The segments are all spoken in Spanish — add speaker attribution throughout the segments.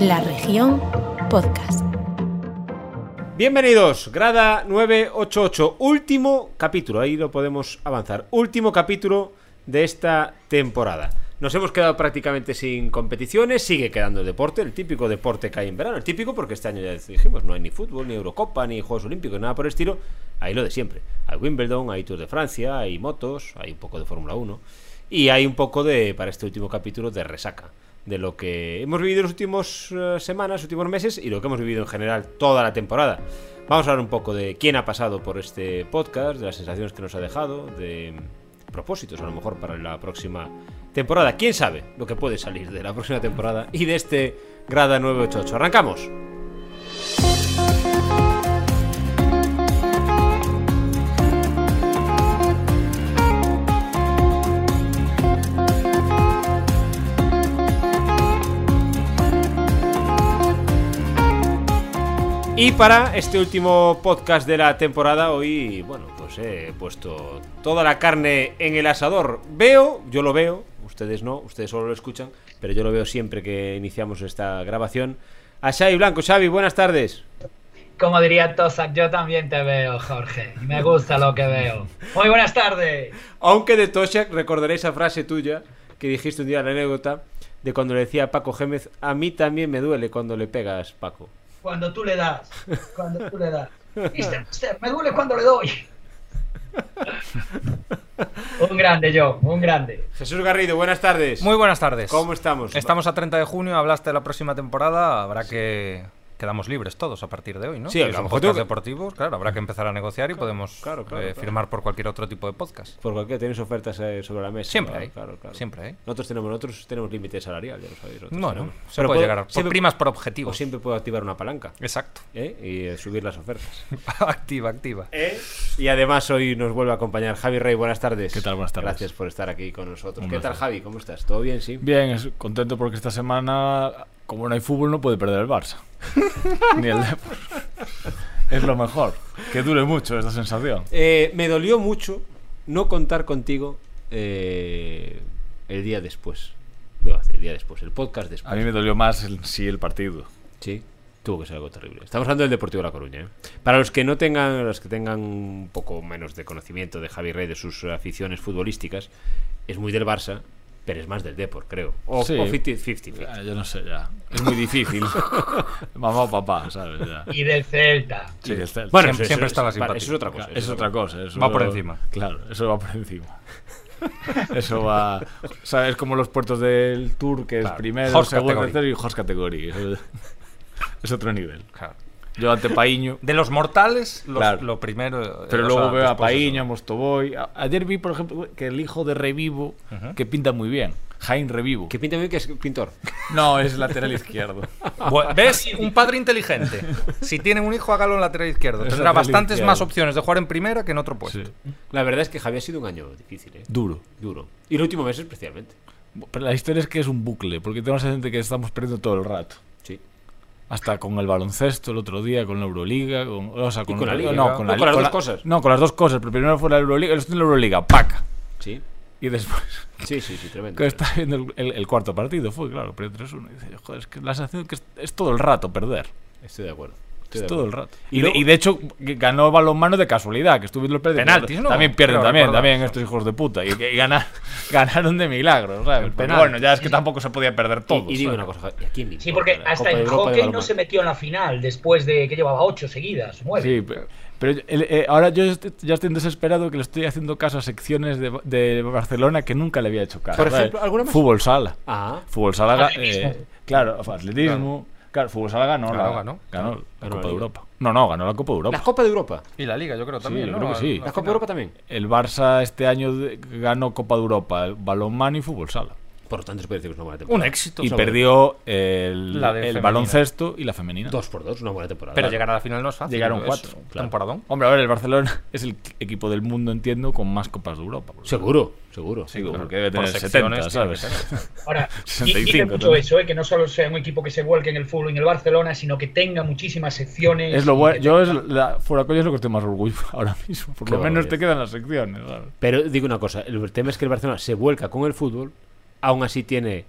Speaker 1: La región podcast.
Speaker 2: Bienvenidos, Grada 988, último capítulo, ahí lo podemos avanzar, último capítulo de esta temporada. Nos hemos quedado prácticamente sin competiciones, sigue quedando el deporte, el típico deporte que hay en verano, el típico porque este año ya dijimos, no hay ni fútbol, ni Eurocopa, ni Juegos Olímpicos, nada por el estilo, hay lo de siempre. Hay Wimbledon, hay Tour de Francia, hay motos, hay un poco de Fórmula 1 y hay un poco de, para este último capítulo, de resaca de lo que hemos vivido en las últimas semanas, últimos meses y lo que hemos vivido en general toda la temporada. Vamos a hablar un poco de quién ha pasado por este podcast, de las sensaciones que nos ha dejado, de propósitos a lo mejor para la próxima temporada. ¿Quién sabe lo que puede salir de la próxima temporada y de este Grada 988? ¡Arrancamos! Y para este último podcast de la temporada, hoy, bueno, pues he puesto toda la carne en el asador. Veo, yo lo veo, ustedes no, ustedes solo lo escuchan, pero yo lo veo siempre que iniciamos esta grabación. A Xavi Blanco, Xavi, buenas tardes.
Speaker 3: Como diría Tosak, yo también te veo, Jorge. Y me gusta lo que veo. Muy buenas tardes.
Speaker 2: Aunque de Tosak recordaréis esa frase tuya que dijiste un día en la anécdota de cuando le decía a Paco Gémez, a mí también me duele cuando le pegas, Paco
Speaker 3: cuando tú le das. Cuando tú le das. Mister, mister, me duele cuando le doy. un grande, yo, un grande.
Speaker 2: Jesús Garrido, buenas tardes.
Speaker 4: Muy buenas tardes.
Speaker 2: ¿Cómo estamos?
Speaker 4: Estamos a 30 de junio, hablaste de la próxima temporada, habrá sí. que quedamos libres todos a partir de hoy, ¿no?
Speaker 2: Sí, a lo mejor
Speaker 4: podcasts deportivos, claro, habrá que empezar a negociar y claro, podemos claro, claro, eh, firmar por cualquier otro tipo de podcast.
Speaker 2: Por cualquier, tenéis ofertas eh, sobre la mesa.
Speaker 4: Siempre hay, siempre hay.
Speaker 2: Nosotros tenemos, nosotros tenemos límite salarial, ya lo sabéis.
Speaker 4: No, tenemos. no, se Pero puede, puede llegar. Por siempre, primas por objetivos.
Speaker 2: O siempre puedo activar una palanca.
Speaker 4: Exacto.
Speaker 2: ¿eh? Y subir las ofertas.
Speaker 4: activa, activa.
Speaker 2: Y además hoy nos vuelve a acompañar Javi Rey, buenas tardes.
Speaker 5: ¿Qué tal? Buenas tardes.
Speaker 2: Gracias por estar aquí con nosotros. Un ¿Qué tal, Javi? ¿Cómo estás? ¿Todo bien, sí?
Speaker 5: Bien, contento porque esta semana como no hay fútbol, no puede perder el Barça. Ni el Depor. Es lo mejor. Que dure mucho esta sensación.
Speaker 2: Eh, me dolió mucho no contar contigo eh, el día después. El día después, el podcast después.
Speaker 5: A mí me dolió más el, sí el partido.
Speaker 2: Sí, tuvo que ser algo terrible. Estamos hablando del Deportivo de La Coruña. ¿eh? Para los que no tengan, los que tengan un poco menos de conocimiento de Javi Rey, de sus aficiones futbolísticas, es muy del Barça pero es más del Depor, creo. O 50-50.
Speaker 5: Sí. Yo no sé, ya. Es muy difícil. Mamá o papá, ¿sabes? Ya.
Speaker 3: Y del Celta.
Speaker 5: Sí, del Celta.
Speaker 2: Bueno,
Speaker 4: siempre, siempre estaba
Speaker 2: Eso es otra cosa.
Speaker 5: Eso es otra cosa. Eso
Speaker 4: va por encima.
Speaker 5: Claro, eso va por encima. Eso va. ¿Sabes? Como los puertos del Tour, que claro. es primero,
Speaker 4: Host
Speaker 5: segundo,
Speaker 4: category.
Speaker 5: tercero y Host Category. Es otro nivel. Claro. Yo ante Paíño.
Speaker 4: De los mortales, los, claro. lo primero. eh,
Speaker 5: Pero luego sea, veo a Paíño, a Mostoboy. A, ayer vi, por ejemplo, que el hijo de Revivo, uh -huh. que pinta muy bien. Jaime Revivo.
Speaker 2: Que pinta muy bien, que es pintor.
Speaker 5: No, es lateral izquierdo.
Speaker 4: ¿Ves? Un padre inteligente. Si tiene un hijo, hágalo en lateral izquierdo. Es Tendrá lateral bastantes izquierdo. más opciones de jugar en primera que en otro puesto. Sí.
Speaker 2: La verdad es que Javier ha sido un año difícil, ¿eh?
Speaker 5: Duro.
Speaker 2: Duro. Y el último mes especialmente.
Speaker 5: Pero la historia es que es un bucle, porque tenemos la gente que estamos perdiendo todo el rato.
Speaker 2: Sí
Speaker 5: hasta con el baloncesto el otro día, con la Euroliga, con, o sea, con,
Speaker 2: con la Liga,
Speaker 5: no, con,
Speaker 2: no,
Speaker 5: la,
Speaker 2: con las dos
Speaker 5: con
Speaker 2: la, cosas.
Speaker 5: No, con las dos cosas, pero primero fue la Euroliga, el la Euroliga, ¡paca!
Speaker 2: Sí.
Speaker 5: Y después.
Speaker 2: Sí, sí, sí, tremendo.
Speaker 5: Que está viendo el, el, el, cuarto partido, fue, claro, pero 3-1. Y dice, joder, es que la sensación que es, es todo el rato perder.
Speaker 2: Estoy de acuerdo.
Speaker 5: Estoy es de todo acuerdo. el rato. Y, y, luego, de, y, de, hecho, ganó balonmano de casualidad, que estuve los
Speaker 4: Penaltis, ¿no?
Speaker 5: También pierden, también, también estos hijos de puta. Y, y ganar, ganaron de milagro, ¿sabes? Pero bueno, ya es que tampoco se podía perder todo.
Speaker 2: Y, digo una cosa, ¿y a quién
Speaker 3: Sí, porque hasta en hockey no se metió en la final después de que llevaba ocho seguidas, nueve.
Speaker 5: Sí, pero. pero eh, ahora yo estoy, ya estoy desesperado que le estoy haciendo caso a secciones de, de Barcelona que nunca le había hecho caso.
Speaker 2: Por ejemplo, ¿alguna más?
Speaker 5: Fútbol sala.
Speaker 2: Ah.
Speaker 5: Fútbol sala. Eh, claro, atletismo. Claro. Claro, Fútbol Sala ganó,
Speaker 4: claro,
Speaker 5: la,
Speaker 4: ganó.
Speaker 5: ganó la ganó Copa de Europa. No, no, ganó la Copa de Europa.
Speaker 2: La Copa de Europa.
Speaker 4: Y la Liga, yo creo también.
Speaker 5: Sí,
Speaker 4: ¿no?
Speaker 5: creo que sí.
Speaker 2: La, Copa de Europa también.
Speaker 5: El Barça este año ganó Copa de Europa, el balonmano y Fútbol Sala.
Speaker 2: Por lo tanto, se puede decir que es una buena temporada.
Speaker 4: Un éxito.
Speaker 5: Y perdió el, el baloncesto y la femenina.
Speaker 2: Dos por dos, una buena temporada.
Speaker 4: Pero llegar a la final no es fácil.
Speaker 5: Llegaron cuatro.
Speaker 4: Claro. Temporadón.
Speaker 5: Hombre, a ver, el Barcelona es el equipo del mundo, entiendo, con más copas de Europa.
Speaker 2: Seguro, seguro.
Speaker 5: Sí, claro. porque debe tener 70, ¿sabes?
Speaker 3: Ahora, 65, y, y mucho eso, eh, que no solo sea un equipo que se vuelque en el fútbol y en el Barcelona, sino que tenga muchísimas secciones.
Speaker 5: Es lo bueno. Yo, es la, fuera coño, es lo que estoy más orgulloso ahora mismo. Por lo menos te quedan las secciones. Claro.
Speaker 2: Pero digo una cosa, el tema es que el Barcelona se vuelca con el fútbol aún así tiene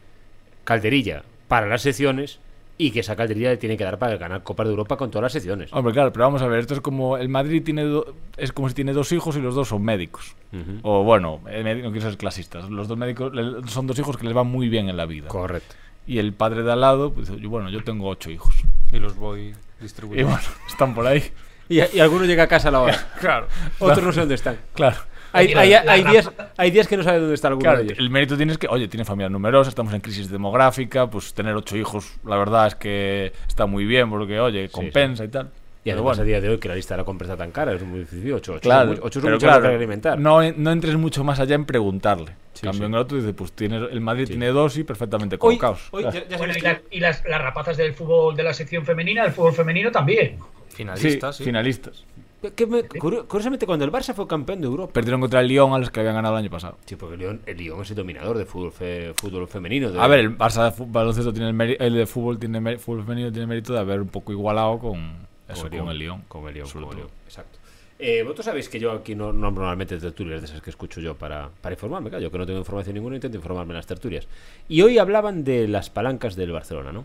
Speaker 2: calderilla para las secciones y que esa caldería le tiene que dar para ganar Copa de Europa con todas las secciones.
Speaker 5: Hombre, claro, pero vamos a ver, esto es como el Madrid tiene do- es como si tiene dos hijos y los dos son médicos.
Speaker 2: Ujú.
Speaker 5: O bueno, eh, médi- no quiero ser clasistas, los dos médicos le- son dos hijos que les va muy bien en la vida.
Speaker 2: Correcto.
Speaker 5: y el padre de al lado, pues yo- bueno, yo tengo ocho hijos.
Speaker 4: Y los voy
Speaker 5: Y
Speaker 4: distribuyendo.
Speaker 5: bueno, están por ahí.
Speaker 2: Y, y alguno llega a casa a la hora.
Speaker 4: Claro.
Speaker 2: Otros no sé dónde están.
Speaker 5: Claro.
Speaker 2: Hay, hay-
Speaker 3: La
Speaker 2: hay
Speaker 3: rama.
Speaker 2: días, hay días que no sabe dónde está alguno
Speaker 5: Claro,
Speaker 2: de ellos.
Speaker 5: el mérito tienes que, oye, tiene familia numerosa, estamos en crisis demográfica, pues tener ocho hijos, la verdad es que está muy bien porque, oye, compensa y tal.
Speaker 2: Y
Speaker 5: Pero
Speaker 2: además
Speaker 5: bueno.
Speaker 2: a día de hoy que la lista de la compra está tan cara, es muy difícil. 8, 8,
Speaker 5: Claro,
Speaker 2: es
Speaker 5: pero
Speaker 2: mucho
Speaker 5: claro,
Speaker 2: para alimentar.
Speaker 5: No, en- no entres mucho más allá en preguntarle.
Speaker 2: Sí,
Speaker 5: Cambio
Speaker 2: sí.
Speaker 5: en el otro dice, pues tiene, el Madrid
Speaker 2: Sí.
Speaker 5: tiene dos y perfectamente colocados.
Speaker 2: hoy
Speaker 5: Claro.
Speaker 2: ya- ya
Speaker 3: Bueno,
Speaker 2: sabes
Speaker 3: y,
Speaker 2: que-
Speaker 3: la- y las, las rapazas del fútbol de la sección femenina, del fútbol femenino también.
Speaker 5: Sí,
Speaker 4: Finalistas, sí.
Speaker 5: finalistas.
Speaker 2: que me-
Speaker 5: ¿Eh?
Speaker 2: curio- curiosamente, cuando el Barça fue campeón de Europa.
Speaker 5: Perdieron contra el Lyon a los que habían ganado el año pasado.
Speaker 2: Sí, porque el Lyon, el Lyon es el dominador de fútbol, fe- fútbol femenino. de-
Speaker 5: A ver, el Barça de fu- baloncesto tiene el, meri- el de fútbol tiene meri- fútbol femenino tiene mérito de haber un poco igualado con eso, con, el Lyon.
Speaker 2: Con el Lyon,
Speaker 5: sobre
Speaker 2: con el
Speaker 5: todo.
Speaker 2: Lyon, Exacto. Eh, vosotros sabéis que yo aquí no nombro normalmente tertulias de esas que escucho yo para, para informarme. Claro, yo que no tengo información ninguna intento informarme en las tertulias. Y hoy hablaban de las palancas del Barcelona, ¿no?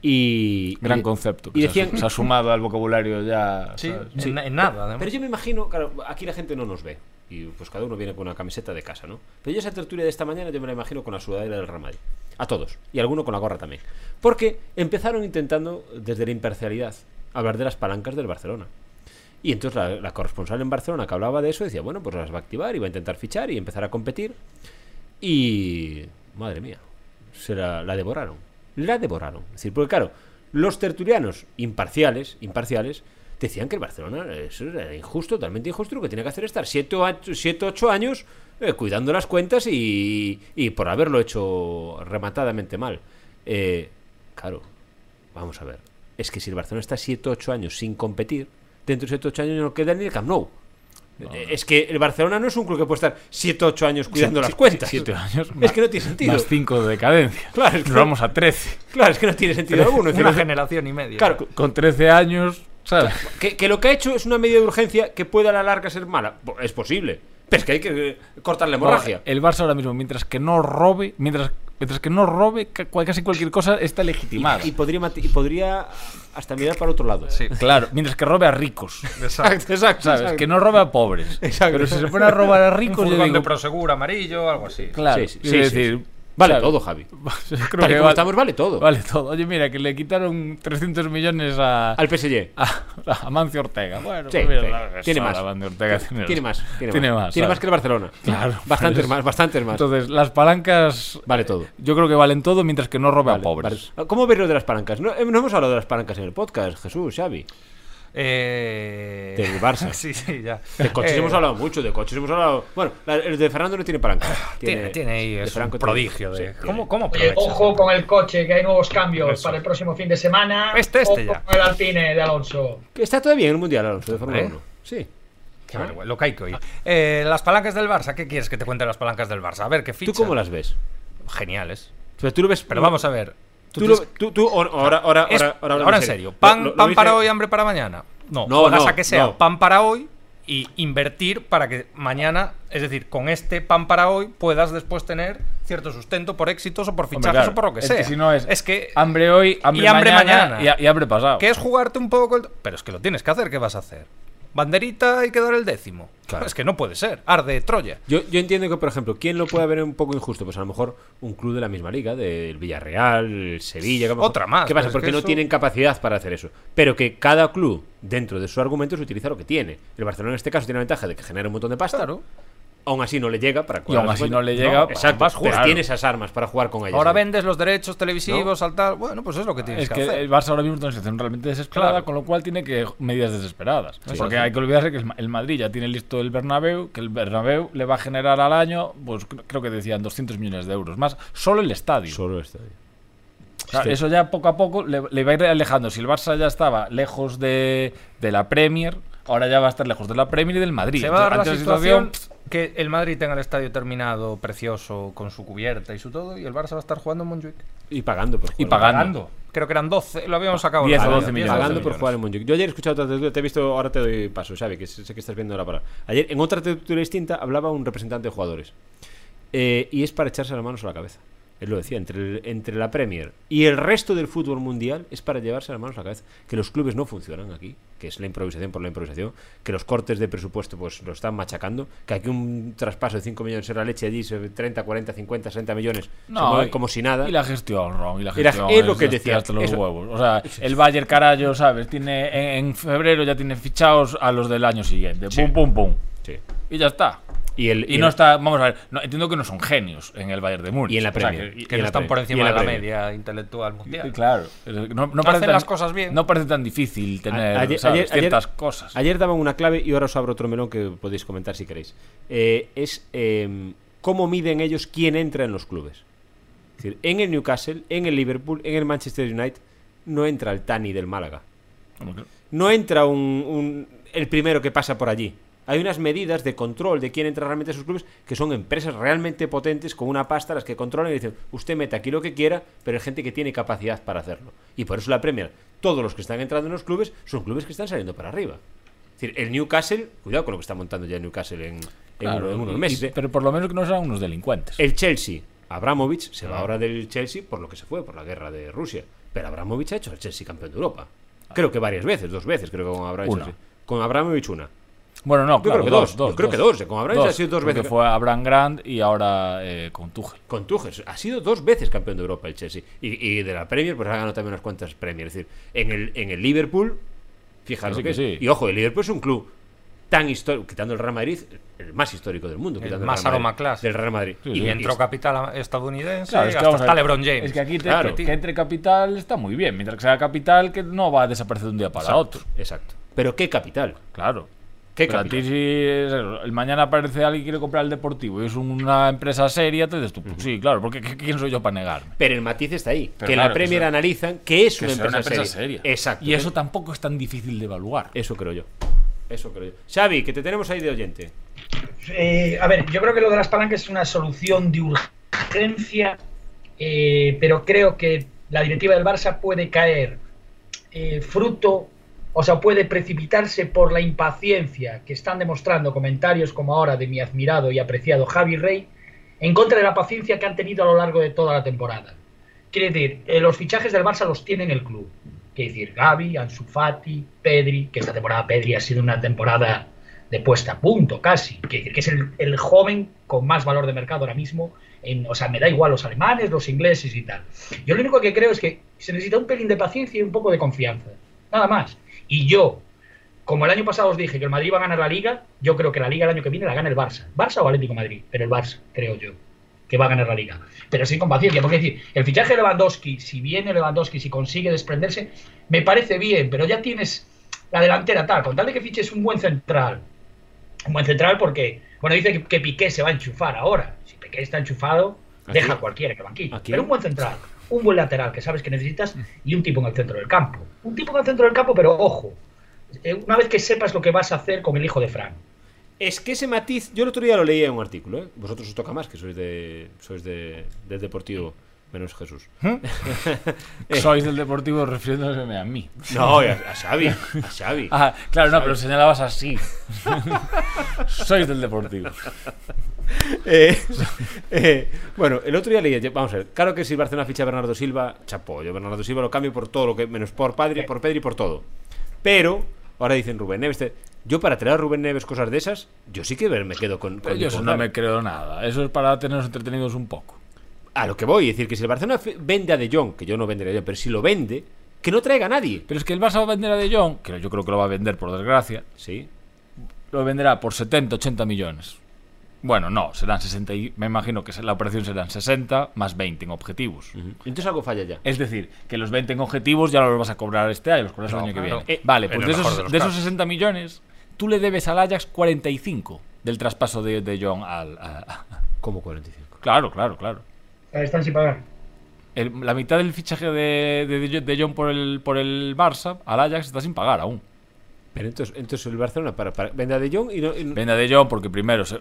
Speaker 2: Y.
Speaker 5: Gran
Speaker 2: y-
Speaker 5: concepto. que
Speaker 2: Y
Speaker 5: se ha-
Speaker 2: decían.
Speaker 5: se ha sumado al vocabulario ya.
Speaker 4: Sí,
Speaker 5: ¿sabes?
Speaker 4: en, en nada, además.
Speaker 2: Pero yo me imagino, claro, aquí la gente no nos ve. Y pues cada uno viene con una camiseta de casa, ¿no? Pero yo esa tertulia de esta mañana yo me la imagino con la sudadera del Real Madrid. A todos. Y alguno con la gorra también. Porque empezaron intentando, desde la imparcialidad, hablar de las palancas del Barcelona. Y entonces la, la corresponsal en Barcelona que hablaba de eso decía, bueno, pues las va a activar y va a intentar fichar y empezar a competir. Y. Madre mía. Se la, la devoraron. La devoraron. Es decir, porque claro, los tertulianos imparciales, imparciales, decían que el Barcelona eso era injusto, totalmente injusto, lo que tenía que hacer es estar 7 o 8 años eh, cuidando las cuentas y, y por haberlo hecho rematadamente mal. Eh, claro, vamos a ver. Es que si el Barcelona está 7 o 8 años sin competir, dentro de 7 o 8 años no queda ni el Camp Nou. Eh, Es que el Barcelona no es un club que puede estar 7 o 8 años cuidando
Speaker 5: Sí,
Speaker 2: las
Speaker 5: sí,
Speaker 2: cuentas.
Speaker 5: Siete años.
Speaker 2: Es que no tiene sentido.
Speaker 5: Más cinco de decadencia.
Speaker 2: Claro, es que-
Speaker 5: Nos vamos a 13.
Speaker 2: Claro, es que no tiene sentido alguno. Es decir,
Speaker 4: Una generación y media.
Speaker 2: Claro,
Speaker 5: Con 13 años, ¿sabes?
Speaker 2: que, que lo que ha hecho es una medida de urgencia que pueda a la larga ser mala. Bo- Es posible. Pero es que hay que eh, cortar la hemorragia.
Speaker 5: El Barça ahora mismo, mientras que no robe, mientras, mientras que no robe, ca- cual- casi cualquier cosa está legitimada.
Speaker 2: Y, y podría, mate- y podría hasta mirar para otro lado.
Speaker 4: Sí.
Speaker 5: Claro, mientras que robe a ricos.
Speaker 4: Exacto.
Speaker 2: exacto.
Speaker 5: ¿Sabes? Que no robe a pobres. Pero si se pone a robar a
Speaker 4: Un
Speaker 5: ricos, yo
Speaker 4: furgón de
Speaker 5: digo,
Speaker 4: Prosegur amarillo, algo así.
Speaker 5: Claro,
Speaker 2: Sí, sí,
Speaker 5: es
Speaker 2: sí, sí,
Speaker 5: decir,
Speaker 2: sí. Vale
Speaker 5: ¿sabes?
Speaker 2: todo, Javi.
Speaker 5: Yo
Speaker 2: Tal y
Speaker 5: creo que
Speaker 2: como
Speaker 5: vale,
Speaker 2: estamos, vale todo.
Speaker 5: vale todo. Oye, mira, que le quitaron 300 millones a,
Speaker 2: Al PSG.
Speaker 5: a, a Mancio Ah, Ortega. Bueno,
Speaker 2: Sí,
Speaker 5: pues mira,
Speaker 2: sí.
Speaker 5: la-
Speaker 2: Tiene
Speaker 5: ahora
Speaker 2: más.
Speaker 5: Mancio Ortega tiene,
Speaker 2: Tiene más. Tiene, más. Tiene
Speaker 5: ¿sabes?
Speaker 2: más que el Barcelona.
Speaker 5: Claro.
Speaker 2: Bastantes
Speaker 5: Pues-
Speaker 2: más, bastantes más.
Speaker 5: Entonces, las palancas.
Speaker 2: Vale todo.
Speaker 5: Yo creo que valen todo mientras que no robe a pobres.
Speaker 2: Vale. ¿Cómo veis lo de las palancas? No, eh, no hemos hablado de las palancas en el podcast, Jesús, Xavi.
Speaker 4: Eh...
Speaker 2: Del Barça.
Speaker 4: sí, sí, ya.
Speaker 2: De coches
Speaker 4: Eh,
Speaker 2: hemos hablado mucho, de coches hemos hablado. Bueno, la- el de Fernando no tiene palanca.
Speaker 4: Ah, Tiene, tiene ahí,
Speaker 2: de
Speaker 4: es un
Speaker 2: Franco tiene-
Speaker 4: prodigio.
Speaker 2: sí,
Speaker 4: De...
Speaker 2: tiene.
Speaker 4: ¿Cómo, cómo
Speaker 3: Oye,
Speaker 4: aprovechas?
Speaker 3: ojo con el coche, que hay nuevos cambios
Speaker 4: Eso.
Speaker 3: para el próximo fin de semana.
Speaker 4: Este, este
Speaker 3: Ojo
Speaker 4: ya.
Speaker 3: con el Alpine de Alonso.
Speaker 2: Que está todavía en el mundial, Alonso, de Fórmula
Speaker 4: ¿Eh?
Speaker 2: 1. Sí.
Speaker 4: Qué vergüenza, lo caico hoy. Eh, las palancas del Barça, ¿qué quieres que te cuente de las palancas del Barça? A ver, ¿qué
Speaker 2: ¿Tú
Speaker 4: ficha?
Speaker 2: cómo las ves?
Speaker 4: Geniales.
Speaker 2: O sea, tú lo ves.
Speaker 4: Pero vamos a ver.
Speaker 2: Tú,
Speaker 4: tú
Speaker 2: lo-
Speaker 4: tienes-
Speaker 2: tú- tú- o- ahora, ahora,
Speaker 4: Es-
Speaker 2: Ah, ahora, ahora,
Speaker 4: en serio. Pan,
Speaker 2: Lo- lo
Speaker 4: pan
Speaker 2: dice-
Speaker 4: para hoy, hambre para mañana. No,
Speaker 2: No,
Speaker 4: juegas
Speaker 2: no,
Speaker 4: a que sea
Speaker 2: no.
Speaker 4: pan para hoy y invertir para que mañana, es decir, con este pan para hoy puedas después tener cierto sustento por éxitos o por
Speaker 5: Hombre,
Speaker 4: fichajes
Speaker 5: claro,
Speaker 4: o por lo que
Speaker 5: es
Speaker 4: sea.
Speaker 5: Que si no es,
Speaker 4: que
Speaker 5: hambre hoy, hambre,
Speaker 4: y hambre mañana.
Speaker 5: y ha- y, hambre pasado.
Speaker 4: que es jugarte un poco el... Pero es que lo tienes que hacer, ¿qué vas a hacer? Banderita y quedar el décimo. Es que no puede ser. Arde Troya.
Speaker 2: Yo, yo entiendo que, por ejemplo, ¿quién lo puede ver un poco injusto? Pues a lo mejor un club de la misma liga, del Villarreal, el Sevilla. que a lo mejor-
Speaker 4: Otra más,
Speaker 2: ¿Qué
Speaker 4: pero
Speaker 2: pasa?
Speaker 4: es
Speaker 2: Porque
Speaker 4: que
Speaker 2: no
Speaker 4: eso-
Speaker 2: tienen capacidad para hacer eso. Pero que cada club, dentro de sus argumentos, utiliza lo que tiene. El Barcelona, en este caso, tiene la ventaja de que genera un montón de pasta.
Speaker 4: Claro.
Speaker 2: Aún así no le llega para
Speaker 5: Y aún
Speaker 2: las
Speaker 5: así
Speaker 2: cuentas.
Speaker 5: no le llega.
Speaker 4: No,
Speaker 2: Exacto,
Speaker 5: vas a
Speaker 2: pero
Speaker 5: jugar.
Speaker 2: tiene esas armas para jugar con ellas.
Speaker 4: Ahora
Speaker 2: ¿no?
Speaker 4: vendes los derechos televisivos, al tal. Bueno, pues es lo que tienes
Speaker 5: Es
Speaker 4: que,
Speaker 5: que
Speaker 4: hacer.
Speaker 5: el Barça ahora mismo está en una situación realmente desesperada,
Speaker 4: Claro.
Speaker 5: con lo cual tiene que medidas desesperadas.
Speaker 4: Sí.
Speaker 5: Porque
Speaker 4: Sí.
Speaker 5: hay que olvidarse que el Ma- el Madrid ya tiene listo el Bernabéu, que el Bernabéu le va a generar al año, pues cr- creo que decían 200 millones de euros más, solo el estadio.
Speaker 2: Solo está ahí.
Speaker 5: Claro,
Speaker 2: Sí.
Speaker 5: Eso ya poco a poco le, le va a ir alejando. Si el Barça ya estaba lejos de, de la Premier, ahora ya va a estar lejos de la Premier y del Madrid.
Speaker 4: Se va a dar la
Speaker 5: Ante
Speaker 4: situación que el Madrid tenga el estadio terminado, precioso, con su cubierta y su todo, y el Barça va a estar jugando en Montjuic.
Speaker 2: Y pagando por jugar.
Speaker 5: Y pagando.
Speaker 4: Creo que eran 12, lo habíamos sacado.
Speaker 5: 10 o
Speaker 4: el otro
Speaker 5: 12
Speaker 4: día,
Speaker 5: millones.
Speaker 2: Pagando
Speaker 4: 12
Speaker 2: por jugar en Montjuic. Yo ayer he escuchado otra tertulia, te he visto, ahora te doy paso, Xavi, que sé sé que estás viendo la palabra. Ayer, en otra tertulia distinta, hablaba un representante de jugadores. Eh, y es para echarse las manos a la cabeza. él lo decía, entre, el- entre la Premier y el resto del fútbol mundial es para llevarse las manos a la cabeza. Que los clubes no funcionan aquí, que es la improvisación por la improvisación, que los cortes de presupuesto pues lo están machacando, que aquí un traspaso de 5 millones era leche, allí se- 30, 40, 50, 60 millones se mueve
Speaker 5: y-
Speaker 2: como si nada.
Speaker 5: Y la gestión, Ron. Y la
Speaker 2: Y la-
Speaker 5: gestión.
Speaker 2: es lo que
Speaker 5: hostia,
Speaker 2: decía,
Speaker 5: hasta los
Speaker 2: eso-
Speaker 5: huevos. O sea, el Bayern, carallo, ¿sabes? Tiene, en, en febrero ya tiene fichados a los del año siguiente. Pum, pum, pum.
Speaker 2: Sí.
Speaker 5: Y ya está.
Speaker 2: Y, el,
Speaker 5: Y,
Speaker 2: y
Speaker 5: no
Speaker 2: el-
Speaker 5: está. Vamos a ver. no, entiendo que no son genios en el Bayern de Múnich.
Speaker 2: Y en la
Speaker 5: O sea,
Speaker 2: Premier.
Speaker 5: que-
Speaker 2: Y
Speaker 4: Que
Speaker 2: en
Speaker 4: no
Speaker 2: la
Speaker 4: están
Speaker 2: Premier,
Speaker 4: por
Speaker 2: y
Speaker 4: encima
Speaker 2: en
Speaker 4: de
Speaker 2: la
Speaker 4: la
Speaker 2: Premier.
Speaker 4: media intelectual mundial.
Speaker 5: Sí, Claro, no, no
Speaker 4: Hacen
Speaker 5: parece tan,
Speaker 4: las cosas bien.
Speaker 5: No parece tan difícil tener
Speaker 2: A- ayer-
Speaker 5: ¿sabes?
Speaker 2: ayer-
Speaker 5: ciertas
Speaker 2: ayer-
Speaker 5: cosas.
Speaker 2: Ayer daban una clave y ahora os abro otro melón que podéis comentar si queréis. Eh, es eh, cómo miden ellos quién entra en los clubes. Es decir, en el Newcastle, en el Liverpool, en el Manchester United, no entra el Tani del Málaga. No entra un, un- el primero que pasa por allí. Hay unas medidas de control de quién entra realmente a esos clubes que son empresas realmente potentes con una pasta las que controlan y dicen, usted mete aquí lo que quiera, pero hay gente que tiene capacidad para hacerlo. Y por eso la Premier, todos los que están entrando en los clubes son clubes que están saliendo para arriba. Es decir, el Newcastle, cuidado con lo que está montando ya el Newcastle en, en
Speaker 5: Claro,
Speaker 2: uno- en unos
Speaker 5: y-
Speaker 2: meses.
Speaker 5: y-
Speaker 2: ¿eh?
Speaker 5: pero por lo menos que no sean unos delincuentes.
Speaker 2: El Chelsea, Abramovich, se
Speaker 5: Ah.
Speaker 2: va ahora del Chelsea por lo que se fue, por la guerra de Rusia. Pero Abramovich ha hecho al Chelsea campeón de Europa. Creo que varias veces, dos veces, creo que con Abramovich.
Speaker 5: Una.
Speaker 2: sí. Con Abramovich una.
Speaker 5: bueno, no,
Speaker 2: yo
Speaker 5: claro,
Speaker 2: creo que dos, yo creo que dos, eh, con Abramovich ha sido dos
Speaker 5: porque
Speaker 2: veces.
Speaker 5: fue Abraham Grant y ahora eh, con Tuchel.
Speaker 2: Con Tuchel. Ha sido dos veces campeón de Europa el Chelsea. Y, y de la Premier, pues ha ganado también unas cuantas Premier. Es decir, en el, en el Liverpool, fíjate
Speaker 5: Sí,
Speaker 2: que
Speaker 5: sí.
Speaker 2: es. Y ojo, el Liverpool es un club tan histórico, quitando el Real Madrid, el más histórico del mundo.
Speaker 4: El
Speaker 2: quitando
Speaker 4: más
Speaker 2: Real Madrid-
Speaker 4: aromaclas.
Speaker 2: Del Real Madrid.
Speaker 5: Sí, sí.
Speaker 4: Y dentro capital estadounidense,
Speaker 5: Claro, es que
Speaker 4: hasta
Speaker 5: vamos a
Speaker 4: está
Speaker 5: ver,
Speaker 4: LeBron James.
Speaker 5: Es que aquí te-
Speaker 2: Claro.
Speaker 5: que entre capital está muy bien. Mientras que sea capital, que no va a desaparecer de un día para otro.
Speaker 2: Exacto. Pero qué capital.
Speaker 5: Claro.
Speaker 2: Qué
Speaker 5: Pero a
Speaker 2: capital.
Speaker 5: ti si es eso, el mañana aparece alguien que quiere comprar el deportivo y es una empresa seria, te dices tú, pues sí, claro, porque ¿qué- ¿quién soy yo para negarme?
Speaker 2: Pero el matiz está ahí.
Speaker 5: Pero
Speaker 2: que en la
Speaker 5: claro, que
Speaker 2: Premier
Speaker 5: sea-
Speaker 2: analizan que es
Speaker 5: Que
Speaker 2: una
Speaker 5: sea
Speaker 2: empresa,
Speaker 5: una empresa
Speaker 2: seria.
Speaker 5: seria.
Speaker 2: Exacto.
Speaker 5: Y eso tampoco es tan difícil de evaluar.
Speaker 2: Eso creo yo. Eso creo yo. Xavi, que te tenemos ahí de oyente.
Speaker 3: Eh, a ver, yo creo que lo de las palancas es una solución de urgencia, eh, pero creo que la directiva del Barça puede caer eh, fruto, o sea, puede precipitarse por la impaciencia que están demostrando comentarios como ahora de mi admirado y apreciado Javi Rey, en contra de la paciencia que han tenido a lo largo de toda la temporada. Quiere decir, eh, los fichajes del Barça los tiene en el club. Quiere decir, Gaby, Ansu Fati, Pedri, que esta temporada Pedri ha sido una temporada de puesta a punto casi. Quiere decir que es el, el joven con más valor de mercado ahora mismo. en- o sea, me da igual los alemanes, los ingleses y tal. Yo lo único que creo es que se necesita un pelín de paciencia y un poco de confianza. Nada más. Y yo, como el año pasado os dije que el Madrid va a ganar la Liga, yo creo que la Liga el año que viene la gana el Barça. Barça o Atlético de Madrid, pero el Barça, creo yo, que va a ganar la Liga. Pero sí con paciencia, porque es decir, el fichaje de Lewandowski, si viene Lewandowski, si consigue desprenderse, me parece bien, pero ya tienes la delantera tal, con tal de que fiches un buen central. Un buen central porque, bueno, dice que, que Piqué se va a enchufar ahora. Si Piqué está enchufado,
Speaker 2: ¿A
Speaker 3: deja
Speaker 2: quién?
Speaker 3: a cualquiera que banquillo.
Speaker 2: ¿A quién?
Speaker 3: Pero un buen central, un buen lateral que sabes que necesitas y un tipo en el centro del campo. Un tipo en el centro del campo, pero ojo, eh, una vez que sepas lo que vas a hacer con el hijo de Fran.
Speaker 2: Es que ese matiz, yo el otro día lo leía en un artículo, ¿eh? Vosotros os toca más, que sois de. sois de. del deportivo, menos Jesús.
Speaker 5: ¿Mm?
Speaker 2: Eh,
Speaker 5: Sois del deportivo refiriéndome a mí.
Speaker 2: No, y a, a Xavi, a Xavi.
Speaker 5: Ah, claro, no, pero señalabas así. Sois del deportivo.
Speaker 2: Eh, eh, bueno, el otro día leía, yo- vamos a ver, claro que si el Barcelona ficha a Bernardo Silva, chapó, yo Bernardo Silva lo cambio por todo lo que menos por Padre, por Pedri, por todo. Pero ahora dicen Rubén Neves, te- yo para traer a Rubén Neves cosas de esas, yo sí que ver- me quedo con, con
Speaker 5: Pues yo eso
Speaker 2: con
Speaker 5: no
Speaker 2: Gavi.
Speaker 5: me creo nada. Eso es para tenernos entretenidos un poco.
Speaker 2: a lo que voy, es decir, que si el Barcelona fe- vende a De Jong, que yo no vendería a De Jong, pero si lo vende, que no traiga a nadie.
Speaker 5: Pero es que el Barça va a vender a De Jong, que yo creo que lo va a vender por desgracia,
Speaker 2: Sí.
Speaker 5: lo venderá por 70, 80 millones. Bueno, no, serán 60 y me imagino que la operación serán 60 más 20 en objetivos.
Speaker 2: Entonces algo falla ya.
Speaker 5: Es decir, que los 20 en objetivos ya no los vas a cobrar este año, los cobras el
Speaker 4: No,
Speaker 5: año que
Speaker 4: claro.
Speaker 5: viene.
Speaker 2: Eh,
Speaker 5: vale,
Speaker 4: en
Speaker 5: pues
Speaker 4: el
Speaker 5: de
Speaker 4: mejor
Speaker 5: esos,
Speaker 4: de los
Speaker 5: de esos
Speaker 4: casos.
Speaker 5: 60 millones, tú le debes al Ajax 45 del traspaso de, de Jong al... a- a-
Speaker 2: Como 45.
Speaker 5: claro, claro, claro.
Speaker 3: Ah, Están sin pagar.
Speaker 5: El- la mitad del fichaje de, de, de Jong por el, por el Barça al Ajax está sin pagar aún.
Speaker 2: Pero entonces, entonces el Barcelona para, para- vende a De Jong y no... y no-
Speaker 5: Venda de Jong porque primero se-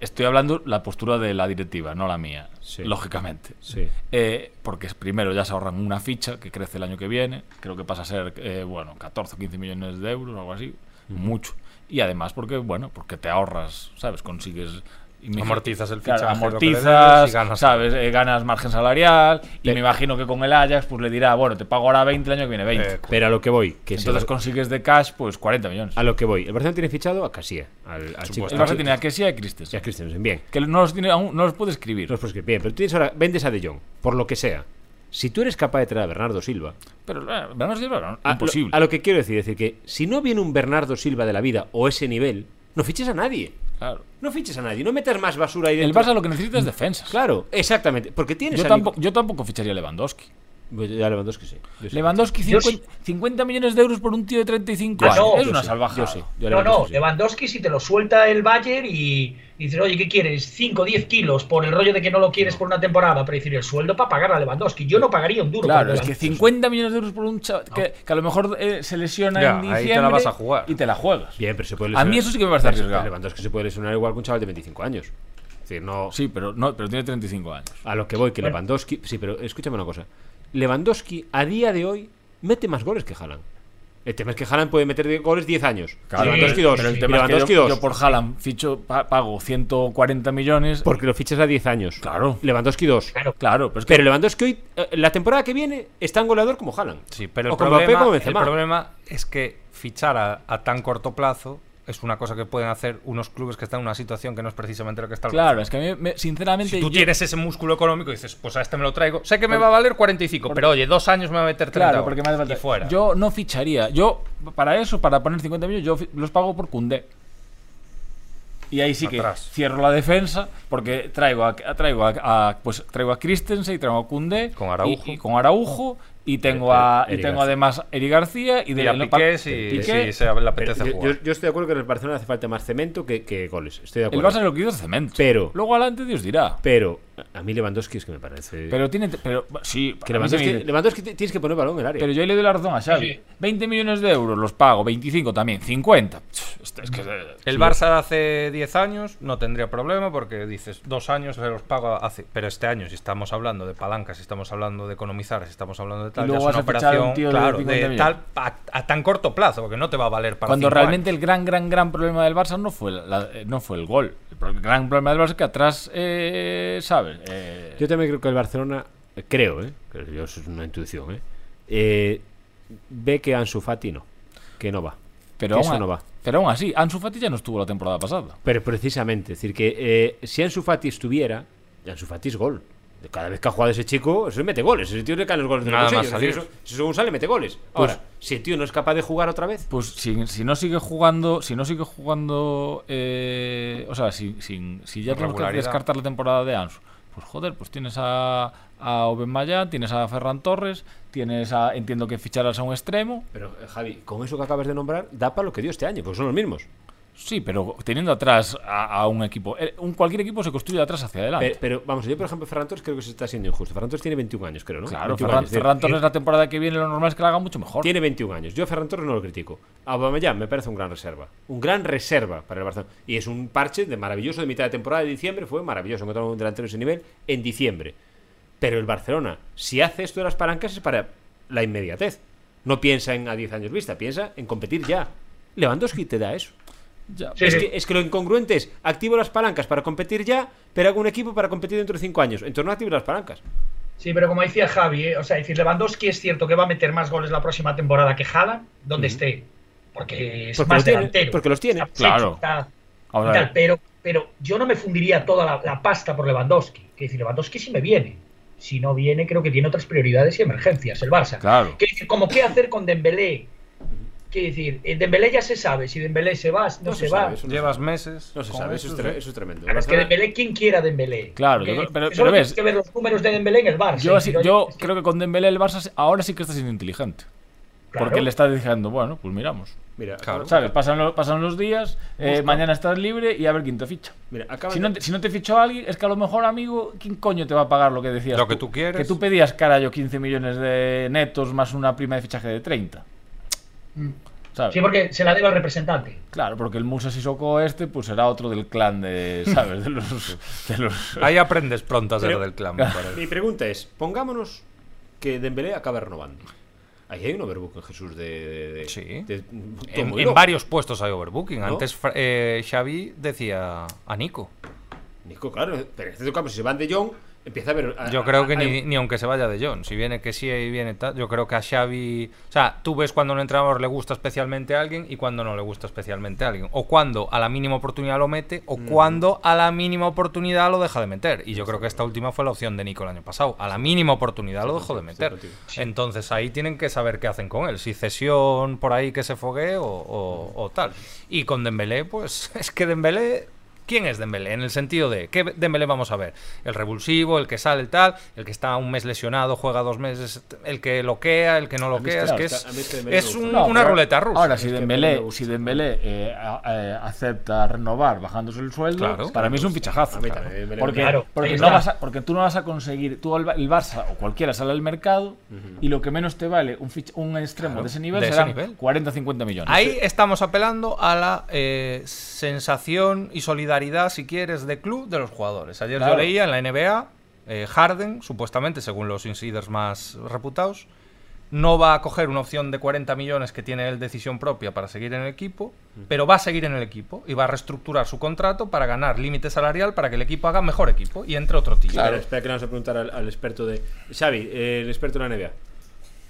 Speaker 5: estoy hablando la postura de la directiva, no la mía,
Speaker 2: Sí.
Speaker 5: lógicamente.
Speaker 2: Sí.
Speaker 5: Eh, porque es- primero ya se ahorran una ficha que crece el año que viene, creo que pasa a ser eh, bueno, 14 o 15 millones de euros o algo así, mucho. Y además porque bueno, porque te ahorras, sabes, consigues y me-
Speaker 4: Amortizas el
Speaker 5: Claro,
Speaker 4: fichaje, lo que le
Speaker 5: amortizas,
Speaker 4: debes y ganas.
Speaker 5: ¿sabes? Eh, ganas margen salarial. Y
Speaker 2: Pe-
Speaker 5: me imagino que con el Ajax pues le dirá, bueno, te pago ahora 20, el año que viene 20.
Speaker 4: Eh,
Speaker 2: Pero a lo que voy, que se
Speaker 5: Entonces
Speaker 2: va-
Speaker 5: consigues de cash pues 40 millones.
Speaker 2: a lo que voy. El Barcelona tiene fichado a Casilla, al, al chico.
Speaker 5: el
Speaker 2: al
Speaker 5: Barça
Speaker 2: chico-
Speaker 5: tiene a Kessia y a Christensen.
Speaker 2: y a Christensen, bien.
Speaker 5: Que no los, tiene, aún no los puede escribir.
Speaker 2: No es por escribir, bien, pero tienes ahora, vendes a De Jong, por lo que sea. Si tú eres capaz de traer a Bernardo Silva,
Speaker 5: Pero eh, Bernardo Silva, no,
Speaker 2: a,
Speaker 5: imposible.
Speaker 2: Lo, a lo que quiero decir, decir que si no viene un Bernardo Silva de la vida o ese nivel, no fiches a nadie.
Speaker 5: Claro.
Speaker 2: No fiches a nadie, no metas más basura ahí
Speaker 5: El
Speaker 2: dentro.
Speaker 5: Barça lo que necesita es defensa.
Speaker 2: Claro, exactamente, porque tienes
Speaker 5: Yo
Speaker 2: a
Speaker 5: tampoco,
Speaker 2: Nico-
Speaker 5: yo tampoco ficharía a Lewandowski.
Speaker 2: Pues ya Lewandowski sí. Yo sí.
Speaker 5: Lewandowski,
Speaker 3: Yo sí.
Speaker 5: 50, 50 millones de euros por un tío de 35
Speaker 3: Ah,
Speaker 5: años.
Speaker 3: no.
Speaker 5: es
Speaker 3: Yo
Speaker 5: una
Speaker 2: sí,
Speaker 5: salvajada.
Speaker 2: yo sí. Yo
Speaker 3: No, no,
Speaker 2: Lewandowski sí.
Speaker 3: Lewandowski si te lo suelta el Bayern y, y dices, oye, ¿qué quieres? 5 o 10 kilos por el rollo de que no lo quieres por una temporada, pero decir el sueldo para pagar a Lewandowski. Yo no pagaría un duro.
Speaker 5: Claro,
Speaker 3: por
Speaker 5: es que
Speaker 3: Lewandowski.
Speaker 5: 50 millones de euros por un chaval que, que a lo mejor eh, se lesiona
Speaker 4: Ya,
Speaker 5: en
Speaker 4: ahí te
Speaker 5: diciembre
Speaker 4: la vas a jugar.
Speaker 5: y te la juegas.
Speaker 2: Bien, pero se puede
Speaker 5: A
Speaker 2: lesionar.
Speaker 5: mí eso sí que me parece
Speaker 2: Pero se-
Speaker 5: arriesgado.
Speaker 2: Lewandowski se puede lesionar igual que un chaval de 25 años. Es decir, no.
Speaker 5: Sí, pero no, pero tiene 35 años.
Speaker 2: A lo que voy, que
Speaker 3: Bueno.
Speaker 2: Lewandowski. Sí, pero escúchame una cosa. Lewandowski a día de hoy mete más goles que Haaland. El tema es que Haaland puede meter de- goles 10 años.
Speaker 5: Claro,
Speaker 2: Lewandowski
Speaker 3: pero-
Speaker 2: 2.
Speaker 5: Pero el
Speaker 3: Sí.
Speaker 5: tema es que
Speaker 2: Lewandowski
Speaker 5: yo,
Speaker 2: 2.
Speaker 5: yo por Haaland ficho pa- pago 140 millones.
Speaker 2: Porque lo fichas a 10 años.
Speaker 5: Claro.
Speaker 2: Lewandowski 2.
Speaker 3: Claro.
Speaker 5: Claro, pero es que
Speaker 2: Pero Lewandowski hoy, eh, la temporada que viene, es tan goleador como Haaland.
Speaker 4: Sí, pero el
Speaker 2: O como Mbappé,
Speaker 4: problema,
Speaker 2: como
Speaker 4: el
Speaker 2: Benzema.
Speaker 4: problema es que fichar a, a tan corto plazo es una cosa que pueden hacer unos clubes que están en una situación que no es precisamente lo que está el
Speaker 5: claro, es que a mí me- sinceramente
Speaker 4: Si tú
Speaker 5: yo-
Speaker 4: tienes ese músculo económico y dices, pues a este me lo traigo. Sé que me va a valer 45, pero oye, dos años me va a meter 30
Speaker 5: Claro,
Speaker 4: goles.
Speaker 5: porque me hace falta.
Speaker 4: Y fuera.
Speaker 5: Yo no ficharía. Yo, para eso, para poner 50 millones, yo fi- los pago por Cundé. Y ahí sí que
Speaker 4: Atrás.
Speaker 5: cierro la defensa porque traigo a, traigo a, a- pues traigo a Christensen y traigo a Cundé
Speaker 4: Con Araujo.
Speaker 5: y, y con Araujo y tengo a
Speaker 2: Eri
Speaker 5: y tengo
Speaker 2: García.
Speaker 5: además Eri García y de
Speaker 4: Y a
Speaker 5: en la
Speaker 4: Piqué,
Speaker 5: par-
Speaker 4: si,
Speaker 5: Piqué.
Speaker 4: si se le
Speaker 2: Pero
Speaker 4: apetece
Speaker 2: yo,
Speaker 4: jugar.
Speaker 2: yo- yo estoy de acuerdo que en el Barcelona hace falta más cemento que, que goles. Estoy de
Speaker 5: el
Speaker 2: acuerdo.
Speaker 5: Barça lo que hizo es cemento.
Speaker 2: Pero-
Speaker 5: luego adelante Dios dirá.
Speaker 2: Pero a a mí Lewandowski es que me parece.
Speaker 5: Pero tiene pero sí,
Speaker 2: que
Speaker 5: a mí se me
Speaker 2: Lewandowski,
Speaker 5: dice-
Speaker 2: Lewandowski te- tienes que poner balón en el área.
Speaker 5: Pero yo le doy la razón a Xavi.
Speaker 3: Sí.
Speaker 5: 20 millones de euros los pago, 25 también, 50. Es que- es que
Speaker 4: El Barça de hace 10 años no tendría problema porque dices, dos años se los pago hace. Pero este año, si estamos hablando de palancas, si estamos hablando de economizar, si estamos hablando de tal,
Speaker 5: Y
Speaker 4: ya
Speaker 5: luego
Speaker 4: es una
Speaker 5: vas a fichar a
Speaker 4: operación
Speaker 5: un tío de
Speaker 4: claro,
Speaker 5: 50 millones.
Speaker 4: tal, a, a tan corto plazo, porque no te va a valer para
Speaker 5: Cuando
Speaker 4: cinco
Speaker 5: realmente
Speaker 4: años.
Speaker 5: el gran, gran, gran problema del Barça no fue, la- eh, no fue el gol. El pro- gran problema del Barça es que atrás, eh, ¿sabes? Eh,
Speaker 2: Yo también creo que el Barcelona, eh, creo, ¿eh? Creo yo, eso es una intuición, ¿eh? Eh, ve que Ansu Fati no, que no va.
Speaker 5: pero,
Speaker 2: que
Speaker 5: aún,
Speaker 2: eso
Speaker 5: a-
Speaker 2: no va.
Speaker 5: pero aún así, Ansu Fati ya no estuvo la temporada pasada.
Speaker 2: Pero precisamente, es decir, que eh, si Ansu Fati estuviera, Ansu Fati es gol. Cada vez que ha jugado ese chico, eso mete goles. Ese tío le caen los goles de
Speaker 4: Nada
Speaker 2: los
Speaker 4: más
Speaker 2: bolsillos, es decir,
Speaker 4: salir.
Speaker 2: eso- eso según sale, mete goles. Ahora, si el tío no es capaz de jugar otra vez,
Speaker 5: Pues si, si no sigue jugando, si no sigue jugando, eh, o sea, si, si, si ya tenemos que
Speaker 4: Regularidad.
Speaker 5: descartar la temporada de Ansu, pues joder, pues tienes a, a Obenmayá, tienes a Ferran Torres, tienes a, entiendo que ficharás a un extremo.
Speaker 2: pero eh, Javi, con eso que acabas de nombrar, da para lo que dio este año, porque son los mismos.
Speaker 5: Sí, pero teniendo atrás a, a un equipo, eh, un, cualquier equipo se construye de atrás hacia adelante.
Speaker 2: Pero, pero, vamos, yo por ejemplo, Ferran Torres creo que se está siendo injusto. Ferran Torres tiene 21 años, creo, ¿no?
Speaker 5: Claro,
Speaker 2: 21
Speaker 5: Ferran,
Speaker 2: años, es decir,
Speaker 5: Ferran Torres la temporada que viene lo normal es que la haga mucho mejor.
Speaker 2: Tiene 21 años. Yo a Ferran Torres no lo critico. A Aubameyang me parece un gran reserva. Un gran reserva para el Barcelona. Y es un parche de maravilloso de mitad de temporada de diciembre. Fue maravilloso encontrar un delantero de ese nivel en diciembre. Pero el Barcelona, si hace esto de las palancas es para la inmediatez. No piensa en a 10 años vista, piensa en competir ya. Lewandowski te da eso.
Speaker 5: Ya,
Speaker 3: Sí,
Speaker 2: es,
Speaker 3: sí.
Speaker 2: Que, es que lo incongruente es, activo las palancas para competir ya, pero hago un equipo para competir dentro de 5 años. Entonces no activo las palancas.
Speaker 3: Sí, pero como decía Javi, ¿eh? o sea, decir, Lewandowski es cierto que va a meter más goles la próxima temporada que Haaland, donde esté, porque es
Speaker 2: Porque
Speaker 3: más
Speaker 2: los tiene,
Speaker 3: delantero.
Speaker 2: porque los tiene,
Speaker 3: Está
Speaker 5: claro.
Speaker 3: está-
Speaker 5: Ahora,
Speaker 3: y tal, pero, pero yo no me fundiría toda la, la pasta por Lewandowski. Es decir, Lewandowski sí me viene. Si no viene, creo que tiene otras prioridades y emergencias el Barça.
Speaker 5: Claro.
Speaker 3: Quiero decir, como qué hacer con Dembélé. Quiero decir, eh, Dembélé ya se sabe. Si Dembélé se va, no, se, va.
Speaker 2: sabe, eso no se
Speaker 4: Llevas
Speaker 2: sabe.
Speaker 4: meses.
Speaker 2: No se
Speaker 4: con
Speaker 2: sabe, eso es,
Speaker 4: esto,
Speaker 2: tre-
Speaker 4: sí.
Speaker 2: eso es tremendo.
Speaker 3: Claro, es que
Speaker 2: Barcelona-
Speaker 3: Dembélé, ¿quién quiera Dembélé?
Speaker 5: Claro,
Speaker 3: Porque
Speaker 5: yo creo- pero-
Speaker 3: solo
Speaker 5: pero
Speaker 3: tienes
Speaker 5: ves-
Speaker 3: que ver los números de Dembélé en el Barça.
Speaker 5: yo,
Speaker 3: y
Speaker 5: así-
Speaker 3: decir, oye,
Speaker 5: yo
Speaker 3: es que-
Speaker 5: creo que con Dembélé el Barça se- ahora sí que está siendo inteligente.
Speaker 3: claro.
Speaker 5: Porque le está diciendo, bueno, pues miramos.
Speaker 2: Mira,
Speaker 4: Claro.
Speaker 2: acaba-
Speaker 5: ¿Sabes? Pasan, lo- pasan los días, eh, mañana estás libre y a ver quién te ficha.
Speaker 2: mira, acaban
Speaker 5: Si no,
Speaker 2: de-
Speaker 5: te, si no te fichó alguien, es que a lo mejor, amigo, ¿quién coño te va a pagar lo que decías?
Speaker 4: Lo que tú quieres.
Speaker 5: Que tú pedías, carajo, 15 millones de netos más una prima de fichaje de 30. ¿Sabes?
Speaker 3: Sí, porque se la debe al representante.
Speaker 5: Claro, porque el Musa Sissoko este pues será otro del clan de, ¿sabes? De los, de los
Speaker 4: Ahí aprendes pronto a ser
Speaker 2: Pero-
Speaker 4: del clan. me parece.
Speaker 2: Mi pregunta es, pongámonos que Dembélé acaba renovando. Ahí hay un overbook en Jesús de... de- de-
Speaker 4: Sí.
Speaker 2: de- todo
Speaker 4: En,
Speaker 2: muy
Speaker 4: en
Speaker 2: loco.
Speaker 4: varios puestos hay overbooking.
Speaker 2: ¿No?
Speaker 4: Antes Fra- eh, Xavi decía a Nico.
Speaker 2: Nico, claro, pero en este caso, si se van de Jong, empieza a ver. a-
Speaker 4: Yo creo que
Speaker 2: a-
Speaker 4: ni, ni aunque se vaya de John, si viene que sí y viene tal, yo creo que a Xavi, o sea, tú ves cuando a un entrenador le gusta especialmente a alguien y cuando no le gusta especialmente a alguien, o cuando a la mínima oportunidad lo mete
Speaker 2: Mm.
Speaker 4: o cuando a la mínima oportunidad lo deja de meter. Y yo creo que esta última fue la opción de Nico el año pasado, a la mínima oportunidad lo dejó de
Speaker 2: estoy
Speaker 4: meter.
Speaker 2: contigo.
Speaker 4: Entonces ahí tienen que saber qué hacen con él, si cesión por ahí que se fogue o, o- o tal. Y con Dembélé, pues es que Dembélé ¿Quién es Dembélé? En el sentido de, ¿qué Dembélé vamos a ver? El revulsivo, el que sale, el tal, el que está un mes lesionado, juega dos meses, el que loquea, el que no
Speaker 2: mí este
Speaker 4: loquea, es que
Speaker 2: gusta,
Speaker 4: es,
Speaker 2: a mí este Dembélé me
Speaker 4: es un-
Speaker 2: gusta.
Speaker 5: No,
Speaker 4: una
Speaker 5: pero
Speaker 4: ruleta rusa.
Speaker 5: Ahora, si
Speaker 2: Es que
Speaker 5: Dembélé,
Speaker 2: no me gusta.
Speaker 5: si Dembélé, eh, a- eh, acepta renovar bajándose el sueldo,
Speaker 4: Claro.
Speaker 5: para mí es un fichajazo.
Speaker 2: A mí también, Dembélé
Speaker 5: Porque,
Speaker 2: me
Speaker 3: Claro,
Speaker 5: porque
Speaker 3: ahí
Speaker 5: no
Speaker 3: está.
Speaker 5: vas a- porque tú no vas a conseguir, tú al Ba- el Barça o cualquiera sale al mercado y lo que menos te vale un, fich- un extremo
Speaker 4: Claro,
Speaker 5: de ese nivel
Speaker 4: de ese
Speaker 5: serán
Speaker 4: nivel.
Speaker 5: 40 o 50 millones.
Speaker 4: Ahí estamos apelando a la eh, sensación y solidaridad, si quieres, de club de los jugadores. Ayer
Speaker 5: Claro.
Speaker 4: yo leía en la NBA, eh, Harden, supuestamente, según los insiders más reputados, no va a coger una opción de 40 millones que tiene él decisión propia para seguir en el equipo, pero va a seguir en el equipo y va a reestructurar su contrato para ganar límite salarial para que el equipo haga mejor equipo y entre otro tío.
Speaker 2: Espera, espera que le vamos a preguntar al, al experto de. Xavi, eh, el experto de la NBA.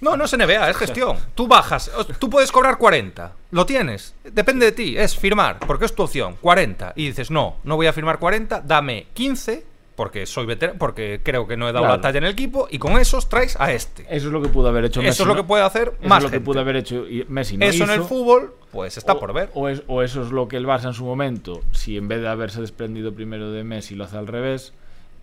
Speaker 4: No, no es NBA, es gestión. Tú bajas, o- tú puedes cobrar 40, lo tienes, depende de ti, es firmar, porque es tu opción, 40. Y dices, no, no voy a firmar 40, dame 15, porque soy veterano, porque creo que no he dado
Speaker 5: Claro.
Speaker 4: la talla en el equipo, y con esos traes a este.
Speaker 5: Eso es lo que pudo haber hecho Messi.
Speaker 4: Eso es lo
Speaker 5: ¿no?
Speaker 4: que puede hacer
Speaker 5: Eso
Speaker 4: más
Speaker 5: es lo que
Speaker 4: gente.
Speaker 5: pudo haber hecho y Messi. No
Speaker 4: Eso en el
Speaker 5: hizo.
Speaker 4: fútbol, pues está
Speaker 5: O-
Speaker 4: por ver.
Speaker 5: O, es- o eso es lo que el Barça en su momento, si en vez de haberse desprendido primero de Messi lo hace al revés,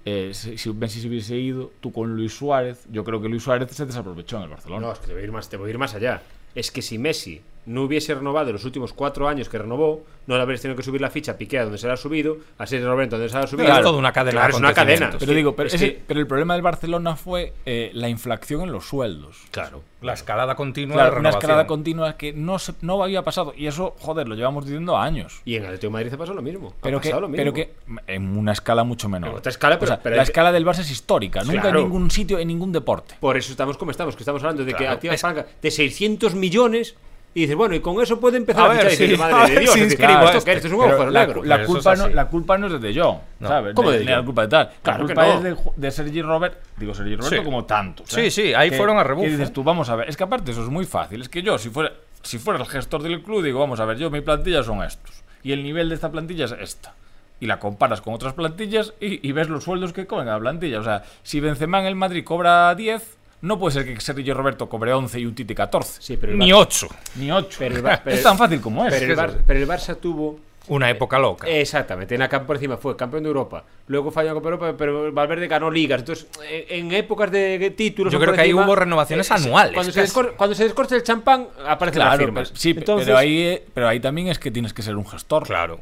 Speaker 5: eh, si, si Messi se hubiese ido, tú con Luis Suárez, yo creo que Luis Suárez se desaprovechó en el Barcelona.
Speaker 2: No, es que te voy a ir más, te voy a ir más allá. Es que si Messi no hubiese renovado los últimos cuatro años que renovó, no le habrías tenido que subir la ficha a Piqué a donde se la ha subido, a Sergio Roberto donde se la ha subido.
Speaker 4: es toda una cadena
Speaker 2: Claro,
Speaker 4: de
Speaker 2: es una cadena.
Speaker 4: acontecimientos.
Speaker 5: pero digo, pero,
Speaker 2: es
Speaker 5: ese-
Speaker 2: que-
Speaker 5: pero el problema del Barcelona fue eh, la inflación en los sueldos.
Speaker 2: Claro.
Speaker 4: La escalada continua de
Speaker 5: Claro, una
Speaker 4: renovación.
Speaker 5: escalada continua que no, se, no había pasado. Y eso, joder, lo llevamos diciendo años.
Speaker 2: Y en Atlético de Madrid ha pasado lo mismo. ha
Speaker 5: Pero que,
Speaker 2: pasado lo mismo.
Speaker 5: pero que en una escala mucho menor.
Speaker 2: En otra escala, pero-
Speaker 5: O sea,
Speaker 2: pero
Speaker 5: la
Speaker 2: es-
Speaker 5: escala del Barça es histórica. Nunca
Speaker 2: Claro.
Speaker 5: en ningún sitio, en ningún deporte.
Speaker 2: Por eso estamos como estamos, que estamos hablando de que
Speaker 4: Claro,
Speaker 2: activa
Speaker 4: es-
Speaker 2: palanca de 600 millones y dices, bueno, y con eso puede empezar
Speaker 4: A
Speaker 2: a,
Speaker 4: ver
Speaker 2: fichar. Y
Speaker 4: si-
Speaker 2: dices,
Speaker 4: a
Speaker 2: madre de
Speaker 4: ver
Speaker 2: Dios,
Speaker 4: si
Speaker 2: es decir,
Speaker 4: inscribo
Speaker 2: "Ah,
Speaker 4: a
Speaker 2: esto
Speaker 4: este".
Speaker 2: que esto es un
Speaker 5: Pero
Speaker 2: agujero
Speaker 5: la,
Speaker 2: negro.
Speaker 5: la
Speaker 4: Pero eso
Speaker 5: culpa
Speaker 4: es
Speaker 5: no,
Speaker 4: así.
Speaker 5: la culpa no es de John,
Speaker 4: No.
Speaker 5: ¿sabes?
Speaker 2: ¿Cómo
Speaker 5: Ni-
Speaker 2: de
Speaker 5: ni
Speaker 2: John?
Speaker 5: la culpa de tal. La
Speaker 2: Claro que
Speaker 5: culpa
Speaker 2: no.
Speaker 5: es de, Ju- de Sergi Robert, digo Sergi Roberto
Speaker 4: Sí.
Speaker 5: como tantos.
Speaker 4: Sí,
Speaker 5: ¿eh?
Speaker 4: sí, ahí
Speaker 5: Que-
Speaker 4: fueron a rebufo. ¿eh?
Speaker 5: que dices tú, vamos a ver, es que aparte eso es muy fácil, es que yo si fuera si fuera el gestor del club digo, vamos a ver, yo mi plantilla son estos y el nivel de esta plantilla es esta. Y la comparas con otras plantillas y, y ves los sueldos que cobran la plantilla. O sea, si Benzema en el Madrid cobra 10, no puede ser que Sergio Roberto cobre 11 y un Titi 14,
Speaker 2: Sí, pero el
Speaker 4: Ni
Speaker 2: Barça-
Speaker 4: 8.
Speaker 5: ni 8.
Speaker 2: Pero el Bar- pero-
Speaker 5: es tan fácil como es.
Speaker 2: pero el Bar- pero el Barça tuvo
Speaker 4: Una época loca.
Speaker 2: Eh, Exactamente, en la campo encima fue campeón de Europa, luego falló en Copa Europa, pero Valverde ganó ligas. Entonces, e-, en, en épocas de de títulos.
Speaker 4: Yo
Speaker 2: por
Speaker 4: creo que ahí
Speaker 2: encima,
Speaker 4: hubo renovaciones
Speaker 2: eh, se-
Speaker 4: anuales,
Speaker 2: Cuando se,
Speaker 4: casi.
Speaker 2: descor- cuando se descorche el champán, aparecen las
Speaker 5: Claro,
Speaker 2: firmas.
Speaker 5: pero- sí,
Speaker 2: Entonces-
Speaker 5: pero, ahí, eh, pero ahí también es que tienes que ser un gestor.
Speaker 4: Claro.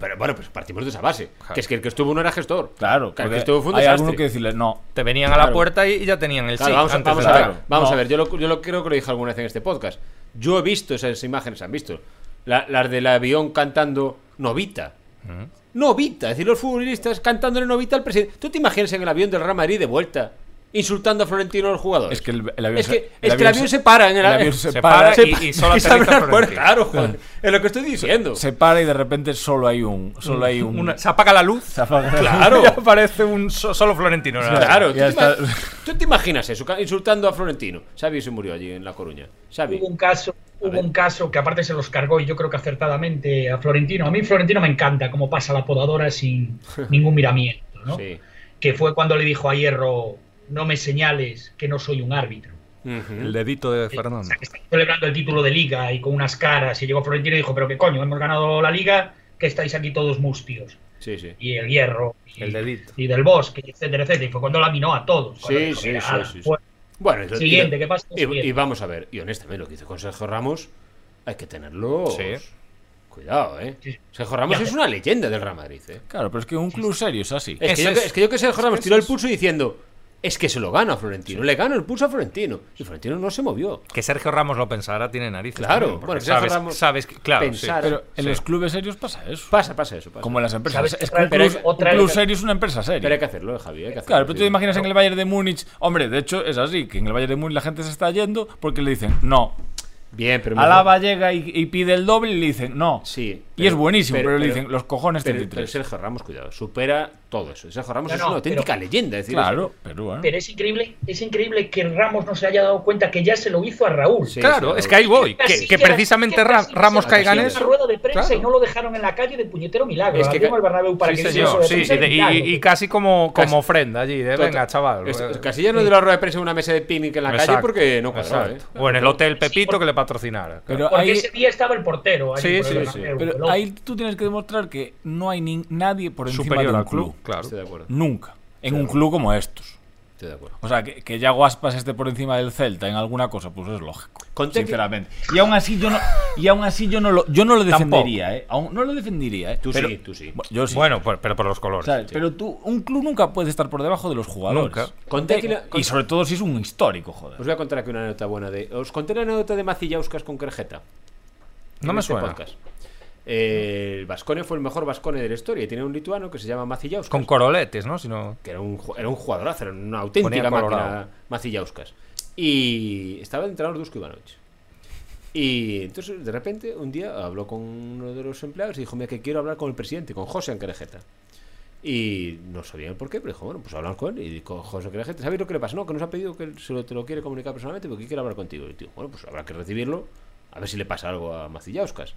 Speaker 2: pero bueno, pues partimos de esa base.
Speaker 4: Claro.
Speaker 2: Que es que el que estuvo no era gestor.
Speaker 5: Claro,
Speaker 2: Que el
Speaker 5: porque
Speaker 2: que estuvo fue un
Speaker 5: hay
Speaker 2: desastre.
Speaker 5: alguno que decirle, no,
Speaker 4: Te venían a
Speaker 2: Claro.
Speaker 4: la puerta y y ya tenían el
Speaker 2: Claro,
Speaker 4: sí
Speaker 2: vamos, a-
Speaker 4: antes
Speaker 2: vamos
Speaker 4: de
Speaker 2: a ver,
Speaker 4: entrar.
Speaker 5: entrar.
Speaker 2: vamos a
Speaker 5: No.
Speaker 2: ver, yo lo, yo lo creo que lo dije alguna vez en este podcast. Yo he visto esas imágenes, han visto. La- las del avión cantando Novita. Novita, es decir, los futbolistas cantándole Novita al presidente. ¿Tú te imaginas en el avión del Real Madrid de vuelta insultando a Florentino a los jugadores?
Speaker 5: Es que el, el avión
Speaker 2: es que,
Speaker 5: se,
Speaker 2: es que el avión se, para en el,
Speaker 5: el avión se,
Speaker 4: se
Speaker 5: para,
Speaker 4: para
Speaker 5: se,
Speaker 4: y- solo
Speaker 2: se abre
Speaker 4: aterriza
Speaker 2: la puerta.
Speaker 4: Florentino.
Speaker 2: Claro, joder, es lo que estoy diciendo.
Speaker 5: se para y de repente solo hay un solo hay un
Speaker 4: Una- se apaga la luz.
Speaker 5: se apaga-
Speaker 2: Claro.
Speaker 4: Y aparece un so- solo Florentino. nada más.
Speaker 2: Claro, ¿tú
Speaker 5: Ya
Speaker 2: te, ima-
Speaker 5: está.
Speaker 2: tú te imaginas eso, ca- insultando a Florentino. Xavi se murió allí en La Coruña. Xavi.
Speaker 3: Hubo un caso, hubo un caso que aparte se los cargó y yo creo que acertadamente a Florentino. A mí Florentino me encanta cómo pasa la podadora sin ningún miramiento, ¿no?
Speaker 2: Sí.
Speaker 3: Que fue cuando le dijo a Hierro, no me señales que no soy un árbitro.
Speaker 2: Ujú.
Speaker 4: El dedito de
Speaker 3: O
Speaker 4: Fernando.
Speaker 3: sea, que está celebrando el título de liga y con unas caras. Y llegó Florentino y dijo, pero qué coño, hemos ganado la liga, que estáis aquí todos mustios.
Speaker 2: Sí, sí.
Speaker 3: Y el Hierro, y,
Speaker 4: El dedito.
Speaker 3: y del Bosque, etcétera, etcétera. Y fue cuando la minó a todos. cuando
Speaker 2: Sí,
Speaker 3: dijo,
Speaker 2: sí,
Speaker 3: "Mira,
Speaker 2: sí,
Speaker 3: ala,
Speaker 2: sí, sí.
Speaker 3: fuera".
Speaker 2: Bueno, y-
Speaker 3: Siguiente,
Speaker 2: y-
Speaker 3: ¿qué pasa?
Speaker 2: Y,
Speaker 3: Siguiente.
Speaker 2: y vamos a ver, y honestamente, lo que dice con Sergio Ramos, hay que tenerlo.
Speaker 4: Sí.
Speaker 2: Cuidado, ¿eh?
Speaker 3: Sí, sí.
Speaker 2: Sergio Ramos
Speaker 3: Ya.
Speaker 2: es una leyenda del Real Madrid, ¿eh?
Speaker 5: claro pero es que un club serio es así
Speaker 2: Es,
Speaker 4: Es
Speaker 2: que yo,
Speaker 4: eso.
Speaker 2: que- es que yo que Sergio Ramos tiró
Speaker 4: es
Speaker 2: el pulso diciendo: Es que se lo gana a Florentino, le gano el pulso a Florentino. Y Florentino no se movió.
Speaker 4: Que Sergio Ramos lo pensara tiene narices.
Speaker 2: Claro,
Speaker 4: también, porque
Speaker 2: bueno, que Sergio
Speaker 4: sabes,
Speaker 2: Ramos
Speaker 4: sabes que- claro, sí.
Speaker 2: pensara.
Speaker 5: pero en
Speaker 4: sí.
Speaker 5: los clubes serios pasa eso
Speaker 2: Pasa, pasa eso. Pasa.
Speaker 5: como en las empresas
Speaker 3: ¿Sabes?
Speaker 5: es que un
Speaker 3: Pero hay
Speaker 5: club,
Speaker 3: otra-
Speaker 5: un club serio es una empresa
Speaker 2: Pero hay
Speaker 5: seria
Speaker 2: que hacerlo, eh, Javi. Hay que hacerlo,
Speaker 5: Claro, pero tú
Speaker 2: sí.
Speaker 5: te imaginas en el Bayern de Múnich. Hombre, de hecho es así, que en el Bayern de Múnich la gente se está yendo porque le dicen, no,
Speaker 2: Bien, pero
Speaker 5: Alaba llega y, y pide el doble y le dicen no.
Speaker 2: Sí.
Speaker 5: y es buenísimo, pero, le dicen los cojones
Speaker 2: pero-
Speaker 5: 33.
Speaker 2: pero Sergio Ramos, cuidado, supera todo eso. Sergio Ramos
Speaker 3: No,
Speaker 2: es
Speaker 3: no,
Speaker 2: una auténtica
Speaker 3: pero-
Speaker 2: leyenda. Es decir,
Speaker 5: claro, pero bueno.
Speaker 3: Pero es increíble, es increíble que Ramos no se haya dado cuenta que ya se lo hizo a Raúl.
Speaker 2: Sí,
Speaker 4: claro,
Speaker 2: sí,
Speaker 4: es que ahí voy. Que,
Speaker 3: Casillas-
Speaker 4: que precisamente Ra-
Speaker 3: Casillas
Speaker 4: Ramos
Speaker 3: se
Speaker 4: caiga en
Speaker 3: metió
Speaker 2: Casillas.
Speaker 4: eso.
Speaker 3: una rueda de prensa
Speaker 4: Claro.
Speaker 3: y no lo dejaron en la calle de puñetero milagro.
Speaker 2: Es que
Speaker 3: Es
Speaker 2: ca-
Speaker 3: al Bernabéu para
Speaker 4: Sí,
Speaker 3: que hiciese
Speaker 4: señor,
Speaker 3: eso,
Speaker 4: sí,
Speaker 3: eso
Speaker 4: sí,
Speaker 3: es
Speaker 4: de- y,
Speaker 3: milagro.
Speaker 4: y casi como, como
Speaker 2: Casi-
Speaker 4: ofrenda allí, de, venga, chaval.
Speaker 2: Es-
Speaker 4: eh,
Speaker 2: Casillas no dio la rueda de prensa en una mesa de picnic en la calle
Speaker 4: exacto,
Speaker 2: porque no cuadraba,
Speaker 4: exacto.
Speaker 2: ¿eh?
Speaker 4: O en el hotel
Speaker 3: Sí,
Speaker 4: Pepito
Speaker 3: por-
Speaker 4: que le patrocinara. claro.
Speaker 5: Pero
Speaker 3: Porque
Speaker 5: ahí-
Speaker 3: ese día estaba el portero. allí
Speaker 4: Sí,
Speaker 3: por el
Speaker 4: sí,
Speaker 3: Bernabéu,
Speaker 4: sí.
Speaker 5: Pero
Speaker 3: loco.
Speaker 5: ahí tú tienes que demostrar que no hay nin- nadie por encima
Speaker 4: superior
Speaker 5: de un
Speaker 4: al club, claro. Mm.
Speaker 2: Estoy de acuerdo.
Speaker 5: Nunca. En un club como estos.
Speaker 2: Estoy de acuerdo.
Speaker 5: O sea, que, que ya Guaspas esté por encima del Celta en alguna cosa, pues es lógico.
Speaker 2: Con Tec-
Speaker 5: Sinceramente. Y aún así yo no, y aún así yo no lo, yo no lo
Speaker 4: Tampoco.
Speaker 5: defendería, ¿eh? Aún no lo defendería, ¿eh?
Speaker 2: Tú
Speaker 5: Pero-
Speaker 2: sí, tú sí.
Speaker 5: Bueno, Yo sí.
Speaker 4: Bueno, pues- pero por los colores.
Speaker 5: ¿sabes? Pero tú, un club nunca puede estar por debajo de los jugadores.
Speaker 4: Nunca.
Speaker 2: Conté que la-
Speaker 5: Y sobre todo si es un histórico, joder.
Speaker 2: Os voy a contar aquí una anécdota buena de. Os conté la anécdota de Macillauskas con Kerjeta.
Speaker 4: No
Speaker 2: en
Speaker 4: me
Speaker 2: este
Speaker 4: suena.
Speaker 2: podcast. Eh, el Vascone fue el mejor Vascone de la historia y tiene un lituano que se llama Macillauskas.
Speaker 4: Con coroletes, ¿no? Si no-
Speaker 2: que era un, ju- era un jugadorazo, era una
Speaker 4: Ponía
Speaker 2: auténtica máquina
Speaker 4: colorado.
Speaker 2: Macillauskas. Y estaba el entrenador Dusko Ivanovic. Y entonces, de repente, un día habló con uno de los empleados y dijo: Mira, que quiero hablar con el presidente, con José Ancarejeta. Y no sabían por qué, pero dijo: Bueno, pues hablamos con él. Y dijo: José Ancarejeta, ¿sabéis lo que le pasa? No, que nos ha pedido que él se lo, te lo quiere comunicar personalmente porque quiere hablar contigo. Y dijo: Bueno, pues habrá que recibirlo, a ver si le pasa algo a Macillauskas.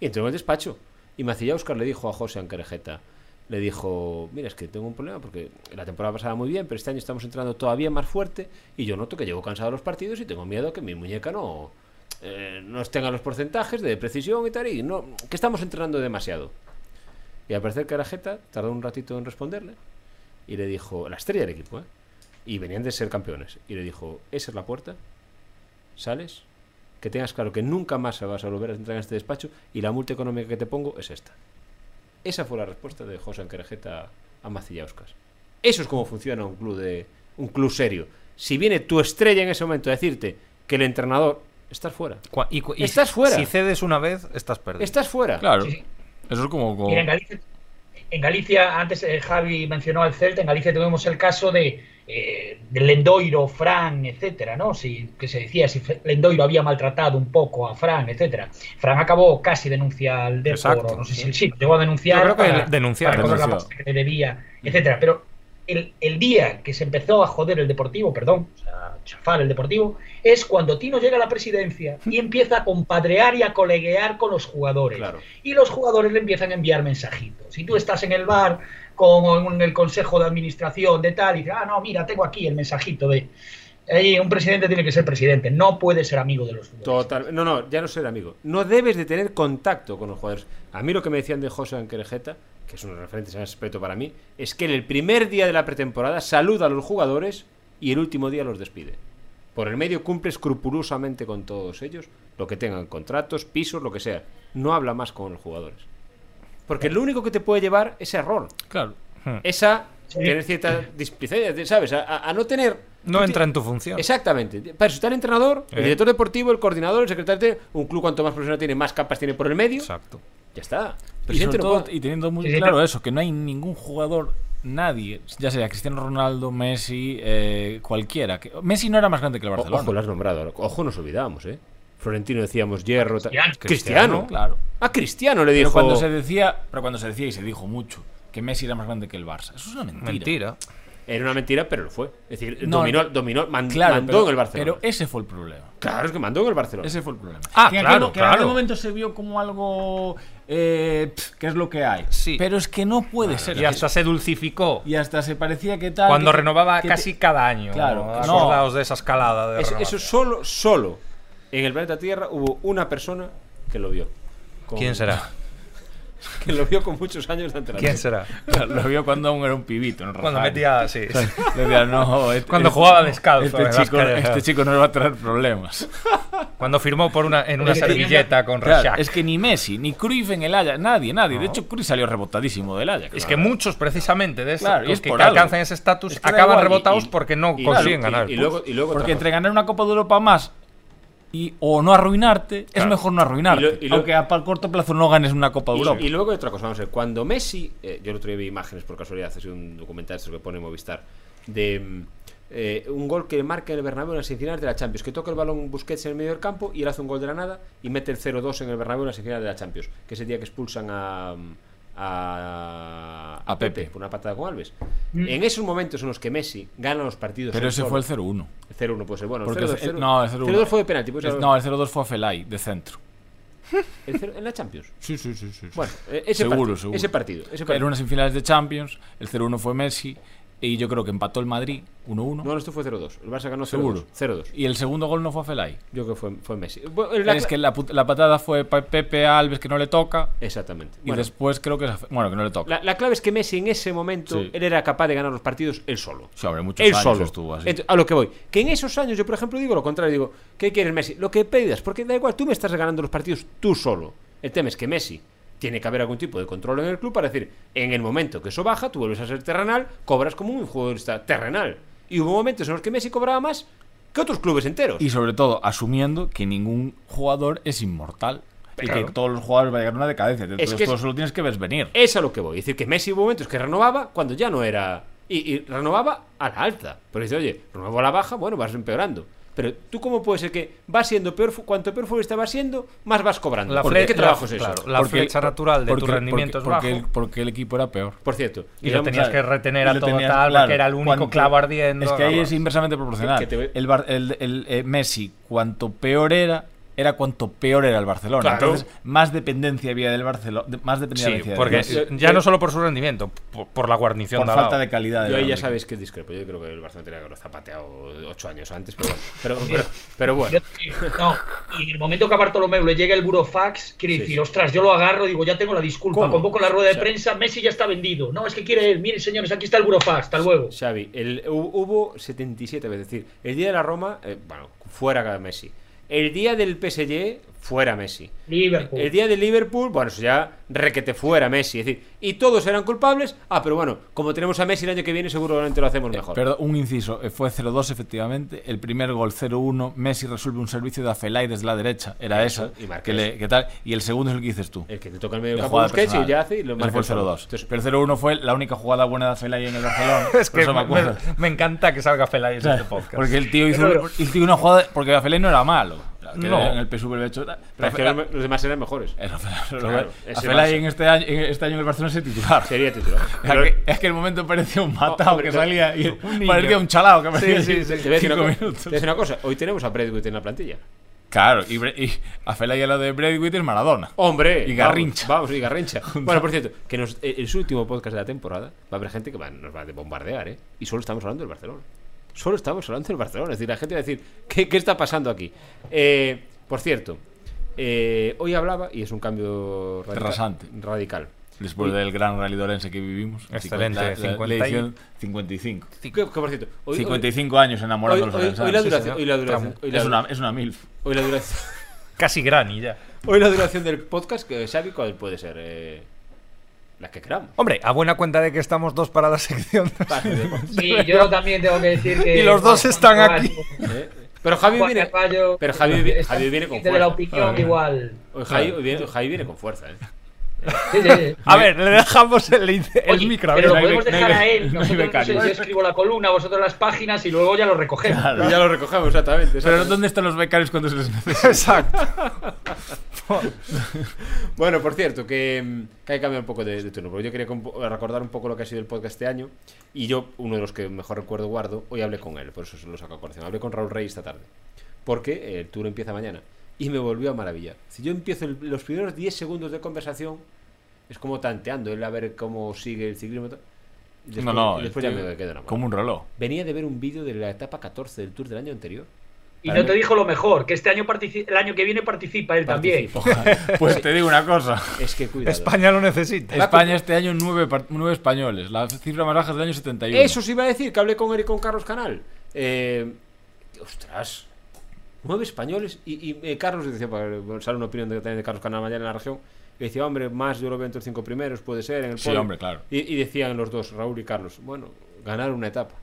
Speaker 2: Y entró en el despacho. Y Macillauskas le dijo a José Ancarejeta, le dijo, mira, es que tengo un problema porque la temporada pasada muy bien, pero este año estamos entrando todavía más fuerte y yo noto que llevo cansado los partidos y tengo miedo que mi muñeca no, eh, no tenga los porcentajes de precisión y tal, y no, que estamos entrenando demasiado. Y al parecer Carajeta tardó un ratito en responderle y le dijo, la estrella del equipo, ¿eh? y venían de ser campeones, y le dijo, esa es la puerta, sales, que tengas claro que nunca más vas a volver a entrar en este despacho y la multa económica que te pongo es esta. Esa fue la respuesta de José Anquerejeta a Macillauskas. Eso es como funciona un club de un club serio. Si viene tu estrella en ese momento a decirte que el entrenador estás fuera.
Speaker 4: Cua- y cu- y
Speaker 2: Estás
Speaker 4: si-
Speaker 2: fuera.
Speaker 4: Si cedes una vez, estás perdido.
Speaker 2: Estás fuera.
Speaker 5: Claro.
Speaker 3: Sí, sí.
Speaker 5: Eso es como. como-
Speaker 3: Mira, en Galicia, en Galicia, antes eh, Javi mencionó al Celta, en Galicia tuvimos el caso de, eh, de Lendoiro, Fran, etcétera, ¿no? Si, que se decía si Fe- Lendoiro había maltratado un poco a Fran, etcétera. Fran acabó casi denuncia al
Speaker 4: Exacto,
Speaker 3: Depor, o no sé
Speaker 4: sí.
Speaker 3: si sí, llegó a denunciar.
Speaker 4: Yo creo que denunciar,
Speaker 3: para cobrar la
Speaker 5: denunció.
Speaker 3: pasta que le debía, etcétera. Pero el, el día que se empezó a joder el Deportivo, perdón, o sea, chafar el Deportivo, es cuando Tino llega a la presidencia y empieza a compadrear y a coleguear con los jugadores
Speaker 2: Claro.
Speaker 3: y los jugadores le empiezan a enviar mensajitos. Si tú estás en el bar con en el consejo de administración de tal y dices, ah, no, mira, tengo aquí el mensajito de... "Ey, un presidente tiene que ser presidente, no puede ser amigo de los jugadores.
Speaker 2: Total. No, no, ya no ser amigo. No debes de tener contacto con los jugadores. A mí lo que me decían de José Anquerejeta, que es un referente en ese aspecto para mí, es que en el primer día de la pretemporada saluda a los jugadores y el último día los despide. Por el medio cumple escrupulosamente con todos ellos, lo que tengan contratos, pisos, lo que sea. No habla más con los jugadores. Porque lo único que te puede llevar es a error.
Speaker 5: Claro.
Speaker 4: Hmm.
Speaker 2: Esa tener cierta displicencia, ¿sabes? A, a- a no tener
Speaker 4: No
Speaker 2: tú
Speaker 4: entra
Speaker 2: ti-
Speaker 4: en tu función.
Speaker 2: Exactamente. Para eso está el entrenador, el
Speaker 4: Eh.
Speaker 2: director deportivo, el coordinador, el secretario. de- Un club cuanto más profesional tiene, más capas tiene por el medio.
Speaker 4: Exacto.
Speaker 2: Ya está.
Speaker 5: Y,
Speaker 2: Presidente
Speaker 5: sobre
Speaker 2: no
Speaker 5: todo,
Speaker 2: puede-
Speaker 5: y teniendo muy
Speaker 3: Sí, sí,
Speaker 5: claro
Speaker 3: pero-
Speaker 5: eso, que no hay ningún jugador, nadie, ya sea Cristiano Ronaldo, Messi, eh, cualquiera. que- Messi no era más grande que el
Speaker 2: O-
Speaker 5: Barcelona.
Speaker 2: Ojo, lo has nombrado. ahora. Ojo, nos olvidábamos, ¿eh? Florentino decíamos hierro. tal-
Speaker 3: Cristiano.
Speaker 2: Cristiano.
Speaker 5: Claro.
Speaker 2: A Cristiano le
Speaker 5: Pero
Speaker 2: dijo.
Speaker 5: cuando se decía, pero cuando se decía y se dijo mucho que Messi era más grande que el Barça, eso es una mentira.
Speaker 4: Mentira.
Speaker 2: Era una mentira, pero lo fue. Es decir,
Speaker 5: No,
Speaker 2: dominó,
Speaker 5: no.
Speaker 2: dominó man-
Speaker 5: Claro,
Speaker 2: mandó
Speaker 5: pero,
Speaker 2: en el Barcelona.
Speaker 5: pero ese fue el problema.
Speaker 2: Claro, es que mandó en el Barcelona.
Speaker 5: Ese fue el problema.
Speaker 4: Ah,
Speaker 5: que en
Speaker 4: claro,
Speaker 5: aquel, que en aquel
Speaker 4: claro.
Speaker 5: momento se vio como algo eh, pff, que es lo que hay.
Speaker 4: Sí.
Speaker 5: Pero es que no puede ser.
Speaker 4: Y hasta se dulcificó.
Speaker 5: y hasta se parecía que tal.
Speaker 4: Cuando
Speaker 5: que-
Speaker 4: renovaba
Speaker 5: que te-
Speaker 4: casi cada año.
Speaker 5: Claro,
Speaker 4: ¿no?
Speaker 5: no.
Speaker 4: Acordaos de esa escalada de
Speaker 2: Es- eso
Speaker 4: renovación.
Speaker 2: solo, solo en el planeta Tierra hubo una persona que lo vio. Con-
Speaker 4: ¿Quién será?
Speaker 2: Que lo vio con muchos años de antelación.
Speaker 4: ¿Quién será?
Speaker 5: Claro, lo vio cuando aún era un pibito. ¿no?
Speaker 4: Cuando
Speaker 5: Rafael.
Speaker 4: metía. Sí.
Speaker 5: O sea, le decía, no, este-
Speaker 4: Cuando
Speaker 5: este-
Speaker 4: jugaba descalzo en las
Speaker 5: Este chico,
Speaker 4: calles,
Speaker 5: este
Speaker 4: claro.
Speaker 5: chico nos va a traer problemas.
Speaker 4: Cuando firmó por una, en una
Speaker 3: Es que-
Speaker 4: servilleta con
Speaker 5: Claro,
Speaker 4: Rashak.
Speaker 5: es que ni Messi, ni Cruyff en el Ajax, nadie, nadie. De hecho, Cruyff salió rebotadísimo del Ajax.
Speaker 4: Es
Speaker 5: la
Speaker 4: que
Speaker 5: verdad.
Speaker 4: muchos precisamente de estos
Speaker 5: Claro, y
Speaker 4: los
Speaker 5: es
Speaker 4: que
Speaker 5: por
Speaker 4: que
Speaker 5: algo.
Speaker 4: alcanzan ese estatus
Speaker 5: Es que da
Speaker 4: acaban
Speaker 5: igual, y-
Speaker 4: rebotados
Speaker 2: y-
Speaker 4: porque no
Speaker 2: y-
Speaker 4: consiguen
Speaker 2: y-
Speaker 4: ganar.
Speaker 2: Y,
Speaker 4: el
Speaker 2: luego,
Speaker 4: puesto.
Speaker 2: y luego
Speaker 5: Porque
Speaker 2: otra
Speaker 5: entre ganar una Copa de Europa más y, o no arruinarte, es mejor no arruinarte.
Speaker 2: Y lo- y lo-
Speaker 5: aunque a pa- corto plazo no ganes una Copa de
Speaker 2: Y-
Speaker 5: Europa.
Speaker 2: Y, luego hay otra cosa, vamos a ver, cuando Messi, eh, yo el otro día vi imágenes por casualidad, es un documental estos que pone Movistar, de mm, eh, un gol que marca el Bernabéu en las semifinales de la Champions, que toca el balón Busquets en el medio del campo y él hace un gol de la nada y mete el 0-2 en el Bernabéu en las semifinales de la Champions, que es el día que expulsan a a,
Speaker 5: A Pepe.
Speaker 2: por una patada con Alves. En esos momentos en los que Messi gana los partidos
Speaker 5: Pero
Speaker 2: él
Speaker 5: ese
Speaker 2: solo,
Speaker 5: fue el 0-1.
Speaker 2: el 0-1 puede ser, bueno,
Speaker 5: Porque
Speaker 2: el
Speaker 5: el
Speaker 2: 0-2
Speaker 5: ce-
Speaker 2: cero-
Speaker 5: no, el 0-1.
Speaker 2: 0-2 fue de penalti, pues,
Speaker 5: Es- No, el 0-2 fue a Felay, de centro.
Speaker 2: el cero- en la Champions.
Speaker 5: Sí, sí, sí. sí.
Speaker 2: Bueno, eh, ese
Speaker 5: Seguro,
Speaker 2: partido,
Speaker 5: seguro.
Speaker 2: ese partido, ese partido.
Speaker 5: Era unas semifinales de Champions, el 0-1 fue Messi, y yo creo que empató el Madrid, 1-1.
Speaker 2: No, esto fue 0-2. El Barça ganó 0-2.
Speaker 5: Seguro.
Speaker 2: 0-2.
Speaker 5: Y el segundo gol no fue a Felay.
Speaker 2: Yo creo que fue, fue Messi. Bueno, en la
Speaker 5: Es
Speaker 2: cla-
Speaker 5: que la, put- la patada fue pa- Pepe a Alves que no le toca,
Speaker 2: Exactamente.
Speaker 5: y
Speaker 2: Bueno,
Speaker 5: después creo que... es a Fe- Bueno, que no le toca.
Speaker 2: la, la clave es que Messi en ese momento
Speaker 5: Sí.
Speaker 2: él era capaz de ganar los partidos él solo.
Speaker 5: Sí, hombre, muchos
Speaker 2: Él
Speaker 5: años
Speaker 2: solo.
Speaker 5: estuvo así.
Speaker 2: Ent- a lo que voy. Que en esos años yo, por ejemplo, digo lo contrario. Digo, ¿qué quieres, Messi? Lo que pedas, porque da igual, tú me estás ganando los partidos tú solo. El tema es que Messi tiene que haber algún tipo de control en el club para decir, en el momento que eso baja, tú vuelves a ser terrenal, cobras como un futbolista terrenal. Y hubo momentos en los que Messi cobraba más que otros clubes enteros.
Speaker 5: Y sobre todo, asumiendo que ningún jugador es inmortal. Y
Speaker 2: Claro.
Speaker 5: que todos los jugadores van a llegar a una decadencia. Entonces
Speaker 2: que
Speaker 5: tú
Speaker 2: es-
Speaker 5: solo tienes que ver venir.
Speaker 2: Es a lo que voy. Es decir, que Messi hubo momentos que renovaba cuando ya no era. Y, y renovaba a la alta. Pero dice, oye, renuevo a la baja, bueno, vas empeorando. Pero tú, ¿cómo puede ser que va siendo peor? fu- Cuanto peor futbolista va siendo, más vas cobrando.
Speaker 4: La
Speaker 2: ¿Por
Speaker 4: fle-
Speaker 2: qué
Speaker 4: la-
Speaker 2: trabajo es eso?
Speaker 4: claro, la flecha natural de tu rendimiento es
Speaker 5: porque,
Speaker 4: bajo.
Speaker 5: el, porque el equipo era peor.
Speaker 2: Por cierto,
Speaker 4: Y lo
Speaker 2: digamos-
Speaker 4: tenías que retener a
Speaker 5: Y lo
Speaker 4: todo
Speaker 5: tenías,
Speaker 4: tal,
Speaker 5: claro,
Speaker 4: porque era el único
Speaker 5: cuanto-
Speaker 4: clavo ardiendo.
Speaker 5: Es que ahí
Speaker 4: bla,
Speaker 5: es
Speaker 4: bla.
Speaker 5: inversamente proporcional.
Speaker 2: Que te voy-
Speaker 5: el, Bar- el- el, eh, Messi, cuanto peor era, era cuanto peor era el Barcelona.
Speaker 2: Claro.
Speaker 5: Entonces, más dependencia había del Barcelona. Más dependencia
Speaker 4: Sí,
Speaker 5: había
Speaker 4: porque
Speaker 5: del Messi,
Speaker 2: Yo-
Speaker 4: ya
Speaker 2: yo-
Speaker 4: no solo por su rendimiento, por, por la guarnición
Speaker 5: por
Speaker 4: de al
Speaker 5: falta
Speaker 4: lado.
Speaker 5: de calidad. del
Speaker 2: Yo ahí ya
Speaker 5: equipo.
Speaker 2: sabes que discrepo. Yo creo que el Barcelona tenía que haberlo zapateado ocho años antes, pero, pero, pero- pero bueno.
Speaker 3: No, y en el momento que a Bartolomeu le llega el burofax, quiere
Speaker 2: Sí,
Speaker 3: decir,
Speaker 2: sí.
Speaker 3: ostras, yo lo agarro, digo, ya tengo la disculpa,
Speaker 2: ¿Cómo?
Speaker 3: convoco la rueda de
Speaker 2: O sea-
Speaker 3: prensa, Messi ya está vendido. No, es que quiere él, miren señores, aquí está el burofax, hasta luego.
Speaker 2: Xavi, el, hu- hubo 77 veces. Es decir, el día de la Roma, eh, bueno, fuera Messi. El día del PSG, fuera Messi.
Speaker 3: Liverpool.
Speaker 2: El día de Liverpool, bueno, eso ya requete fuera Messi. Es decir, y todos eran culpables. Ah, pero bueno, como tenemos a Messi el año que viene, seguramente lo hacemos mejor.
Speaker 5: Eh, Perdón, un inciso. eh, Fue 0-2, efectivamente. El primer gol 0-1. Messi resuelve un servicio de Afelay desde la derecha. Era
Speaker 2: Eso,
Speaker 5: esa.
Speaker 2: y marca
Speaker 5: que
Speaker 2: eso.
Speaker 5: le- que tal. Y el segundo es el que dices tú.
Speaker 2: el que te toca el medio
Speaker 5: La
Speaker 2: campo
Speaker 5: jugada
Speaker 2: Busquets y
Speaker 5: personal.
Speaker 2: ya hace y lo
Speaker 5: Ese
Speaker 2: marca
Speaker 5: fue el
Speaker 2: solo.
Speaker 5: 0-2.
Speaker 2: Entonces,
Speaker 5: Pero el 0-1 fue la única jugada buena de Afelay en el Barcelona.
Speaker 4: Es
Speaker 5: Por
Speaker 4: que
Speaker 5: eso me
Speaker 4: me,
Speaker 5: acuerdo.
Speaker 4: me- me encanta que salga Felay en este podcast.
Speaker 5: Porque el tío hizo
Speaker 3: Pero-
Speaker 5: el tío una jugada. Porque Afelay no era malo. Que
Speaker 4: No.
Speaker 5: En el PSV lo he hecho. eh, Pero
Speaker 2: pero es que
Speaker 5: Afelay-
Speaker 2: los- los demás eran mejores.
Speaker 5: era- era-
Speaker 2: Claro, ese
Speaker 5: Afelay
Speaker 2: Barça.
Speaker 5: en este año en este año en el Barcelona se titular.
Speaker 2: Sería titular.
Speaker 5: Es que, es que el momento parecía un matado
Speaker 2: hombre,
Speaker 5: que
Speaker 2: pero-
Speaker 5: salía y
Speaker 4: un niño.
Speaker 5: parecía un chalao que aparecía
Speaker 4: sí,
Speaker 5: en
Speaker 4: sí.
Speaker 2: Te voy a decir
Speaker 5: cinco
Speaker 2: una co- te voy a
Speaker 5: minutos.
Speaker 2: decir una cosa. Hoy tenemos a Predwit en la plantilla.
Speaker 5: Claro, y, Bre- y Afelay a la de Bradwitt es Maradona.
Speaker 2: Hombre, vamos,
Speaker 5: Y Garrincha.
Speaker 2: Vamos, y Garrincha. Bueno, por cierto, que nos, eh, el último podcast de la temporada va a haber gente que va- nos va a bombardear, ¿eh? Y solo estamos hablando del Barcelona. Solo estamos hablando del Barcelona. Es decir, la gente va a decir, ¿qué, qué está pasando aquí? Eh, por cierto, eh, hoy hablaba, y es un cambio radical.
Speaker 5: Rasante.
Speaker 2: radical.
Speaker 5: Después del gran rally dorense que vivimos.
Speaker 4: Excelente,
Speaker 5: 50, la- la
Speaker 4: 50 y-
Speaker 5: edición 55.
Speaker 2: Que, que, por cierto, hoy, hoy-
Speaker 5: 55 años
Speaker 2: hoy,
Speaker 5: enamorando
Speaker 2: hoy-
Speaker 5: a los
Speaker 2: hoy la
Speaker 5: orensanos.
Speaker 2: duración,
Speaker 4: señor.
Speaker 2: hoy la duración,
Speaker 4: Tramo.
Speaker 2: hoy la-
Speaker 5: Es una, es una MILF.
Speaker 2: hoy la duración,
Speaker 4: Casi Granny ya.
Speaker 2: hoy la duración del podcast, que Xavi, ¿cuál puede ser? Eh, la que queramos. ¿eh?
Speaker 4: Hombre, a buena cuenta de que estamos dos para la sección.
Speaker 2: Vale, de-
Speaker 3: Sí, yo también tengo que decir que.
Speaker 4: Y los dos
Speaker 3: Juan
Speaker 4: están
Speaker 3: Carvalho-
Speaker 4: aquí.
Speaker 2: ¿Eh? Pero Javi
Speaker 3: Juan
Speaker 2: viene.
Speaker 3: Carvalho-
Speaker 2: Pero Javi, vi-
Speaker 3: está
Speaker 2: Javi viene con
Speaker 3: de la
Speaker 2: fuerza. Ah,
Speaker 3: opinión igual.
Speaker 2: Hoy Javi, hoy viene, hoy Javi viene con fuerza, ¿eh?
Speaker 3: Sí, sí, sí.
Speaker 4: A ver, le dejamos el, Ah, el
Speaker 3: Oye,
Speaker 4: micro. a ver.
Speaker 3: pero
Speaker 5: no
Speaker 3: lo
Speaker 5: hay
Speaker 3: podemos
Speaker 5: be- no hay
Speaker 3: dejar a
Speaker 5: be-
Speaker 3: él.
Speaker 5: no hay
Speaker 3: Nosotros, no sé,
Speaker 5: becarios.
Speaker 3: yo escribo la columna, vosotros las páginas y luego ya lo recogemos.
Speaker 2: Y ya lo recogemos, exactamente.
Speaker 5: Pero
Speaker 2: exactamente.
Speaker 5: ¿dónde están los becarios cuando se les necesita?
Speaker 4: Exacto.
Speaker 2: Bueno, por cierto, que, mm, que hay que cambiar un poco de, de turno, porque yo quería compo- recordar un poco lo que ha sido el podcast este año, y yo, uno de los que mejor recuerdo guardo, hoy hablé con él, por eso se lo saco a colación. Hablé con Raúl Rey esta tarde, porque el tour empieza mañana, y me volvió a maravillar. Si yo empiezo el- los primeros 10 segundos de conversación, es como tanteando, él a ver cómo sigue el ciclismo. y tal, y
Speaker 5: No,
Speaker 2: después-
Speaker 5: no,
Speaker 2: y
Speaker 5: el
Speaker 2: después ya
Speaker 5: tío-
Speaker 2: me quedo enamorado.
Speaker 5: como un reloj.
Speaker 2: Venía de ver un vídeo de la etapa 14 del Tour del año anterior.
Speaker 3: Y yo te dijo lo mejor, que este año partici- el año que viene participa él también.
Speaker 2: Participo.
Speaker 5: Pues te digo una cosa.
Speaker 2: Es que cuidado.
Speaker 4: España lo necesita.
Speaker 5: España este año nueve, par- nueve españoles. La cifra más baja es del año 71.
Speaker 2: Eso os iba a decir, que hablé con él y con Carlos Canal. Eh, ostras. Nueve españoles y, y, eh, Carlos decía, para sale una opinión de, también de Carlos Canal mañana en la región, que decía, hombre, más yo lo veo entre los cinco primeros, puede ser en el
Speaker 5: Sí,
Speaker 2: podio.
Speaker 5: hombre, claro.
Speaker 2: Y, y decían los dos, Raúl y Carlos, bueno, ganar una etapa.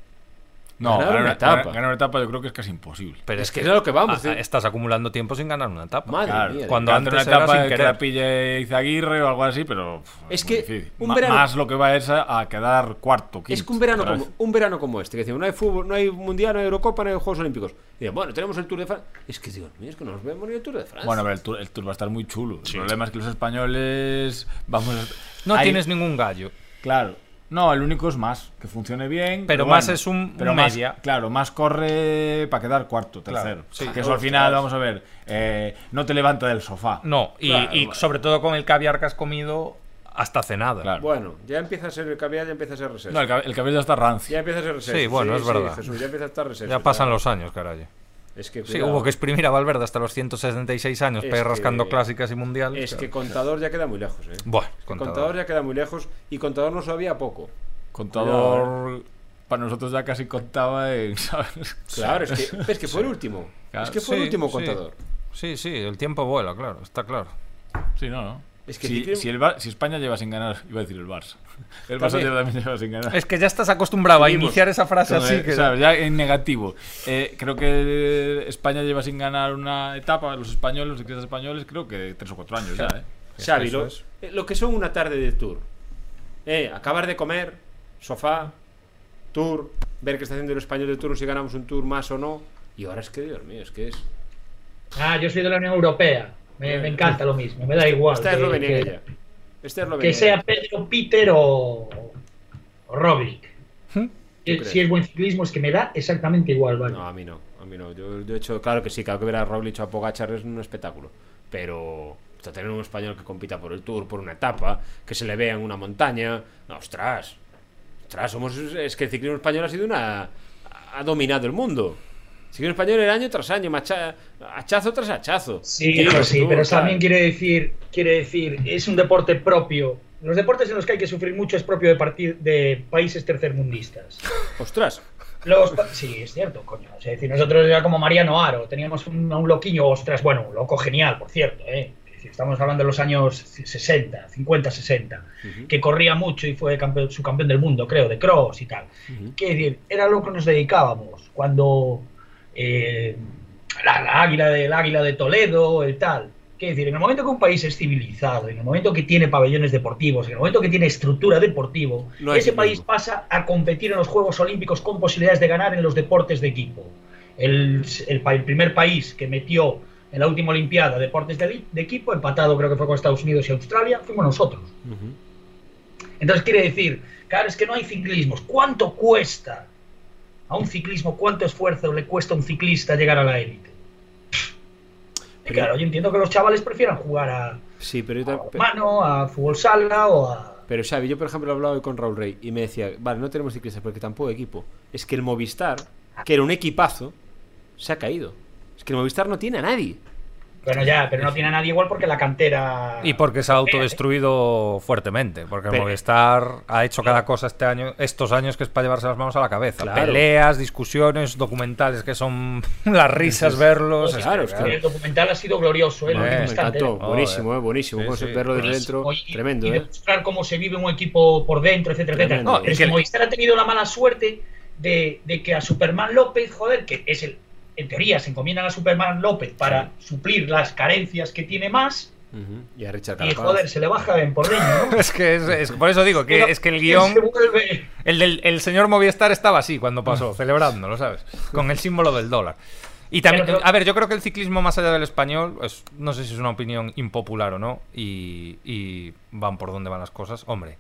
Speaker 5: No,
Speaker 2: Ganar
Speaker 5: ganar
Speaker 2: una
Speaker 5: una
Speaker 2: etapa.
Speaker 5: Ganar una etapa yo creo que es casi imposible.
Speaker 4: Pero
Speaker 2: Es que es a lo que vamos,
Speaker 4: a- a-
Speaker 2: sí.
Speaker 4: Ah, estás acumulando tiempo sin ganar una etapa.
Speaker 2: Madre
Speaker 5: Claro,
Speaker 2: mía.
Speaker 4: cuando
Speaker 5: cuando antes una
Speaker 4: antes era
Speaker 5: etapa
Speaker 4: sin
Speaker 5: que
Speaker 4: querer.
Speaker 5: la pille Izaguirre o algo así, pero pff,
Speaker 2: Es
Speaker 5: muy
Speaker 2: que
Speaker 5: difícil.
Speaker 2: un
Speaker 5: Ma-
Speaker 2: verano-
Speaker 5: más lo que va es a, a quedar cuarto, quinto.
Speaker 2: Es que un verano,
Speaker 5: otra
Speaker 2: como,
Speaker 5: vez.
Speaker 2: un verano como este, que decimos, no hay fútbol, no hay mundial, no hay Eurocopa, no hay Juegos Olímpicos. Y digo, bueno, tenemos el Tour de Francia. Es que digo, mira, es que no nos vemos ni el Tour de Francia.
Speaker 5: Bueno, a ver, el tour, el Tour va a estar muy chulo. El problema es que los españoles vamos. a-
Speaker 4: No
Speaker 5: Ahí-
Speaker 4: tienes ningún gallo.
Speaker 5: Claro. No, el único es más, que funcione bien.
Speaker 4: Pero más es un-
Speaker 5: pero
Speaker 4: un
Speaker 5: más,
Speaker 4: media.
Speaker 5: Claro, más corre para quedar cuarto, tercero.
Speaker 4: sí.
Speaker 5: que eso
Speaker 2: Oh,
Speaker 5: al final, vamos a ver, eh, no te levanta del sofá.
Speaker 4: No, y,
Speaker 2: Claro,
Speaker 4: y
Speaker 2: vale.
Speaker 4: sobre todo con el caviar que has comido hasta cenada.
Speaker 5: Claro.
Speaker 2: Bueno, ya empieza a ser el caviar, ya empieza a ser reserva.
Speaker 5: No, el, cab- el cabello está rancio.
Speaker 2: Ya empieza a ser reserva.
Speaker 4: Sí, bueno, es verdad.
Speaker 2: Jesús, ya empieza a estar reserva.
Speaker 4: Ya pasan los años, caray.
Speaker 2: Es que,
Speaker 4: Sí,
Speaker 2: cuidado.
Speaker 4: hubo que exprimir a Valverde hasta los 176 años,
Speaker 2: Es
Speaker 4: para ir
Speaker 2: que-
Speaker 4: rascando clásicas y mundiales.
Speaker 2: Es que
Speaker 4: claro.
Speaker 2: contador ya queda muy lejos, ¿eh?
Speaker 4: Buah,
Speaker 2: Es que contador.
Speaker 4: contador.
Speaker 2: ya queda muy lejos y contador nos sabía poco.
Speaker 4: eh.
Speaker 5: Contador. Para nosotros ya casi contaba en. ¿sabes?
Speaker 2: Claro, es que, es que fue el último.
Speaker 5: Claro,
Speaker 2: Es que fue el
Speaker 4: Sí,
Speaker 2: último
Speaker 4: sí.
Speaker 2: contador.
Speaker 4: Sí, sí, el tiempo vuela, claro, está claro.
Speaker 5: Sí, no, no.
Speaker 2: Es que
Speaker 5: si,
Speaker 2: tiene-
Speaker 5: si el Bar- si España lleva sin ganar, iba a decir el Barça. El Barça
Speaker 2: También.
Speaker 5: lleva- también lleva sin ganar.
Speaker 4: Es que ya estás acostumbrado a
Speaker 2: Seguimos.
Speaker 4: iniciar esa frase
Speaker 5: Entonces,
Speaker 4: así que...
Speaker 5: ¿sabes? Ya en negativo. Eh, creo que España lleva sin ganar una etapa, los españoles, los ciclistas españoles, creo que tres o cuatro años ya, ¿eh?
Speaker 2: Xavi,
Speaker 4: Eso
Speaker 2: lo,
Speaker 4: es.
Speaker 2: eh, lo que son una tarde de tour. Eh, acabar de comer, sofá, tour, ver qué está haciendo el español de tour, si ganamos un tour más o no. Y ahora es que, Dios mío, es que es.
Speaker 3: Ah, yo soy de la Unión Europea. Me, me encanta lo mismo, me da igual.
Speaker 2: Esta es
Speaker 3: que-
Speaker 2: Eslovenia
Speaker 3: que-
Speaker 2: ella. Esta es Eslovenia.
Speaker 3: que sea Pedro Peter o, o Roglic.
Speaker 4: ¿Hm?
Speaker 2: ¿Tú
Speaker 3: Eh,
Speaker 2: crees?
Speaker 3: Si es buen ciclismo, es que me da exactamente igual, ¿vale?
Speaker 2: No, a mí no. A mí no. Yo, yo he hecho, claro que sí, claro que ver a Roglic o a Pogachar es un espectáculo. Pero hasta tener un español que compita por el Tour, por una etapa, que se le vea en una montaña. No, ostras. Ostras, somos, es que el ciclismo español ha sido una. ha dominado el mundo. El ciclismo español era año tras año, macha- hachazo tras hachazo.
Speaker 3: Sí,
Speaker 2: Tío,
Speaker 3: pero sí,
Speaker 2: tú,
Speaker 3: pero
Speaker 2: tal.
Speaker 3: también quiere decir, quiere decir, es un deporte propio. Los deportes en los que hay que sufrir mucho es propio de partir de países tercermundistas.
Speaker 2: Ostras.
Speaker 3: Los pa- sí, es cierto, coño. Es decir, nosotros era como Mariano Aro, teníamos un, a un loquiño, ostras, bueno, un loco genial, por cierto, ¿eh? Es decir, Estamos hablando de los años 60, 50, 60, que corría mucho y fue campeón, subcampeón del mundo, creo, de cross y tal. Quiero decir, era lo que nos dedicábamos cuando eh, la, la águila del águila de Toledo, el tal. Quiero decir, en el momento que un país es civilizado, en el momento que tiene pabellones deportivos, en el momento que tiene estructura deportivo,
Speaker 2: No hay
Speaker 3: ese país
Speaker 2: ciclismo.
Speaker 3: pasa a competir en los Juegos Olímpicos con posibilidades de ganar en los deportes de equipo. El, el pa- el primer país que metió en la última Olimpiada deportes de, de equipo, empatado creo que fue con Estados Unidos y Australia, fuimos nosotros. Entonces quiere decir, claro, es que no hay ciclismos. ¿Cuánto cuesta a un ciclismo, cuánto esfuerzo le cuesta a un ciclista llegar a la élite? Y claro, yo entiendo que los chavales prefieran jugar a,
Speaker 2: Sí, pero yo
Speaker 3: a
Speaker 2: tam-
Speaker 3: mano, a fútbol sala o a...
Speaker 2: Pero Xavi, yo por ejemplo hablaba hoy con Raúl Rey y me decía, vale, no tenemos ciclistas porque tampoco hay equipo. Es que el Movistar, que era un equipazo, se ha caído. Es que el Movistar no tiene a nadie.
Speaker 3: Bueno, ya, pero no tiene a nadie igual porque la cantera...
Speaker 4: Y porque se ha autodestruido fuertemente, porque el
Speaker 2: Pero-
Speaker 4: Movistar ha hecho cada cosa este año, estos años que es para llevarse las manos a la cabeza.
Speaker 2: Claro.
Speaker 4: Peleas, discusiones, documentales que son las risas verlos.
Speaker 2: Pues
Speaker 4: es
Speaker 2: claro,
Speaker 4: que,
Speaker 2: claro.
Speaker 3: El documental ha sido glorioso, ¿eh? Lo
Speaker 4: Eh,
Speaker 3: último
Speaker 2: me
Speaker 3: instante,
Speaker 2: encantó.
Speaker 3: ¿eh?
Speaker 4: Joder.
Speaker 2: buenísimo, eh, buenísimo.
Speaker 4: Sí,
Speaker 2: Cómo se-
Speaker 4: sí. pues,
Speaker 2: verlo desde
Speaker 3: Buenísimo.
Speaker 2: dentro,
Speaker 3: Y-
Speaker 2: tremendo,
Speaker 3: y
Speaker 2: ¿eh?
Speaker 3: demostrar cómo se vive un equipo por dentro, etcétera, etcétera.
Speaker 2: Tremendo.
Speaker 3: No, pero
Speaker 4: Es
Speaker 3: es
Speaker 4: que
Speaker 3: que
Speaker 4: el-
Speaker 3: Movistar ha tenido la mala suerte de, de que a Superman López, joder, que es el. En teoría se encomiendan a Superman López para suplir las carencias que tiene más.
Speaker 2: Ujú. Y a Richard
Speaker 3: Y
Speaker 2: Carapaz.
Speaker 3: joder, se le baja en por dentro, ¿no?
Speaker 4: es que es- es- por eso digo que es que el guión,
Speaker 3: Se vuelve-
Speaker 4: el del el señor Movistar estaba así cuando pasó, celebrándolo, ¿sabes? Con el símbolo del dólar. Y también,
Speaker 3: Pero-
Speaker 4: a ver, yo creo que el ciclismo más allá del español, es- no sé si es una opinión impopular o no, y, y van por donde van las cosas. Hombre,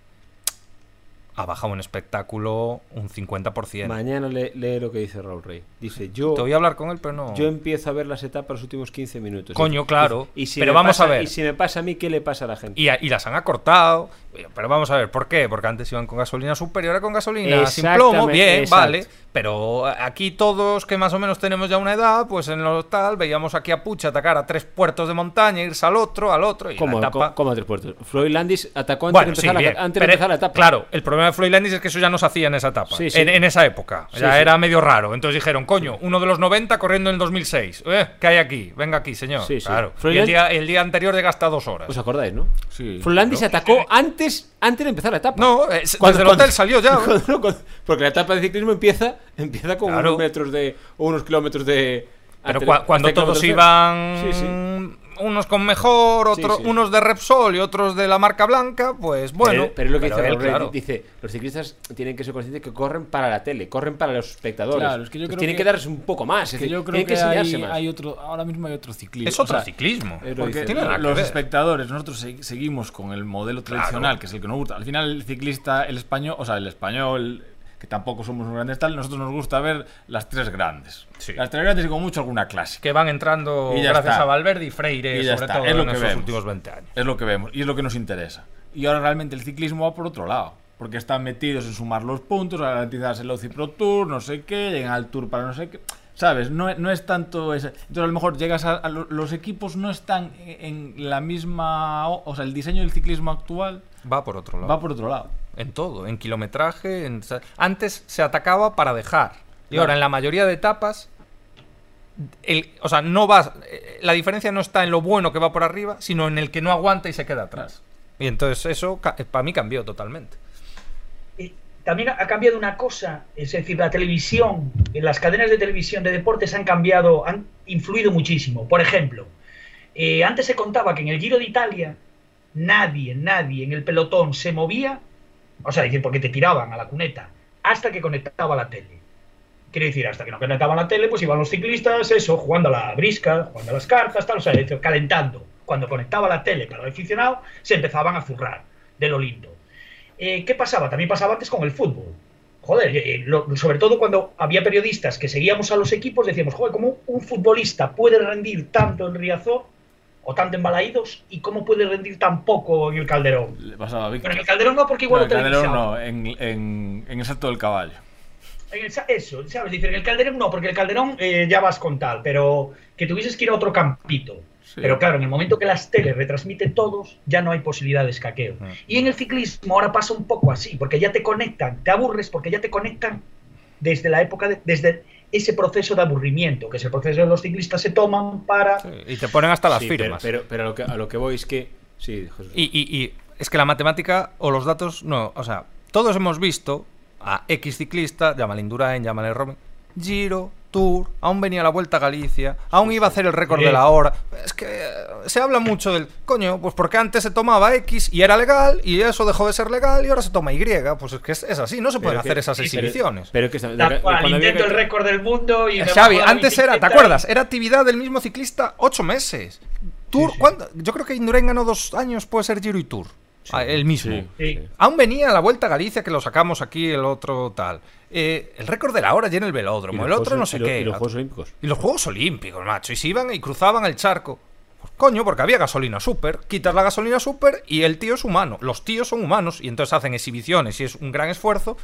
Speaker 4: ha bajado un espectáculo un 50%.
Speaker 2: Mañana le- lee lo que dice Raúl Rey. Dice, yo,
Speaker 4: Te voy a hablar con él, pero no.
Speaker 2: yo empiezo a ver las etapas los últimos 15 minutos.
Speaker 4: Coño,
Speaker 2: Dice,
Speaker 4: claro.
Speaker 2: si
Speaker 4: Pero
Speaker 2: me
Speaker 4: vamos
Speaker 2: pasa-
Speaker 4: a ver.
Speaker 2: Y si me pasa a mí, ¿qué le pasa a la gente?
Speaker 4: Y, a- y las han acortado. Pero vamos a ver, ¿por qué? Porque antes iban con gasolina superior a con gasolina sin
Speaker 2: Exactamente,
Speaker 4: plomo, bien,
Speaker 2: exacto.
Speaker 4: vale. Pero aquí todos que más o menos tenemos ya una edad, pues en lo tal, veíamos aquí a Pucha atacar a tres puertos de montaña, irse al otro, al otro. Y
Speaker 2: ¿Cómo,
Speaker 4: la
Speaker 2: co-
Speaker 4: etapa...
Speaker 2: cómo a tres puertos? Floyd Landis atacó antes, de,
Speaker 4: Bueno, sí,
Speaker 2: empezar la,
Speaker 4: bien,
Speaker 2: antes de
Speaker 4: pero-
Speaker 2: empezar la etapa.
Speaker 4: Claro, el problema de Floyd Landis es que eso ya no se hacía en esa etapa,
Speaker 2: Sí, sí.
Speaker 4: En, en esa época.
Speaker 2: Sí,
Speaker 4: ya
Speaker 2: sí.
Speaker 4: era medio raro. Entonces dijeron, coño, uno de los 90 corriendo en el 2006. Eh, ¿Qué hay aquí? Venga aquí, señor.
Speaker 2: Sí, sí.
Speaker 4: Claro.
Speaker 2: Floyd
Speaker 4: Y el
Speaker 2: Landis-
Speaker 4: día, el día anterior de gasta dos horas.
Speaker 2: ¿Os acordáis, no?
Speaker 5: Sí.
Speaker 2: Frolandis atacó antes, antes de empezar la etapa.
Speaker 4: No, eh, se-
Speaker 2: Cuando-
Speaker 4: desde el
Speaker 2: cuando-
Speaker 4: hotel salió ya.
Speaker 2: cuando- no, cuando- porque la etapa de ciclismo empieza, empieza con
Speaker 4: Claro.
Speaker 2: unos metros de. o unos kilómetros de.
Speaker 4: Pero
Speaker 2: hasta-
Speaker 4: cua- cuando
Speaker 2: Ah, hasta el
Speaker 4: todos
Speaker 2: kilómetro
Speaker 4: iban
Speaker 2: cero. Sí, sí.
Speaker 4: unos con mejor,
Speaker 2: Sí,
Speaker 4: otros
Speaker 2: sí.
Speaker 4: unos de Repsol y otros de la marca blanca, pues bueno.
Speaker 2: pero, pero es lo que
Speaker 4: pero
Speaker 2: dice
Speaker 4: él,
Speaker 2: Raúl,
Speaker 4: claro.
Speaker 2: dice, los ciclistas tienen que ser conscientes que corren para la tele, corren para los espectadores.
Speaker 5: Claro, es que yo
Speaker 2: Entonces
Speaker 5: creo
Speaker 2: tienen que,
Speaker 5: que-
Speaker 2: darse un poco más, es
Speaker 5: que
Speaker 2: decir,
Speaker 5: yo creo
Speaker 2: tienen
Speaker 5: que,
Speaker 2: que, enseñarse
Speaker 5: hay,
Speaker 2: más.
Speaker 5: hay otro, ahora mismo hay otro ciclismo.
Speaker 4: Es otro
Speaker 5: O sea,
Speaker 4: ciclismo.
Speaker 2: es lo
Speaker 5: Porque
Speaker 2: dice,
Speaker 4: Tiene nada que
Speaker 5: los
Speaker 4: ver.
Speaker 5: espectadores, nosotros se- seguimos con el modelo tradicional, que es el que nos gusta. Al final, el ciclista, el español, o sea, el español, que tampoco somos un grandes tal, nosotros nos gusta ver las tres grandes.
Speaker 4: Sí.
Speaker 5: Las tres grandes y con mucho alguna clásica.
Speaker 4: que van entrando
Speaker 5: Y ya
Speaker 4: gracias
Speaker 5: está.
Speaker 4: a Valverde y Freire,
Speaker 5: Y ya
Speaker 4: sobre
Speaker 5: está,
Speaker 4: todo
Speaker 5: es lo
Speaker 4: en
Speaker 5: que
Speaker 4: esos
Speaker 5: vemos.
Speaker 4: últimos 20 años.
Speaker 5: Es lo que vemos y es lo que nos interesa. Y ahora realmente el ciclismo va por otro lado. Porque están metidos en sumar los puntos, a garantizarse el OCI Pro Tour, no sé qué, llegan al Tour para no sé qué. ¿Sabes? No, no es tanto. Ese. Entonces, a lo mejor llegas a. a lo- los equipos no están en en la misma. O o sea, el diseño del ciclismo actual
Speaker 4: Va por otro lado.
Speaker 5: va por otro lado.
Speaker 4: En todo, en kilometraje. en sa- Antes se atacaba para dejar. Y
Speaker 5: Claro.
Speaker 4: ahora en la mayoría de etapas, el, o sea, no vas. eh, La diferencia no está en lo bueno que va por arriba, sino en el que no aguanta y se queda atrás. Y entonces eso para mí cambió totalmente.
Speaker 3: Eh, también ha ha cambiado una cosa, es decir, la televisión, eh, las cadenas de televisión de deportes han cambiado, han influido muchísimo. Por ejemplo, eh, antes se contaba que en el Giro de Italia nadie, nadie en el pelotón se movía, o sea, decir, porque te tiraban a la cuneta, hasta que conectaba la tele. Quiere decir, hasta que no conectaban la tele, pues iban los ciclistas, eso, jugando a la brisca, jugando a las cartas, tal, o sea, es decir, calentando. Cuando conectaba la tele para el aficionado, se empezaban a zurrar de lo lindo. Eh, ¿qué pasaba? También pasaba antes con el fútbol. Joder, eh, lo- sobre todo cuando había periodistas que seguíamos a los equipos, decíamos, joder, ¿cómo un futbolista puede rendir tanto en Riazor o tanto en Balaídos y cómo puede rendir tan poco en el Calderón?
Speaker 5: Le pasaba a Víctor.
Speaker 3: Pero en el Calderón no, porque igual
Speaker 5: No,
Speaker 3: lo
Speaker 5: el Calderón
Speaker 3: televisaban.
Speaker 5: no, en, en, en el salto del caballo.
Speaker 3: En el sa- eso, ¿sabes? Dicen, en el Calderón no, porque el Calderón eh, ya vas con tal, pero que tuvieses que ir a otro campito.
Speaker 5: Sí.
Speaker 3: Pero claro, en el momento que las teles retransmiten todos, ya no hay posibilidad de escaqueo. Y en el ciclismo ahora pasa un poco así, porque ya te conectan, te aburres porque ya te conectan desde la época, de- desde ese proceso de aburrimiento, que es el proceso que los ciclistas se toman para...
Speaker 4: Y te ponen hasta las
Speaker 2: Sí, pero-
Speaker 4: firmas.
Speaker 2: Pero, pero a, lo que, a lo que voy es que. Sí, José.
Speaker 4: Y, y- y es que la matemática o los datos, no, o sea, todos hemos visto a X ciclista, llámale Indurain, llámale Rome, Giro, Tour, aún venía la Vuelta a Galicia, aún iba a hacer el récord
Speaker 3: Sí.
Speaker 4: de la hora. Es que eh, se habla mucho del, coño, pues porque antes se tomaba X y era legal, y eso dejó de ser legal, y ahora se toma Y, pues es que es, es así, no se pueden
Speaker 2: que-
Speaker 4: hacer esas
Speaker 2: pero-
Speaker 4: exhibiciones. Eh,
Speaker 2: Pero, que esa-
Speaker 3: tal cual,
Speaker 2: cuando había
Speaker 3: intento
Speaker 2: que-
Speaker 3: el récord del mundo y... me
Speaker 4: Xavi,
Speaker 3: bajo la
Speaker 4: antes era, ¿te
Speaker 3: bicicleta
Speaker 4: acuerdas?
Speaker 3: y-
Speaker 4: Era actividad del mismo ciclista ocho meses. Tour, ¿cuándo? Yo creo que Indurain ganó dos años, puede ser Giro y Tour. Ah, el mismo.
Speaker 5: sí.
Speaker 3: Sí.
Speaker 4: Aún venía la Vuelta a Galicia, que lo sacamos aquí, el otro tal. Eh, el récord de la hora ya en el
Speaker 2: y
Speaker 4: velódromo,
Speaker 2: los
Speaker 4: el otro
Speaker 2: Juegos-
Speaker 4: no sé
Speaker 2: y lo-
Speaker 4: qué.
Speaker 2: Y los
Speaker 4: la-
Speaker 2: Juegos Olímpicos.
Speaker 4: y los Juegos Olímpicos, macho. Y se iban y cruzaban el charco. Pues, coño, porque había gasolina super. Quitas la gasolina super y el tío es humano. Los tíos son humanos y entonces hacen exhibiciones y es un gran esfuerzo,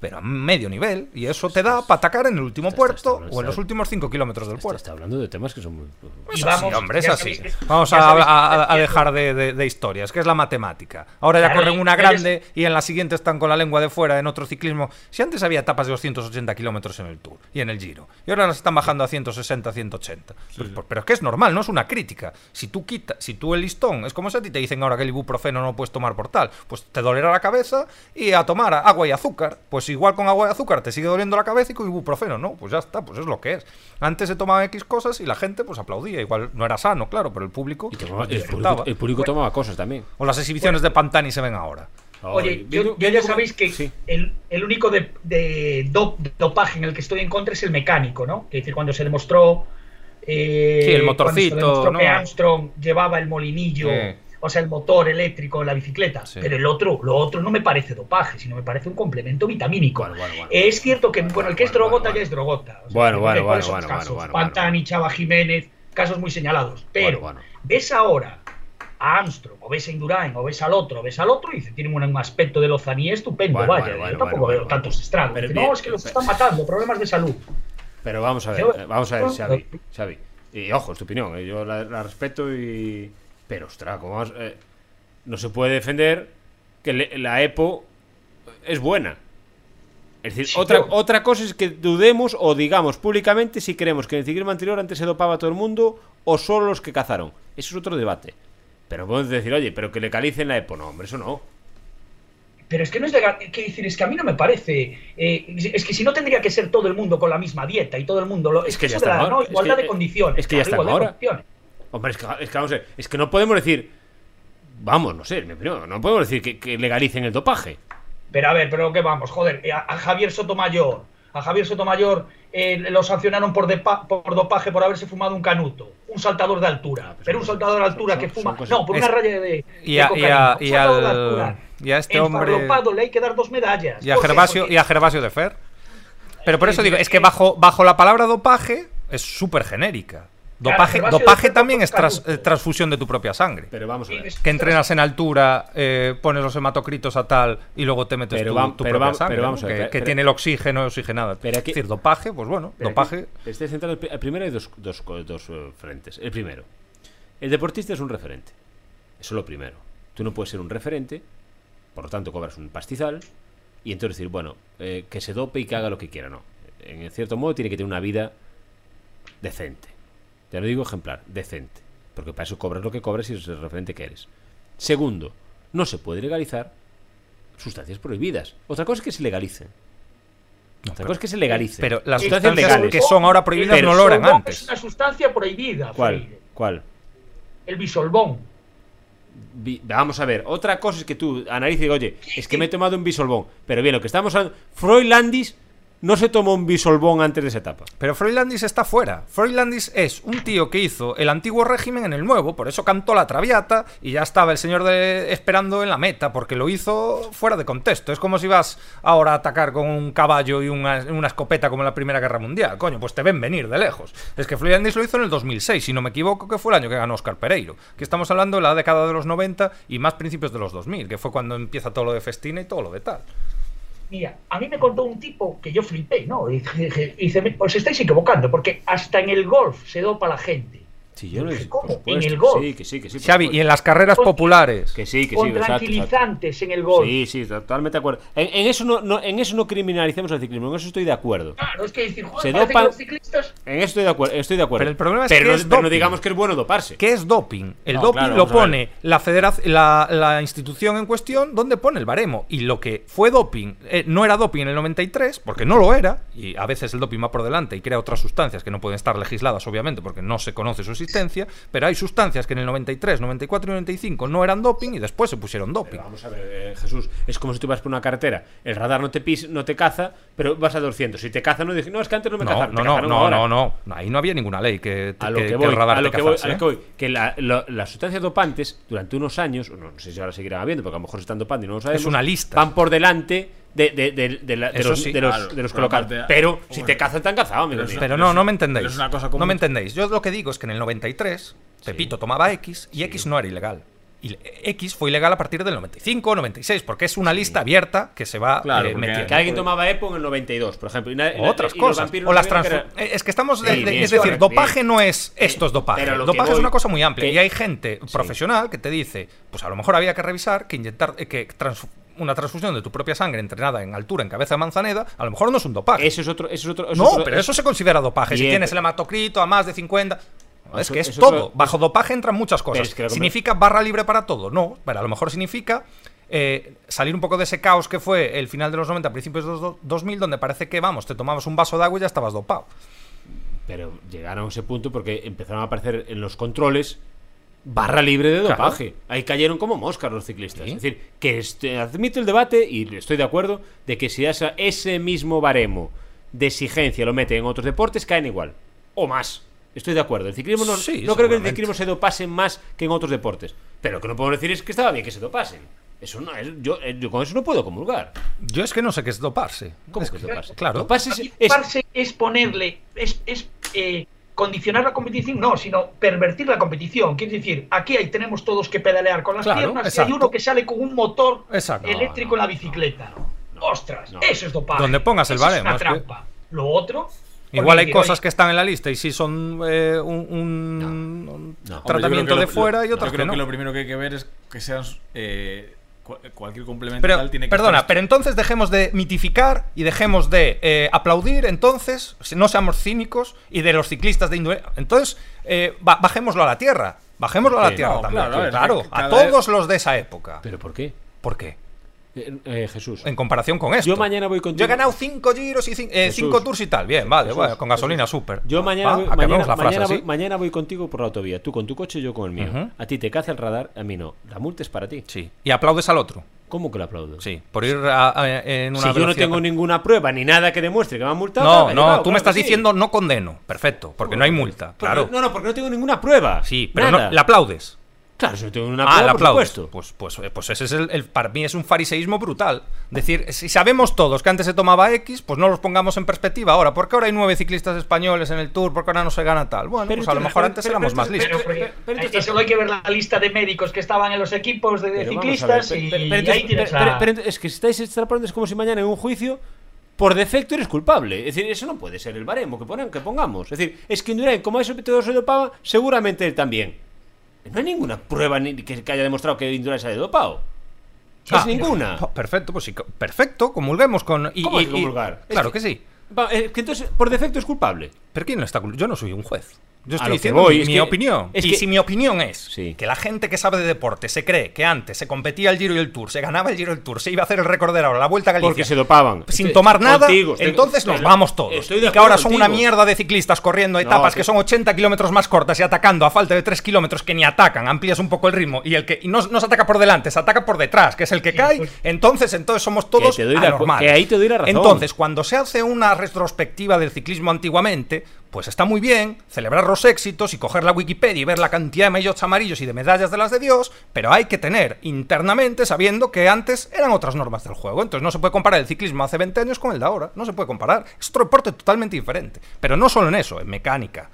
Speaker 4: pero a medio nivel. Y eso te da para atacar en el último
Speaker 2: está- está-
Speaker 4: puerto
Speaker 2: está-
Speaker 4: o en los últimos 5 kilómetros del
Speaker 2: Está,
Speaker 4: puerto.
Speaker 2: está hablando de temas que son muy.
Speaker 4: Es
Speaker 3: Y
Speaker 4: así,
Speaker 3: vamos,
Speaker 4: hombre, es
Speaker 3: ya
Speaker 4: así.
Speaker 3: sabéis que-
Speaker 4: Vamos
Speaker 3: ya
Speaker 4: a,
Speaker 3: sabéis que
Speaker 4: a- a
Speaker 3: es
Speaker 4: dejar de, de- de historias, que es la matemática. Ahora ya
Speaker 3: Claro,
Speaker 4: corren una
Speaker 3: pero
Speaker 4: grande y en la siguiente están con la lengua de fuera en otro ciclismo. Si antes había etapas de 280 kilómetros en el Tour y en el Giro, y ahora las están bajando a 160, 180. Pues- pues- pero es que es normal, no es una crítica. Si tú quitas, si tú el listón, es como si a ti te dicen ahora que el ibuprofeno no puedes tomar por tal, pues te dolerá la cabeza y a tomar agua y azúcar. Pues igual con agua y azúcar te sigue doliendo la cabeza y con ibuprofeno no, pues ya está, pues es lo que es. Antes se tomaban X cosas y la gente pues aplaudía, igual no era sano, claro, pero el público
Speaker 2: Y tomaba- el,
Speaker 4: disfrutaba.
Speaker 2: público, el público tomaba cosas también.
Speaker 4: O las exhibiciones de Pantani se ven ahora.
Speaker 2: Ay,
Speaker 3: Oye, yo,
Speaker 2: Bildu-
Speaker 3: yo
Speaker 2: Bildu-
Speaker 3: ya sabéis que
Speaker 2: Sí.
Speaker 3: el, el único de, de do- dopaje en el que estoy en contra es el mecánico, ¿no? Es decir, cuando se demostró. eh,
Speaker 4: Sí, el
Speaker 3: cuando se
Speaker 4: motorcito,
Speaker 3: demostró
Speaker 4: ¿no?
Speaker 3: que Armstrong llevaba el molinillo,
Speaker 4: Sí.
Speaker 3: o sea, el motor eléctrico en la bicicleta.
Speaker 4: Sí.
Speaker 3: Pero el otro, lo otro no me parece dopaje, sino me parece un complemento vitamínico.
Speaker 2: Bueno, bueno, bueno.
Speaker 3: Eh, es cierto que, bueno, el que es
Speaker 2: bueno,
Speaker 3: drogota
Speaker 2: bueno,
Speaker 3: ya es drogota. O sea,
Speaker 2: Bueno, bueno,
Speaker 3: ¿cuáles
Speaker 2: bueno,
Speaker 3: son los
Speaker 2: bueno,
Speaker 3: casos?
Speaker 2: bueno, bueno,
Speaker 3: Pantani, Chava Jiménez, casos muy señalados. Pero
Speaker 2: Bueno, bueno.
Speaker 3: ves ahora a Armstrong, o ves a Indurain, o ves al otro, o ves al otro, y dice, tienen un aspecto de lozanía estupendo,
Speaker 2: Bueno,
Speaker 3: vaya,
Speaker 2: bueno, bueno,
Speaker 3: yo tampoco
Speaker 2: bueno,
Speaker 3: veo
Speaker 2: bueno.
Speaker 3: tantos estragos.
Speaker 2: Pero
Speaker 3: Dice,
Speaker 2: bien,
Speaker 3: no, es que los
Speaker 2: pero-
Speaker 3: están matando, problemas de salud.
Speaker 2: Pero vamos a ver,
Speaker 3: Yo-
Speaker 2: eh, vamos a ver,
Speaker 3: yo-
Speaker 2: Xavi. Xavi. Y ojo, es tu opinión, eh, yo la, la respeto y. Pero ostras, ¿cómo vas- eh, no se puede defender que le- la EPO es buena. Es decir,
Speaker 3: Sí,
Speaker 2: otra,
Speaker 3: pero-
Speaker 2: otra cosa es que dudemos o digamos públicamente si creemos que en el ciclismo anterior antes se dopaba todo el mundo o solo los E que cazaron. Eso es otro debate. Pero podemos decir, oye, pero que le calicen la EPO. No, hombre, eso no.
Speaker 3: Pero es que no es legal. que decir, es que a mí no me parece. eh, es que si no tendría que ser todo el mundo con la misma dieta y todo el mundo. Lo,
Speaker 2: Es
Speaker 3: es,
Speaker 2: que
Speaker 3: que
Speaker 2: ya
Speaker 3: eso de
Speaker 2: están
Speaker 3: la
Speaker 2: ahora,
Speaker 3: no
Speaker 2: es que-
Speaker 3: igualdad
Speaker 2: eh,
Speaker 3: de condiciones.
Speaker 2: es que ya
Speaker 3: claro,
Speaker 2: están
Speaker 3: igualdad de
Speaker 2: ahora.
Speaker 3: condiciones.
Speaker 2: Hombre, es que, es que, vamos a ver, es que no podemos decir. Vamos, no sé, en mi opinión, no podemos decir que, que legalicen el dopaje.
Speaker 3: Pero a ver, pero que vamos, joder, eh, a, a Javier Sotomayor, a Javier Sotomayor eh, lo sancionaron por, depa- por dopaje por haberse fumado un canuto, un saltador de altura,
Speaker 2: Ah, pues
Speaker 3: pero un
Speaker 2: son-
Speaker 3: saltador de
Speaker 2: son-
Speaker 3: altura
Speaker 2: son-
Speaker 3: que
Speaker 2: son
Speaker 3: fuma,
Speaker 2: cosas-
Speaker 3: no, por
Speaker 4: Es-
Speaker 3: una raya de,
Speaker 4: y
Speaker 3: de
Speaker 4: a- y
Speaker 3: cocaína,
Speaker 4: a-
Speaker 3: un
Speaker 4: y
Speaker 3: saltador de
Speaker 4: al-
Speaker 3: altura.
Speaker 4: y a este hombre-
Speaker 3: Enfarlopado, le hay que dar dos medallas.
Speaker 4: Y a
Speaker 3: ¿Por qué?
Speaker 4: Gervasio,
Speaker 3: Porque-
Speaker 4: y a Gervasio de Fer. Pero por
Speaker 3: Eh,
Speaker 4: eso digo,
Speaker 3: mira,
Speaker 4: es que
Speaker 3: eh,
Speaker 4: bajo, bajo la palabra dopaje es súper genérica.
Speaker 3: Claro,
Speaker 4: Dopaje,
Speaker 3: Gervasio de
Speaker 4: dopaje
Speaker 3: Fer
Speaker 4: también es
Speaker 3: tampoco es
Speaker 4: tras-
Speaker 3: caduco.
Speaker 4: eh, transfusión de tu propia sangre.
Speaker 2: Pero vamos a
Speaker 3: Sí,
Speaker 2: ver.
Speaker 3: es-
Speaker 4: que entrenas en altura, eh, pones los hematocritos a tal y luego te metes
Speaker 2: Pero
Speaker 4: tu,
Speaker 2: vam-
Speaker 4: tu
Speaker 2: pero
Speaker 4: propia
Speaker 2: vam-
Speaker 4: sangre,
Speaker 2: pero
Speaker 4: ¿no?
Speaker 2: vamos a ver,
Speaker 4: que,
Speaker 2: pero-
Speaker 4: que
Speaker 2: pero-
Speaker 4: tiene el oxígeno oxigenado.
Speaker 2: Pero
Speaker 4: es
Speaker 2: aquí-
Speaker 4: decir, dopaje, pues bueno,
Speaker 2: Pero aquí
Speaker 4: dopaje.
Speaker 2: Estáis centrados. Este pri- Primero hay dos, dos co- dos, eh, frentes. El primero, el deportista es un referente. Eso es lo primero. Tú no puedes ser un referente, por lo tanto cobras un pastizal y entonces decir, bueno, eh, que se dope y que haga lo que quiera. No. En cierto modo tiene que tener una vida decente. Ya lo digo ejemplar, decente. Porque para eso cobras lo que cobras y es el referente que eres. Segundo, no se puede legalizar sustancias prohibidas. Otra cosa es que se legalicen. Otra cosa es que se legalicen.
Speaker 4: Pero las
Speaker 3: Este
Speaker 2: Sustancias
Speaker 4: sustancias
Speaker 2: legales.
Speaker 4: que son ahora prohibidas
Speaker 2: Pero
Speaker 4: no lo eran
Speaker 3: Bisolbón Es
Speaker 4: antes.
Speaker 3: una sustancia prohibida.
Speaker 2: ¿Cuál?
Speaker 3: Freire.
Speaker 2: ¿Cuál?
Speaker 3: El bisolbón.
Speaker 2: Vi- Vamos a ver, otra cosa es que tú analices y digas, oye, es que me he tomado un bisolbón. Pero bien, lo que estamos hablando. Freud Landis no se tomó un bisolbón antes de esa etapa.
Speaker 4: Pero Freudlandis está fuera. Freudlandis es un tío que hizo el antiguo régimen en el nuevo, por eso cantó la traviata y ya estaba el señor de- esperando en la meta, porque lo hizo fuera de contexto. Es como si vas ahora a atacar con un caballo y una, una escopeta como en la Primera Guerra Mundial. Coño, pues te ven venir de lejos. Es que Freudlandis lo hizo en el 2006, si no me equivoco, que fue el año que ganó Oscar Pereiro. Que estamos hablando de la década de los 90 y más principios de los 2000, que fue cuando empieza todo lo de Festina y todo lo de tal.
Speaker 3: Mira, a mí me contó un tipo que yo flipé, ¿no? Y dije, y dice, os estáis equivocando, porque hasta en el golf se dopa la gente.
Speaker 2: Sí, yo lo
Speaker 3: Pero
Speaker 2: dije,
Speaker 3: ¿cómo?
Speaker 2: por supuesto.
Speaker 3: En el golf.
Speaker 2: Sí, que sí, que sí. por
Speaker 4: Xavi,
Speaker 2: supuesto.
Speaker 4: y en las carreras populares.
Speaker 2: pues, Que sí, que sí,
Speaker 3: Con
Speaker 2: exacto, exacto.
Speaker 3: tranquilizantes en el golf.
Speaker 2: Sí, sí, totalmente de acuerdo. En, en eso no, no- en eso no criminalicemos al ciclismo, en eso estoy de acuerdo.
Speaker 3: Claro, es que decir, joder,
Speaker 2: Se
Speaker 3: parece que
Speaker 2: dopan-
Speaker 3: los ciclistas.
Speaker 2: En eso estoy de, acuerdo estoy de acuerdo.
Speaker 4: Pero el problema es que
Speaker 2: no,
Speaker 4: es
Speaker 2: pero no
Speaker 4: doping.
Speaker 2: digamos que es bueno doparse.
Speaker 4: ¿Qué es doping? El
Speaker 2: No,
Speaker 4: doping
Speaker 2: claro,
Speaker 4: lo
Speaker 2: vamos a ver.
Speaker 4: pone la, federa- la, la institución en cuestión donde pone el baremo. Y lo que fue doping eh, no era doping en el 93, porque no lo era, y a veces el doping va por delante y crea otras sustancias que no pueden estar legisladas, obviamente, porque no se conoce su existencia, pero hay sustancias que en el 93, 94 y 95 no eran doping y después se pusieron doping.
Speaker 2: Pero vamos a ver, eh, Jesús, es como si tú vas por una carretera, el radar no te pis, no te caza, pero vas a 200. Si te caza, no dices, no, es que antes no me
Speaker 4: No,
Speaker 2: cazaron.
Speaker 4: no,
Speaker 2: te
Speaker 4: no,
Speaker 2: cazaron
Speaker 4: no,
Speaker 2: ahora".
Speaker 4: no, no, ahí no había ninguna ley que,
Speaker 2: A lo que,
Speaker 4: que- que
Speaker 2: voy,
Speaker 4: el radar
Speaker 2: a lo
Speaker 4: te
Speaker 2: que voy,
Speaker 4: cazase,
Speaker 2: a lo
Speaker 4: ¿eh?
Speaker 2: que voy, que la- lo- las sustancias dopantes durante unos años, no, no sé si ahora seguirán habiendo, porque a lo mejor se están dopando y no lo sabemos.
Speaker 4: una lista.
Speaker 2: Van por delante de, de- de- de la- de
Speaker 4: Eso
Speaker 2: los,
Speaker 4: sí.
Speaker 2: de los-
Speaker 5: Claro,
Speaker 2: de los
Speaker 5: pero
Speaker 2: colocados.
Speaker 5: aparte-
Speaker 2: Pero si
Speaker 5: Bueno.
Speaker 2: te cazan, te han cazado, amigo
Speaker 5: Pero
Speaker 2: mío.
Speaker 5: eso-
Speaker 4: ah, Pero no, no me entendéis.
Speaker 5: Pero es una cosa común.
Speaker 4: No me entendéis. Yo lo que digo es que en el 93, Pepito tomaba X y X no era ilegal. Y le- X fue ilegal a partir del 95, 96, porque es una lista abierta que se va
Speaker 5: Claro,
Speaker 4: eh,
Speaker 5: porque-
Speaker 4: metiendo.
Speaker 2: Que alguien tomaba EPO en el 92, por ejemplo. y na-
Speaker 4: O otras
Speaker 2: y los
Speaker 4: cosas.
Speaker 2: vampiros
Speaker 4: O las
Speaker 2: sabían que
Speaker 4: transfu-
Speaker 2: era-
Speaker 4: eh, Es que estamos. de-
Speaker 2: Sí,
Speaker 4: de-
Speaker 2: bien,
Speaker 4: es decir,
Speaker 2: correcto,
Speaker 4: dopaje
Speaker 2: bien.
Speaker 4: no es esto es dopaje.
Speaker 2: Pero lo que
Speaker 4: Dopaje es
Speaker 2: voy-
Speaker 4: una cosa muy amplia.
Speaker 2: que-
Speaker 4: Y hay gente profesional que te dice: Pues a lo mejor había que revisar que inyectar. eh, que trans- una transfusión de tu propia sangre entrenada en altura en cabeza de manzaneda, a lo mejor no es un dopaje.
Speaker 2: Eso es otro. Eso es otro eso
Speaker 4: No,
Speaker 2: es otro-
Speaker 4: pero eso se considera dopaje. Si
Speaker 2: Bien,
Speaker 4: tienes
Speaker 2: pero-
Speaker 4: el hematocrito a más de 50. No, es
Speaker 2: Eso-
Speaker 4: que es
Speaker 2: eso
Speaker 4: todo.
Speaker 2: creo-
Speaker 4: Bajo dopaje entran muchas cosas.
Speaker 2: es que lo que me-
Speaker 4: ¿Significa barra libre para todo? No, pero a lo mejor significa eh, salir un poco de ese caos que fue el final de los 90, principios de los do- 2000, donde parece que, vamos, te tomabas un vaso de agua y ya estabas dopado.
Speaker 2: Pero llegaron a ese punto porque empezaron a aparecer en los controles barra libre de dopaje. Ahí cayeron como moscas los ciclistas.
Speaker 4: Sí.
Speaker 2: Es decir, que este- admito el debate y estoy de acuerdo de que si esa- ese mismo baremo de exigencia lo meten en otros deportes, caen igual. O más. Estoy de acuerdo. El ciclismo no,
Speaker 4: Sí,
Speaker 2: no creo que el
Speaker 4: seguramente.
Speaker 2: ciclismo se dopasen más que en otros deportes. Pero lo que no puedo decir es que estaba bien que se dopasen. Eso no, es- yo, eh, yo con eso no puedo comulgar.
Speaker 4: Yo es que no sé qué es doparse.
Speaker 2: ¿Cómo
Speaker 4: Es
Speaker 2: que
Speaker 4: que-
Speaker 2: doparse?
Speaker 4: Claro.
Speaker 2: Doparse es-
Speaker 3: Y
Speaker 2: es-
Speaker 3: doparse es ponerle. Es, es eh, condicionar la competición, no, sino pervertir la competición. Quiere decir, aquí ahí tenemos todos que pedalear con las
Speaker 4: Claro,
Speaker 3: piernas y
Speaker 4: exacto.
Speaker 3: hay uno que sale con un motor
Speaker 4: Exacto.
Speaker 3: eléctrico en la bicicleta. Ostras,
Speaker 2: no.
Speaker 3: eso es dopaje.
Speaker 4: Donde pongas el
Speaker 3: Eso
Speaker 4: baremo,
Speaker 3: Es una
Speaker 4: es que-
Speaker 3: trampa. Lo otro.
Speaker 4: Igual hay
Speaker 3: oye,
Speaker 4: cosas
Speaker 3: oye,
Speaker 4: que están en la lista y sí son eh, un, un- un
Speaker 2: No. Hombre,
Speaker 5: Hombre, yo
Speaker 4: tratamiento
Speaker 5: creo que
Speaker 4: de
Speaker 5: lo-
Speaker 4: fuera y
Speaker 5: yo
Speaker 4: otras
Speaker 5: creo
Speaker 4: que no.
Speaker 5: que lo primero que hay que ver es que sean eh, cu- cualquier complemento
Speaker 4: Pero,
Speaker 5: tal tiene que
Speaker 4: perdona,
Speaker 5: estar-
Speaker 4: pero entonces dejemos de mitificar y dejemos de eh, aplaudir, entonces, si no seamos cínicos, y de los ciclistas de índole- Entonces, eh, ba- bajémoslo a la tierra. Bajémoslo a la
Speaker 2: Sí,
Speaker 4: tierra
Speaker 5: no,
Speaker 4: también.
Speaker 5: claro, a
Speaker 4: Claro,
Speaker 5: ver,
Speaker 4: claro,
Speaker 5: es que
Speaker 4: a
Speaker 5: cada vez-
Speaker 4: todos los de esa época.
Speaker 2: ¿Pero por qué?
Speaker 4: ¿Por qué?
Speaker 2: Eh, eh, Jesús.
Speaker 4: En comparación con esto.
Speaker 2: Yo mañana voy contigo.
Speaker 4: Yo he ganado 5 giros y 5
Speaker 2: Jesús.
Speaker 4: tours y tal. Bien, vale,
Speaker 2: Jesús,
Speaker 4: vale, con gasolina súper.
Speaker 2: Yo mañana,
Speaker 4: Va,
Speaker 2: voy,
Speaker 4: acabemos
Speaker 2: mañana,
Speaker 4: la frase
Speaker 2: mañana
Speaker 4: así.
Speaker 2: voy, mañana voy contigo por la autovía. Tú con tu coche, yo con el mío.
Speaker 4: Ujú.
Speaker 2: A ti te caza el radar, a mí no. La multa es para ti.
Speaker 4: Sí. Y aplaudes al otro.
Speaker 2: ¿Cómo que la aplaudo?
Speaker 4: Sí. Por ir a- a- en una
Speaker 2: si yo no
Speaker 4: velocidad-
Speaker 2: tengo ninguna prueba ni nada que demuestre que me han multado.
Speaker 4: No,
Speaker 2: me ha
Speaker 4: no,
Speaker 2: llevado,
Speaker 4: tú
Speaker 2: claro
Speaker 4: me estás
Speaker 2: que sí.
Speaker 4: diciendo no condeno. Perfecto, porque no hay multa.
Speaker 2: Porque-
Speaker 4: Claro.
Speaker 2: No, no, porque no tengo ninguna prueba.
Speaker 4: Sí, pero no,
Speaker 2: Nada.
Speaker 4: le aplaudes.
Speaker 2: Claro, si no tengo ninguna
Speaker 4: Ah,
Speaker 2: prueba,
Speaker 4: le
Speaker 2: por
Speaker 4: aplaudes.
Speaker 2: supuesto.
Speaker 4: Pues, pues, eh, pues ese es el, el- Para mí es un fariseísmo brutal. Decir, si sabemos todos que antes se tomaba X, pues no los pongamos en perspectiva ahora. ¿Por qué ahora hay nueve ciclistas españoles en el Tour? ¿Por qué ahora no se gana tal? Bueno,
Speaker 2: Pero
Speaker 4: pues a lo
Speaker 2: entonces-
Speaker 4: mejor
Speaker 2: pero-
Speaker 4: antes
Speaker 2: pero-
Speaker 4: éramos
Speaker 2: pero-
Speaker 4: más
Speaker 2: pero-
Speaker 4: listos.
Speaker 3: Pero, porque-
Speaker 2: pero
Speaker 3: hay-
Speaker 2: esto está-
Speaker 3: solo hay que ver la lista de médicos que estaban en los equipos de, de
Speaker 2: Pero vamos a ver,
Speaker 3: ciclistas
Speaker 2: pero-
Speaker 3: y,
Speaker 2: pero-
Speaker 3: y
Speaker 2: pero
Speaker 3: ahí
Speaker 2: entonces-
Speaker 3: tienes
Speaker 2: pero-
Speaker 3: a-
Speaker 2: pero- pero es que si estáis extrapolando es como si mañana en un juicio por defecto eres culpable. Es decir, eso no puede ser el baremo que, ponen, que pongamos. Es decir, es que Indurain, como ha todo se dopaba, seguramente él también. No hay ninguna prueba ni que, que haya demostrado que Indurain se haya dopado.
Speaker 4: Ah,
Speaker 2: es ninguna.
Speaker 4: po- Perfecto, pues sí, co- perfecto, comulguemos con. y-
Speaker 2: ¿Cómo hay
Speaker 4: y-
Speaker 2: que
Speaker 4: y-
Speaker 2: comulgar?
Speaker 4: Claro
Speaker 2: Es
Speaker 4: que sí.
Speaker 2: Va, eh, que entonces, por defecto es culpable.
Speaker 4: Pero ¿quién no está cul- Yo no soy un juez. Yo
Speaker 2: A
Speaker 4: estoy
Speaker 2: lo que
Speaker 4: diciendo
Speaker 2: voy
Speaker 4: mi,
Speaker 2: es
Speaker 4: mi
Speaker 2: que-
Speaker 4: opinión.
Speaker 2: es
Speaker 4: y
Speaker 2: que-
Speaker 4: si mi opinión es
Speaker 2: Sí.
Speaker 4: que la gente que sabe de deporte se cree que antes se competía el Giro y el Tour, se ganaba el Giro y el Tour, se iba a hacer el récord de la hora, la Vuelta a Galicia.
Speaker 2: Porque se dopaban.
Speaker 4: Sin
Speaker 2: Estoy-
Speaker 4: tomar nada,
Speaker 2: este, contigo, estoy-
Speaker 4: entonces nos
Speaker 2: estoy-
Speaker 4: vamos todos.
Speaker 2: estoy de
Speaker 4: y que ahora
Speaker 2: acuerdo
Speaker 4: son una
Speaker 2: contigo.
Speaker 4: mierda de ciclistas corriendo etapas
Speaker 2: que-
Speaker 4: que... son 80 kilómetros más cortas y atacando a falta de 3 kilómetros que ni atacan, amplías un poco el ritmo y el que y no, no se ataca por delante, se ataca por detrás, que es el que cae,
Speaker 3: pues-
Speaker 4: entonces entonces somos todos
Speaker 2: te doy la-
Speaker 4: anormales.
Speaker 2: que ahí te doy la razón.
Speaker 4: Entonces, cuando se hace una retrospectiva del ciclismo antiguamente, pues está muy bien celebrar los éxitos y coger la Wikipedia y ver la cantidad de maillots amarillos y de medallas de las de Dios, pero hay que tener internamente sabiendo que antes eran otras normas del juego. Entonces no se puede comparar el ciclismo hace 20 años con el de ahora, no se puede comparar. Es otro deporte totalmente diferente. Pero no solo en eso, en mecánica,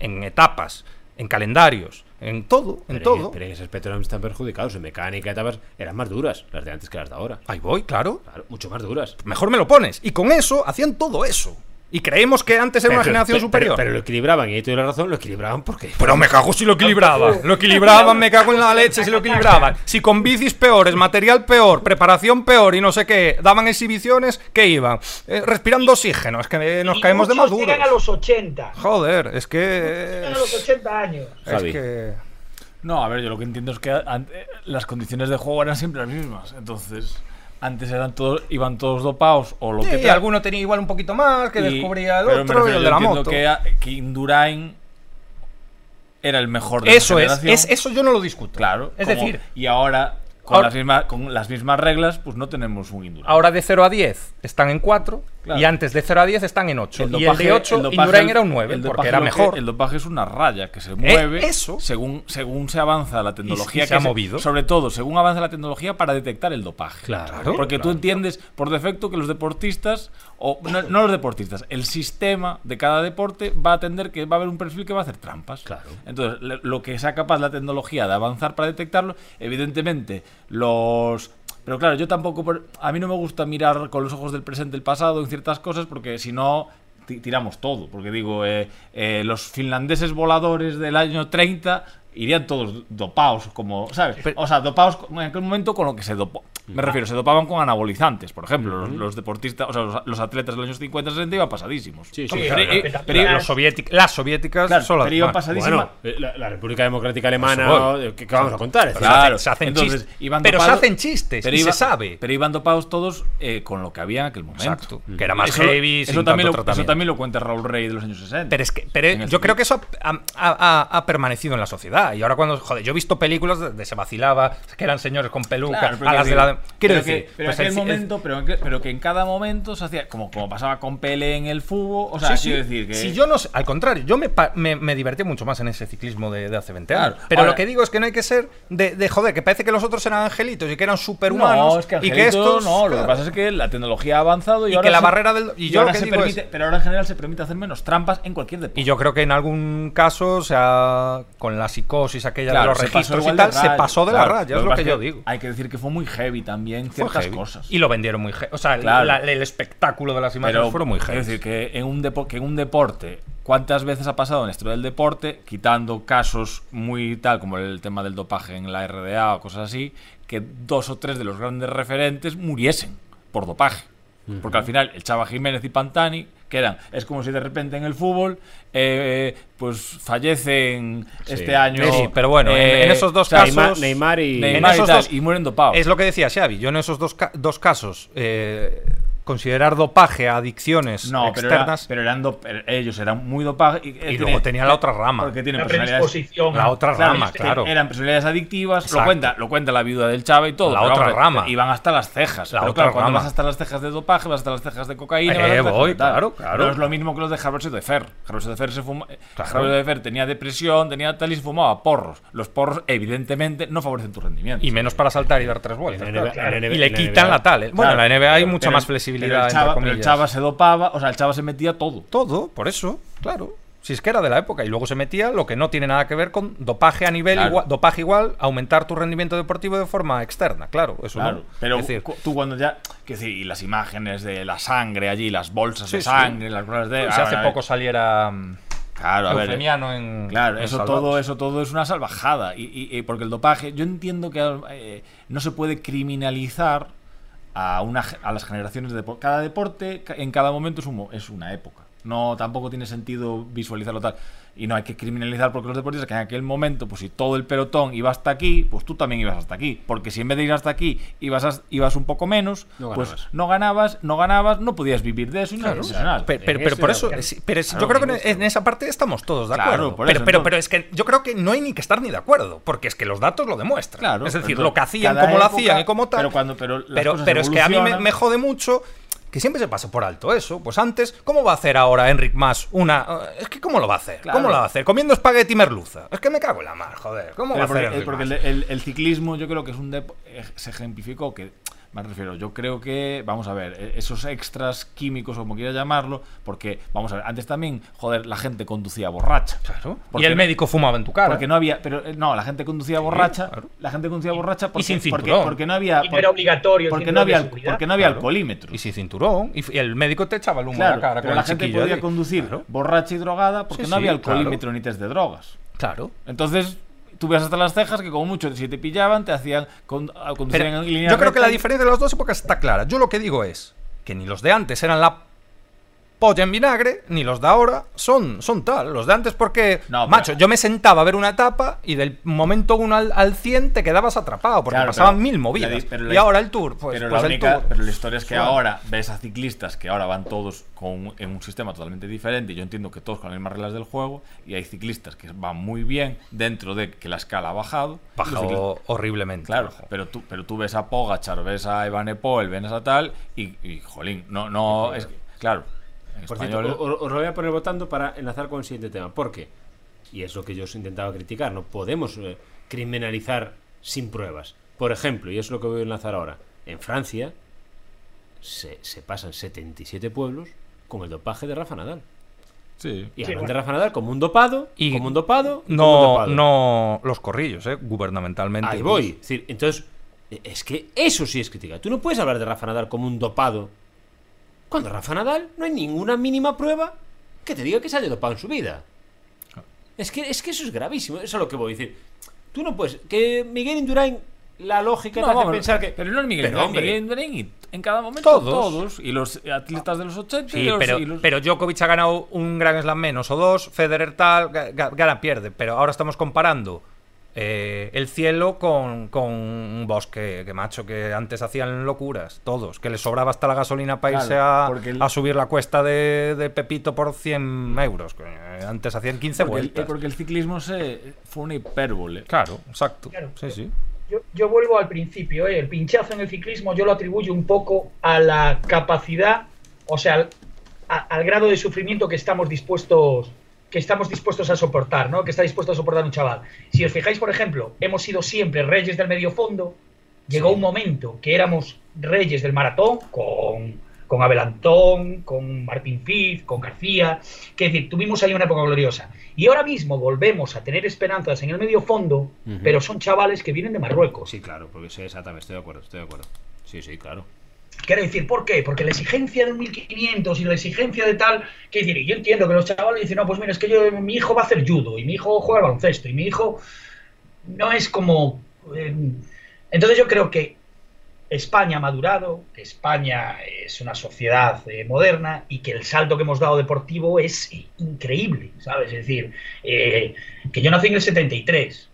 Speaker 4: en etapas, en calendarios, en todo, en
Speaker 2: Pero
Speaker 4: todo.
Speaker 2: Pero en ese aspecto eran- están perjudicados. En mecánica, etapas, eran más duras las de antes que las de ahora.
Speaker 4: Ahí voy, claro.
Speaker 2: Claro, mucho más duras.
Speaker 4: Mejor me lo pones. Y con eso hacían todo eso. Y creemos que antes era una
Speaker 2: Pero-
Speaker 4: generación
Speaker 2: pero-
Speaker 4: superior. Pues,
Speaker 2: Pero, pero lo equilibraban, y ahí te doy la razón, lo equilibraban porque.
Speaker 4: Pero me cago si lo equilibraban. Lo equilibraban, me cago en la leche si lo equilibraban. Si con bicis peores, material peor, preparación peor y no sé qué, daban exhibiciones, ¿qué iban? Eh, respirando oxígeno, es que eh, nos
Speaker 3: y
Speaker 4: caemos de más
Speaker 3: muchos
Speaker 4: duros.
Speaker 3: llegan a los 80.
Speaker 4: Joder, es que.
Speaker 3: Llegan a los
Speaker 4: Es,
Speaker 3: 80 años.
Speaker 4: es
Speaker 2: Javi.
Speaker 4: que.
Speaker 5: No, a ver, yo lo que entiendo es que an- eh, las condiciones de juego eran siempre las mismas. Entonces, antes eran todos, iban todos dopados o lo que
Speaker 4: Sí,
Speaker 5: tal,
Speaker 4: alguno tenía igual un poquito más, que
Speaker 5: y-
Speaker 4: descubría el
Speaker 5: pero me
Speaker 4: otro y
Speaker 5: refiero,
Speaker 4: el
Speaker 5: yo
Speaker 4: de la
Speaker 5: entiendo
Speaker 4: moto.
Speaker 5: Que, a- que Indurain era el mejor de la
Speaker 4: Eso es,
Speaker 5: generación.
Speaker 4: es, eso yo no lo discuto.
Speaker 5: Claro.
Speaker 4: Es
Speaker 5: como-
Speaker 4: decir,
Speaker 5: Y ahora, con,
Speaker 4: ahora-
Speaker 5: Las mismas, con las mismas reglas, pues no tenemos un Indurain.
Speaker 4: ahora de 0 a 10 están en 4
Speaker 5: Claro.
Speaker 4: y antes de 0 a 10 están en 8. y el de 8,
Speaker 5: el dopaje-
Speaker 4: Indurain era un 9,
Speaker 5: el dopaje
Speaker 4: porque era
Speaker 5: lo que-
Speaker 4: mejor. Eh,
Speaker 5: el dopaje es una raya que se mueve
Speaker 4: eso.
Speaker 5: Según, según se avanza la tecnología.
Speaker 4: y se
Speaker 5: que
Speaker 4: ha movido.
Speaker 5: Sobre todo, según avanza la tecnología para detectar el dopaje.
Speaker 4: Claro.
Speaker 5: Porque tú entiendes por defecto que los deportistas, o no, no los deportistas, el sistema de cada deporte va a atender que va a haber un perfil que va a hacer trampas.
Speaker 2: Claro.
Speaker 5: Entonces, le- lo que sea capaz la tecnología de avanzar para detectarlo, evidentemente, los. Pero claro, yo tampoco. por- A mí no me gusta mirar con los ojos del presente el pasado en ciertas cosas, porque si no. ti- Tiramos todo, porque digo, eh, eh, los finlandeses voladores del año 30 irían todos dopados, como, ¿sabes? o sea, dopados con- en aquel momento con lo que se dopó. Me
Speaker 2: Ah.
Speaker 5: refiero, se dopaban con anabolizantes, por ejemplo. los, los deportistas, o sea, los, los atletas de los años 50-60 iban pasadísimos.
Speaker 2: Sí, sí,
Speaker 5: Pero-
Speaker 2: claro.
Speaker 5: eh,
Speaker 3: Pero-
Speaker 5: pero iban-
Speaker 4: Los soviétic- las soviéticas
Speaker 5: claro,
Speaker 4: son las
Speaker 5: pero iban
Speaker 4: más.
Speaker 5: pasadísimos.
Speaker 2: Bueno, eh, la, la República Democrática
Speaker 4: Eso
Speaker 2: Alemana,
Speaker 4: voy.
Speaker 2: eh, ¿qué, qué vamos a contar? Es decir,
Speaker 5: Claro.
Speaker 4: se hacen
Speaker 5: Entonces,
Speaker 4: chistes.
Speaker 5: iban
Speaker 4: pero
Speaker 5: dopados-
Speaker 4: se hacen chistes y
Speaker 5: iba-
Speaker 4: se sabe.
Speaker 5: Pero iban dopados todos eh, con lo que había en aquel momento.
Speaker 4: Exacto. Que era más
Speaker 5: Eso,
Speaker 4: heavy,
Speaker 5: eso
Speaker 4: sin tanto
Speaker 5: también lo, eso
Speaker 4: tratamiento.
Speaker 5: también lo cuenta Raúl Rey de los años 60.
Speaker 4: Pero es que pero
Speaker 5: En el
Speaker 4: yo
Speaker 5: cine.
Speaker 4: creo que eso ha, ha- ha- ha permanecido en la sociedad. Y ahora cuando. Joder, yo he visto películas donde se vacilaba, que eran señores con peluca,
Speaker 5: Claro, pero
Speaker 4: a las de
Speaker 5: digo,
Speaker 4: la. Quiero
Speaker 5: pero
Speaker 4: decir,
Speaker 5: que, pero
Speaker 4: pues el
Speaker 5: en aquel
Speaker 4: ci- el-
Speaker 5: momento, pero, en que, pero que en cada momento se hacía como, como pasaba con Pele en el fútbol, o
Speaker 4: Sí,
Speaker 5: sea,
Speaker 4: sí.
Speaker 5: quiero decir que
Speaker 4: Si yo no sé- al contrario, yo me, pa- me, me divertí mucho más en ese ciclismo de, de hace 20 años.
Speaker 5: Claro.
Speaker 4: Pero lo
Speaker 5: Ahora-
Speaker 4: que digo es que no hay que ser de, de joder, que parece que los otros eran angelitos y que eran superhumanos.
Speaker 5: No, es que
Speaker 4: y que
Speaker 5: Angelito
Speaker 4: estos.
Speaker 5: no, lo que
Speaker 4: claro.
Speaker 5: pasa es que la tecnología ha avanzado y,
Speaker 4: Y
Speaker 5: ahora
Speaker 4: que la
Speaker 5: se-
Speaker 4: barrera del- y yo
Speaker 5: ahora
Speaker 4: lo que
Speaker 5: se
Speaker 4: digo
Speaker 5: permite-
Speaker 4: es-
Speaker 5: pero ahora en general se permite hacer menos trampas en cualquier deporte.
Speaker 4: Y yo creo que en algún caso, o sea, con la psicosis aquella de
Speaker 5: Claro,
Speaker 4: los
Speaker 5: se pasó
Speaker 4: registros y
Speaker 5: igual de
Speaker 4: tal, se
Speaker 5: raya,
Speaker 4: pasó de
Speaker 5: claro.
Speaker 4: la raya, es lo
Speaker 5: pasa
Speaker 4: que yo digo.
Speaker 5: Hay que decir que fue muy heavy también
Speaker 4: Fue
Speaker 5: ciertas
Speaker 4: heavy.
Speaker 5: cosas.
Speaker 4: Y lo vendieron muy heavy. O sea,
Speaker 5: Claro.
Speaker 4: la- el espectáculo de las imágenes
Speaker 5: pero
Speaker 4: fueron muy
Speaker 5: quiero
Speaker 4: heavy.
Speaker 5: decir que en un depo- que en un deporte cuántas veces ha pasado en la historia del deporte quitando casos muy tal como el tema del dopaje en la RDA o cosas así que dos o tres de los grandes referentes muriesen por dopaje Porque al final el Chava Jiménez y Pantani quedan. Es como si de repente en el fútbol eh, pues fallecen
Speaker 2: Sí.
Speaker 5: este año. eh,
Speaker 4: Messi, pero bueno, en- en esos dos
Speaker 5: Neymar-
Speaker 4: casos-
Speaker 2: Neymar y-
Speaker 5: Neymar
Speaker 4: En esos
Speaker 5: y, tal,
Speaker 4: dos-
Speaker 5: y mueren dopados.
Speaker 4: Es lo que decía Xavi. Yo en esos dos, ca- dos casos, eh, considerar dopaje a adicciones
Speaker 5: No, pero, era-
Speaker 4: externas
Speaker 5: pero eran do- pero ellos eran muy dopados. Y, eh,
Speaker 4: y luego tenía la otra rama.
Speaker 5: Porque tienen
Speaker 3: Una
Speaker 5: personalidades.
Speaker 3: predisposición.
Speaker 4: La otra
Speaker 5: Claro,
Speaker 4: rama,
Speaker 5: este-
Speaker 4: claro.
Speaker 5: Eran personalidades adictivas, lo
Speaker 4: Exacto.
Speaker 5: cuenta, lo cuenta la viuda del Chava y todo.
Speaker 4: La
Speaker 5: pero
Speaker 4: otra
Speaker 5: vamos, eh,
Speaker 4: rama.
Speaker 5: Iban hasta las cejas.
Speaker 4: La
Speaker 5: pero
Speaker 4: otra
Speaker 5: claro, cuando
Speaker 4: rama.
Speaker 5: vas hasta las cejas de dopaje, vas hasta las cejas de cocaína.
Speaker 4: Eh,
Speaker 5: vas hasta las cejas
Speaker 4: voy,
Speaker 5: de tal.
Speaker 4: claro, claro.
Speaker 5: No es lo mismo que los de Harvard de Fer. Harvard de Fer se fuma- eh,
Speaker 4: Claro.
Speaker 5: Harvard de Fer tenía depresión, tenía tal y se fumaba porros. Los porros, evidentemente, no favorecen tu rendimiento.
Speaker 4: Y menos para saltar y dar tres vueltas.
Speaker 2: En la NBA,
Speaker 3: claro.
Speaker 2: en la
Speaker 4: Y
Speaker 2: NBA,
Speaker 4: le
Speaker 2: en la
Speaker 4: quitan
Speaker 2: NBA.
Speaker 4: la tal. eh. Bueno, en la NBA hay mucha más flexibilidad.
Speaker 5: Pero el, chava,
Speaker 4: entre
Speaker 5: pero el
Speaker 4: comillas.
Speaker 5: Chava se dopaba, o sea, el Chava se metía todo.
Speaker 4: Todo, por eso, claro. Si es que era de la época y luego se metía lo que no tiene nada que ver con dopaje a nivel
Speaker 5: Claro.
Speaker 4: igual, dopaje igual, aumentar tu rendimiento deportivo de forma externa, claro, eso
Speaker 5: Claro,
Speaker 4: no.
Speaker 5: pero
Speaker 4: Es decir, eh,
Speaker 5: cu- tú cuando ya. Que sí, y las imágenes de la sangre allí, las bolsas de
Speaker 4: Sí, sí.
Speaker 5: sangre, las ruedas de.
Speaker 4: si hace
Speaker 5: ah,
Speaker 4: poco saliera mm,
Speaker 5: Claro, a ver,
Speaker 4: Eufemiano
Speaker 2: Mm,
Speaker 4: en
Speaker 5: Claro,
Speaker 4: en
Speaker 5: eso
Speaker 4: Salvados.
Speaker 5: todo, eso todo es una salvajada. Y, y- y porque el dopaje, yo entiendo que eh, no se puede criminalizar a, una, ge- a las generaciones de deporte. Cada deporte ca- en cada momento es, un mo- es una época. No, tampoco tiene sentido visualizarlo tal. Y no hay que criminalizar porque los deportistas que en aquel momento, pues si todo el pelotón iba hasta aquí, pues tú también ibas hasta aquí. Porque si en vez de ir hasta aquí ibas, as- ibas un poco menos,
Speaker 2: No
Speaker 5: pues
Speaker 2: ganabas.
Speaker 5: no ganabas, no ganabas, no podías vivir de eso y no eras profesional.
Speaker 4: Pero, pero-
Speaker 2: En
Speaker 4: pero
Speaker 2: eso
Speaker 4: por
Speaker 2: de
Speaker 4: eso,
Speaker 2: acuerdo.
Speaker 4: sí, pero es-
Speaker 5: Claro,
Speaker 4: yo creo que
Speaker 5: en
Speaker 4: en, en esa parte estamos todos de
Speaker 5: Claro,
Speaker 4: acuerdo.
Speaker 5: por
Speaker 4: pero,
Speaker 5: eso,
Speaker 4: pero,
Speaker 5: entonces.
Speaker 4: pero es que yo creo que no hay ni que estar ni de acuerdo, porque es que los datos lo demuestran.
Speaker 5: Claro,
Speaker 4: es decir,
Speaker 5: entonces,
Speaker 4: lo que hacían,
Speaker 5: cada
Speaker 4: cómo lo
Speaker 5: época-
Speaker 4: hacían y cómo tal.
Speaker 5: pero cuando- pero las
Speaker 4: pero,
Speaker 5: cosas
Speaker 4: pero es que a mí me,
Speaker 5: evolucionan.
Speaker 4: me jode mucho que siempre se pasa por alto eso. Pues antes, ¿cómo va a hacer ahora Enric Mas una. eh, Es que ¿cómo lo va a hacer?
Speaker 5: Claro.
Speaker 4: ¿Cómo lo va a hacer? Comiendo espagueti y merluza. Es que me cago en la mar, joder. ¿Cómo va a
Speaker 5: Pero
Speaker 4: hacer?
Speaker 5: porque, eh,
Speaker 4: Enric
Speaker 5: porque
Speaker 4: Mas?
Speaker 5: el, el- el ciclismo yo creo que es un depo- eh, se ejemplificó que me refiero yo creo que vamos a ver eh, esos extras químicos o como quiera llamarlo porque vamos a ver antes también joder la gente conducía borracha
Speaker 4: Claro. Y
Speaker 5: Porque-
Speaker 4: el médico fumaba en tu cara.
Speaker 5: porque no había pero eh, no la gente conducía borracha
Speaker 4: claro.
Speaker 5: la gente conducía borracha porque,
Speaker 4: sin
Speaker 5: porque,
Speaker 4: cinturón.
Speaker 5: porque no había
Speaker 3: Y no
Speaker 5: por-
Speaker 3: era obligatorio el
Speaker 5: porque
Speaker 3: cinturón
Speaker 5: no
Speaker 3: de
Speaker 5: había
Speaker 3: seguridad.
Speaker 5: porque no había
Speaker 4: Claro.
Speaker 5: alcoholímetro
Speaker 4: Y sin cinturón. Y, f- y el médico te echaba el humo
Speaker 5: claro
Speaker 4: en la cara.
Speaker 5: pero
Speaker 4: con
Speaker 5: la
Speaker 4: el
Speaker 5: gente
Speaker 4: chiquillo
Speaker 5: podía
Speaker 4: ahí.
Speaker 5: conducir
Speaker 4: Claro.
Speaker 5: borracha y drogada porque
Speaker 4: Sí,
Speaker 5: no había
Speaker 4: sí, claro.
Speaker 5: alcoholímetro ni test de drogas
Speaker 4: claro.
Speaker 5: Entonces, tú ves hasta las cejas que como mucho, si te pillaban, te hacían con, a- conducían
Speaker 4: Pero
Speaker 5: Pues en línea
Speaker 4: yo creo que la
Speaker 5: recta.
Speaker 4: diferencia de las dos épocas está clara. Yo lo que digo es que ni los de antes eran la polla en vinagre, ni los de ahora son, son tal. Los de antes porque,
Speaker 5: No, pero-
Speaker 4: macho, yo me sentaba a ver una etapa y del momento 1 al, al 100 te quedabas atrapado porque
Speaker 5: Claro,
Speaker 4: pasaban
Speaker 5: pero
Speaker 4: mil
Speaker 5: la
Speaker 4: movidas.
Speaker 5: di- pero la
Speaker 4: y
Speaker 5: his-
Speaker 4: ahora el tour, pues,
Speaker 5: pero,
Speaker 4: pues
Speaker 5: la
Speaker 4: el
Speaker 5: única-
Speaker 4: tour.
Speaker 5: pero la historia es que
Speaker 4: Suave.
Speaker 5: ahora ves a ciclistas que ahora van todos con, en un sistema totalmente diferente. y Yo entiendo que todos con las mismas reglas del juego. Y hay ciclistas que van muy bien dentro de que la escala ha bajado. y los
Speaker 4: Bajó
Speaker 5: ciclistas-
Speaker 4: horriblemente.
Speaker 5: Claro,
Speaker 4: bajó.
Speaker 5: pero tú, pero tú ves a Pogachar, ves a Evan Epoel, ves a tal. Y, y, jolín, no, no. Es, claro. en
Speaker 2: Por cierto,
Speaker 5: español-
Speaker 2: o- o- os lo voy a poner votando para enlazar con el siguiente tema. Porque, y es lo que yo os intentaba criticar, no podemos eh, criminalizar sin pruebas. Por ejemplo, y es lo que voy a enlazar ahora, en Francia se, se pasan 77 pueblos con el dopaje de Rafa Nadal.
Speaker 5: sí.
Speaker 2: Y
Speaker 3: Sí,
Speaker 2: hablan
Speaker 3: bueno.
Speaker 2: de Rafa Nadal como un dopado,
Speaker 4: Y
Speaker 2: como un dopado, como un
Speaker 4: No,
Speaker 2: dopado.
Speaker 4: no los corrillos, eh, gubernamentalmente.
Speaker 2: Ahí voy. Es decir, entonces, e- es que eso sí es crítica. Tú no puedes hablar de Rafa Nadal como un dopado. Cuando Rafa Nadal no hay ninguna mínima prueba que te diga que se haya dopado en su vida.
Speaker 5: Ah.
Speaker 2: Es que, es que eso es gravísimo. Eso es lo que voy a decir. Tú no puedes. Que Miguel Indurain, la lógica
Speaker 5: No,
Speaker 2: te hace
Speaker 5: vamos,
Speaker 2: pensar que.
Speaker 5: Pero no es Miguel
Speaker 2: Pero,
Speaker 5: Indurain,
Speaker 2: hombre,
Speaker 5: Miguel Indurain y en cada momento todos.
Speaker 4: Todos.
Speaker 5: Y los atletas de los 80 y
Speaker 4: Sí,
Speaker 5: los-
Speaker 4: pero,
Speaker 5: y los-
Speaker 4: pero Djokovic ha ganado un Gran Slam menos o dos, Federer tal, ga- ga- gana, pierde. Pero ahora estamos comparando eh, el cielo con, con un bosque, que macho, que antes hacían locuras, todos, que les sobraba hasta la gasolina para
Speaker 5: Claro,
Speaker 4: irse a,
Speaker 5: porque el-
Speaker 4: a subir la cuesta de, de Pepito por 100 euros. coño, eh, Antes hacían 15
Speaker 5: porque, el, eh,
Speaker 4: vueltas.
Speaker 5: porque el ciclismo se, fue una hipérbole.
Speaker 4: Claro, exacto.
Speaker 3: Claro.
Speaker 4: Sí, sí.
Speaker 3: Yo, yo vuelvo al principio, ¿eh? el pinchazo en el ciclismo yo lo atribuyo un poco a la capacidad, o sea, al, a- al grado de sufrimiento que estamos dispuestos que estamos dispuestos a soportar, ¿no? Que está dispuesto a soportar un chaval. Si os fijáis, por ejemplo, hemos sido siempre reyes del medio fondo. Llegó un momento que éramos reyes del maratón con, con Abelantón, con Martín Fiz, con García. Que es decir, tuvimos ahí una época gloriosa. Y ahora mismo volvemos a tener esperanzas en el medio fondo,
Speaker 2: Ujú.
Speaker 3: pero son chavales que vienen de Marruecos.
Speaker 2: Oh, Sí, claro, porque sí, exactamente. Estoy de acuerdo, estoy de acuerdo. Sí, sí, claro.
Speaker 3: Quiero decir, ¿por qué? Porque la exigencia de un 1500 y la exigencia de tal, que decir, y yo entiendo que los chavales dicen, no, pues mira, es que yo, mi hijo va a hacer judo, y mi hijo juega al baloncesto, y mi hijo no es como... eh, entonces yo creo que España ha madurado, que España es una sociedad eh, moderna y que el salto que hemos dado deportivo es eh, increíble, ¿sabes? Es decir, eh, que yo nací en el 73,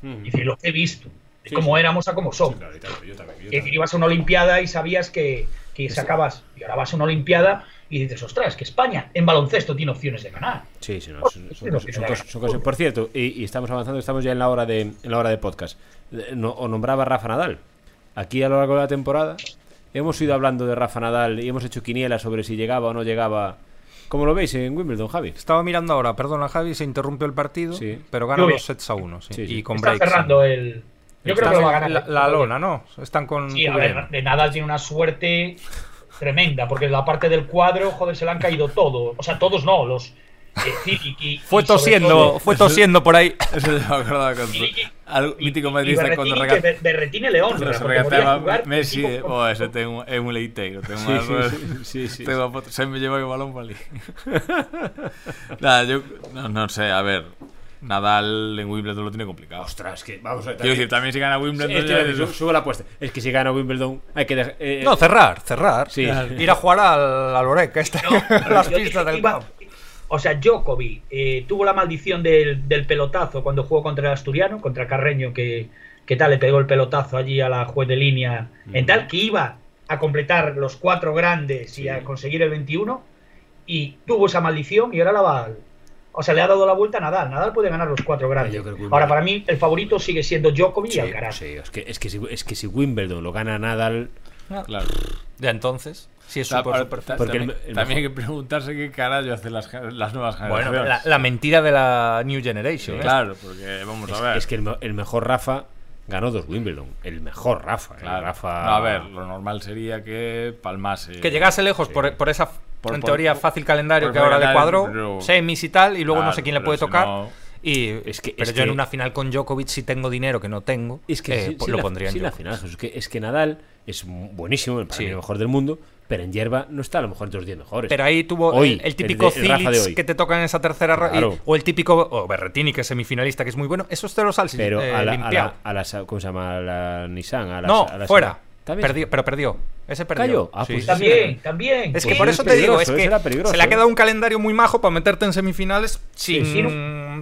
Speaker 5: Mm.
Speaker 3: es decir, lo que he visto, de
Speaker 2: Sí,
Speaker 3: cómo
Speaker 2: sí.
Speaker 3: éramos a cómo somos.
Speaker 2: Claro, yo también, yo también, yo
Speaker 3: Es decir,
Speaker 2: también.
Speaker 3: ibas a una Olimpiada y sabías que, que sacabas, y ahora vas a una Olimpiada y dices, ostras, que España en baloncesto tiene opciones de ganar.
Speaker 2: Sí, Oh, sí, no, son, son cosas- son cosas- son cosas- Por cierto, y, y estamos avanzando, estamos ya en la hora de, en la hora de podcast. Eh, no- o nombraba a Rafa Nadal. Aquí a lo largo de la temporada hemos ido hablando de Rafa Nadal y hemos hecho quiniela sobre si llegaba o no llegaba. ¿Cómo lo veis en Wimbledon, Javi?
Speaker 4: Estaba mirando ahora, perdona Javi, se interrumpió el partido,
Speaker 2: Sí.
Speaker 4: pero gana
Speaker 3: Lluvia.
Speaker 4: dos sets a uno. sí,
Speaker 2: Sí, sí.
Speaker 4: Y con
Speaker 3: Está
Speaker 4: breaks.
Speaker 3: cerrando el... Yo creo
Speaker 4: Están
Speaker 3: que lo va a
Speaker 4: en
Speaker 3: ganar. ¿eh?
Speaker 4: La, la lona, ¿no? Están con.
Speaker 3: Sí, a
Speaker 4: Cubrera.
Speaker 3: ver, de Nadal tiene una suerte tremenda, porque en la parte del cuadro, joder, se le han caído todo. O sea, todos no, los... eh, Cilic y-
Speaker 4: fue
Speaker 3: y sobre
Speaker 4: tosiendo,
Speaker 3: todo-
Speaker 4: fue tosiendo por ahí.
Speaker 5: Eso yo me acordaba con su-
Speaker 3: Y-
Speaker 5: al
Speaker 3: y-
Speaker 5: mítico
Speaker 3: y
Speaker 5: madridista cuando
Speaker 3: Berrettini,
Speaker 5: regata.
Speaker 3: que Ber- Berrettini y León.
Speaker 5: Cuando
Speaker 3: ¿verdad?
Speaker 5: se
Speaker 3: Porque podía
Speaker 5: regateaba
Speaker 3: jugar
Speaker 5: Messi,
Speaker 4: eh,
Speaker 3: tipo con-
Speaker 5: oh, ese ten un, é un leiteiro, ten
Speaker 2: Sí,
Speaker 5: unha-
Speaker 2: sí, sí, sí, sí.
Speaker 5: ten unha foto- se me llevou o balón para ali. Nada, yo no, no sé, a ver, Nadal en Wimbledon lo tiene complicado.
Speaker 2: Ostras, que vamos a ver.
Speaker 5: Quiero decir, también si gana Wimbledon
Speaker 2: este
Speaker 5: ya es-
Speaker 2: subo la apuesta. Es que si gana Wimbledon hay que dejar. eh,
Speaker 4: No, cerrar, cerrar.
Speaker 2: Sí. Claro.
Speaker 4: Ir a jugar a la Loreca, esta, las
Speaker 3: Yo dije
Speaker 4: pistas
Speaker 3: que
Speaker 4: del
Speaker 3: iba-
Speaker 4: campo.
Speaker 3: O sea, Djokovic eh, tuvo la maldición del, del pelotazo cuando jugó contra el Asturiano, contra Carreño, que, que tal, le pegó el pelotazo allí a la juez de línea, en tal que iba a completar los cuatro grandes y a conseguir el 21, y tuvo esa maldición y ahora la va... O sea, le ha dado la vuelta a Nadal. Nadal puede ganar los cuatro grandes.
Speaker 2: Yo creo que
Speaker 3: Ahora,
Speaker 2: Wimbledon-
Speaker 3: para mí, el favorito sigue siendo Djokovic
Speaker 2: sí,
Speaker 3: y Alcaraz.
Speaker 2: sí, es que, es, que si, es que si Wimbledon lo gana Nadal.
Speaker 5: Claro.
Speaker 4: Ya entonces, si es
Speaker 5: Ta-
Speaker 4: súper,
Speaker 5: ahora,
Speaker 4: súper
Speaker 5: ta-
Speaker 2: Porque el-
Speaker 5: también,
Speaker 2: el
Speaker 5: también hay que preguntarse qué carajo hacen las, gen- las nuevas
Speaker 4: Bueno,
Speaker 5: generaciones.
Speaker 4: la, la mentira de la New Generation. ¿eh?
Speaker 5: claro, porque vamos
Speaker 2: Es,
Speaker 5: a ver.
Speaker 2: es que el, me- el mejor Rafa ganó dos Wimbledon. El mejor Rafa. el
Speaker 5: claro.
Speaker 2: Rafa.
Speaker 5: No, a ver, lo normal sería que palmase.
Speaker 4: Que llegase lejos por, por esa,
Speaker 5: Por-
Speaker 4: en
Speaker 5: por-
Speaker 4: teoría,
Speaker 5: por-
Speaker 4: fácil calendario
Speaker 5: por
Speaker 4: que ahora le
Speaker 5: calendario,
Speaker 4: cuadró,
Speaker 5: pero-
Speaker 4: semis y tal, y luego no
Speaker 5: Claro,
Speaker 4: sé quién le
Speaker 5: pero
Speaker 4: puede
Speaker 5: si
Speaker 4: tocar.
Speaker 5: no-
Speaker 4: Y,
Speaker 2: Es que-
Speaker 4: pero
Speaker 2: es
Speaker 4: yo en
Speaker 2: que-
Speaker 4: una final con Djokovic, si tengo dinero que no tengo,
Speaker 2: Es que
Speaker 4: eh,
Speaker 2: sí-
Speaker 4: pues
Speaker 2: sí
Speaker 4: lo
Speaker 2: la-
Speaker 4: pondría en
Speaker 2: sí la
Speaker 4: Djokovic.
Speaker 2: final, Jesús, que- es que Nadal es mu- buenísimo, para
Speaker 4: Sí.
Speaker 2: mí el mejor del mundo, pero en hierba no está a lo mejor entre los 10 mejores.
Speaker 4: Pero ahí tuvo
Speaker 2: Hoy,
Speaker 4: el, el típico
Speaker 2: de- el Rafa de
Speaker 4: Cilic
Speaker 2: hoy.
Speaker 4: que te toca en esa tercera ronda.
Speaker 2: Claro.
Speaker 4: O el típico o Berretini, que es semifinalista, que es muy bueno. Esos te los has
Speaker 2: Pero
Speaker 4: eh,
Speaker 2: a, la, a,
Speaker 4: limpiado.
Speaker 2: la, a la sa- ¿Cómo se llama? A la Nissan. A la,
Speaker 4: no,
Speaker 2: a la-
Speaker 4: fuera.
Speaker 2: También se-
Speaker 4: Perdió- pero perdió. Ese perdió.
Speaker 2: Cayó. Ah,
Speaker 4: Sí.
Speaker 2: pues ese-
Speaker 3: También, también.
Speaker 4: Es que
Speaker 3: Pues
Speaker 4: por
Speaker 2: era
Speaker 4: eso te digo, es
Speaker 2: peligroso,
Speaker 4: que
Speaker 2: ese era peligroso,
Speaker 4: se le ha
Speaker 2: ¿eh?
Speaker 4: quedado un calendario muy majo para meterte en semifinales sin
Speaker 3: Sí, sí,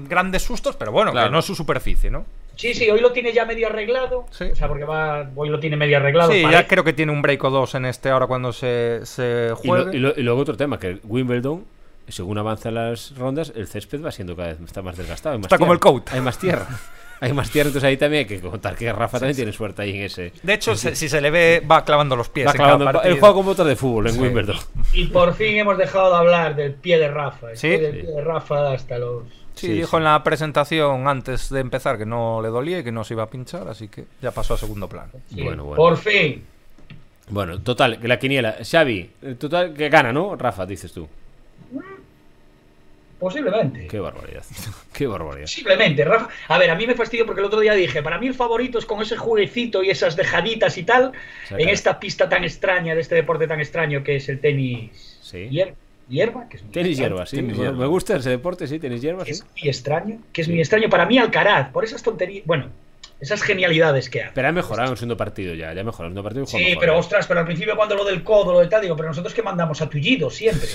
Speaker 4: grandes sustos, pero bueno,
Speaker 5: Claro.
Speaker 4: que no es su superficie, ¿no?
Speaker 3: Sí, sí, hoy lo tiene ya medio arreglado.
Speaker 4: Sí.
Speaker 3: O sea, porque va, hoy lo tiene medio arreglado. este
Speaker 4: sí,
Speaker 3: parece.
Speaker 4: ya creo que tiene un break o dos en este ahora cuando se,
Speaker 2: Y,
Speaker 4: se
Speaker 2: lo-
Speaker 4: juegue.
Speaker 2: y lo- y luego otro tema, que Wimbledon, según avanzan las rondas, el césped va siendo cada vez está más desgastado. hay más
Speaker 4: Está como
Speaker 2: tierra,
Speaker 4: el coat.
Speaker 2: Hay más tierra. hay más tierra, entonces ahí también hay que contar que Rafa también tiene suerte ahí en ese.
Speaker 4: De hecho, se- si se le ve, va clavando los pies.
Speaker 2: Va
Speaker 4: en cada
Speaker 2: clavando-
Speaker 4: partido.
Speaker 2: el juego con botas de fútbol en Wimbledon.
Speaker 3: Y por fin hemos dejado de hablar del pie de Rafa.
Speaker 4: Sí.
Speaker 3: Estoy Del pie de Rafa hasta los.
Speaker 4: Sí,
Speaker 2: Sí,
Speaker 4: dijo
Speaker 2: sí.
Speaker 4: en la presentación antes de empezar que no le dolía y que no se iba a pinchar, así que ya pasó a segundo plano.
Speaker 3: Sí,
Speaker 2: Bueno, bueno.
Speaker 3: Por fin.
Speaker 2: Bueno, total, que la quiniela. Xavi, eh, total, que gana, ¿no? Rafa, dices tú.
Speaker 3: Posiblemente.
Speaker 2: Qué barbaridad. Qué barbaridad.
Speaker 3: Posiblemente, Rafa. A ver, a mí me fastidio porque el otro día dije, para mí el favorito es con ese jueguecito y esas dejaditas y tal,
Speaker 2: Saca.
Speaker 3: en esta pista tan extraña, de este deporte tan extraño que es el tenis
Speaker 2: Sí.
Speaker 3: hier- hierba, que es muy
Speaker 2: Tenis
Speaker 3: extraño.
Speaker 2: hierba, sí.
Speaker 5: Tenis
Speaker 2: Bueno,
Speaker 5: hierba.
Speaker 2: Me gusta ese deporte, sí, tenis hierba,
Speaker 3: que
Speaker 2: sí.
Speaker 3: es muy extraño, que es muy extraño para mí Alcaraz, por esas tonterías, bueno, esas genialidades que hace.
Speaker 2: Pero ha mejorado en el segundo partido ya, ya ha mejorado en el segundo partido. y juega
Speaker 3: Sí,
Speaker 2: mejor,
Speaker 3: pero
Speaker 2: ¿eh?
Speaker 3: ostras, pero al principio cuando lo del codo, lo de tal, digo, pero nosotros que mandamos a tullido siempre.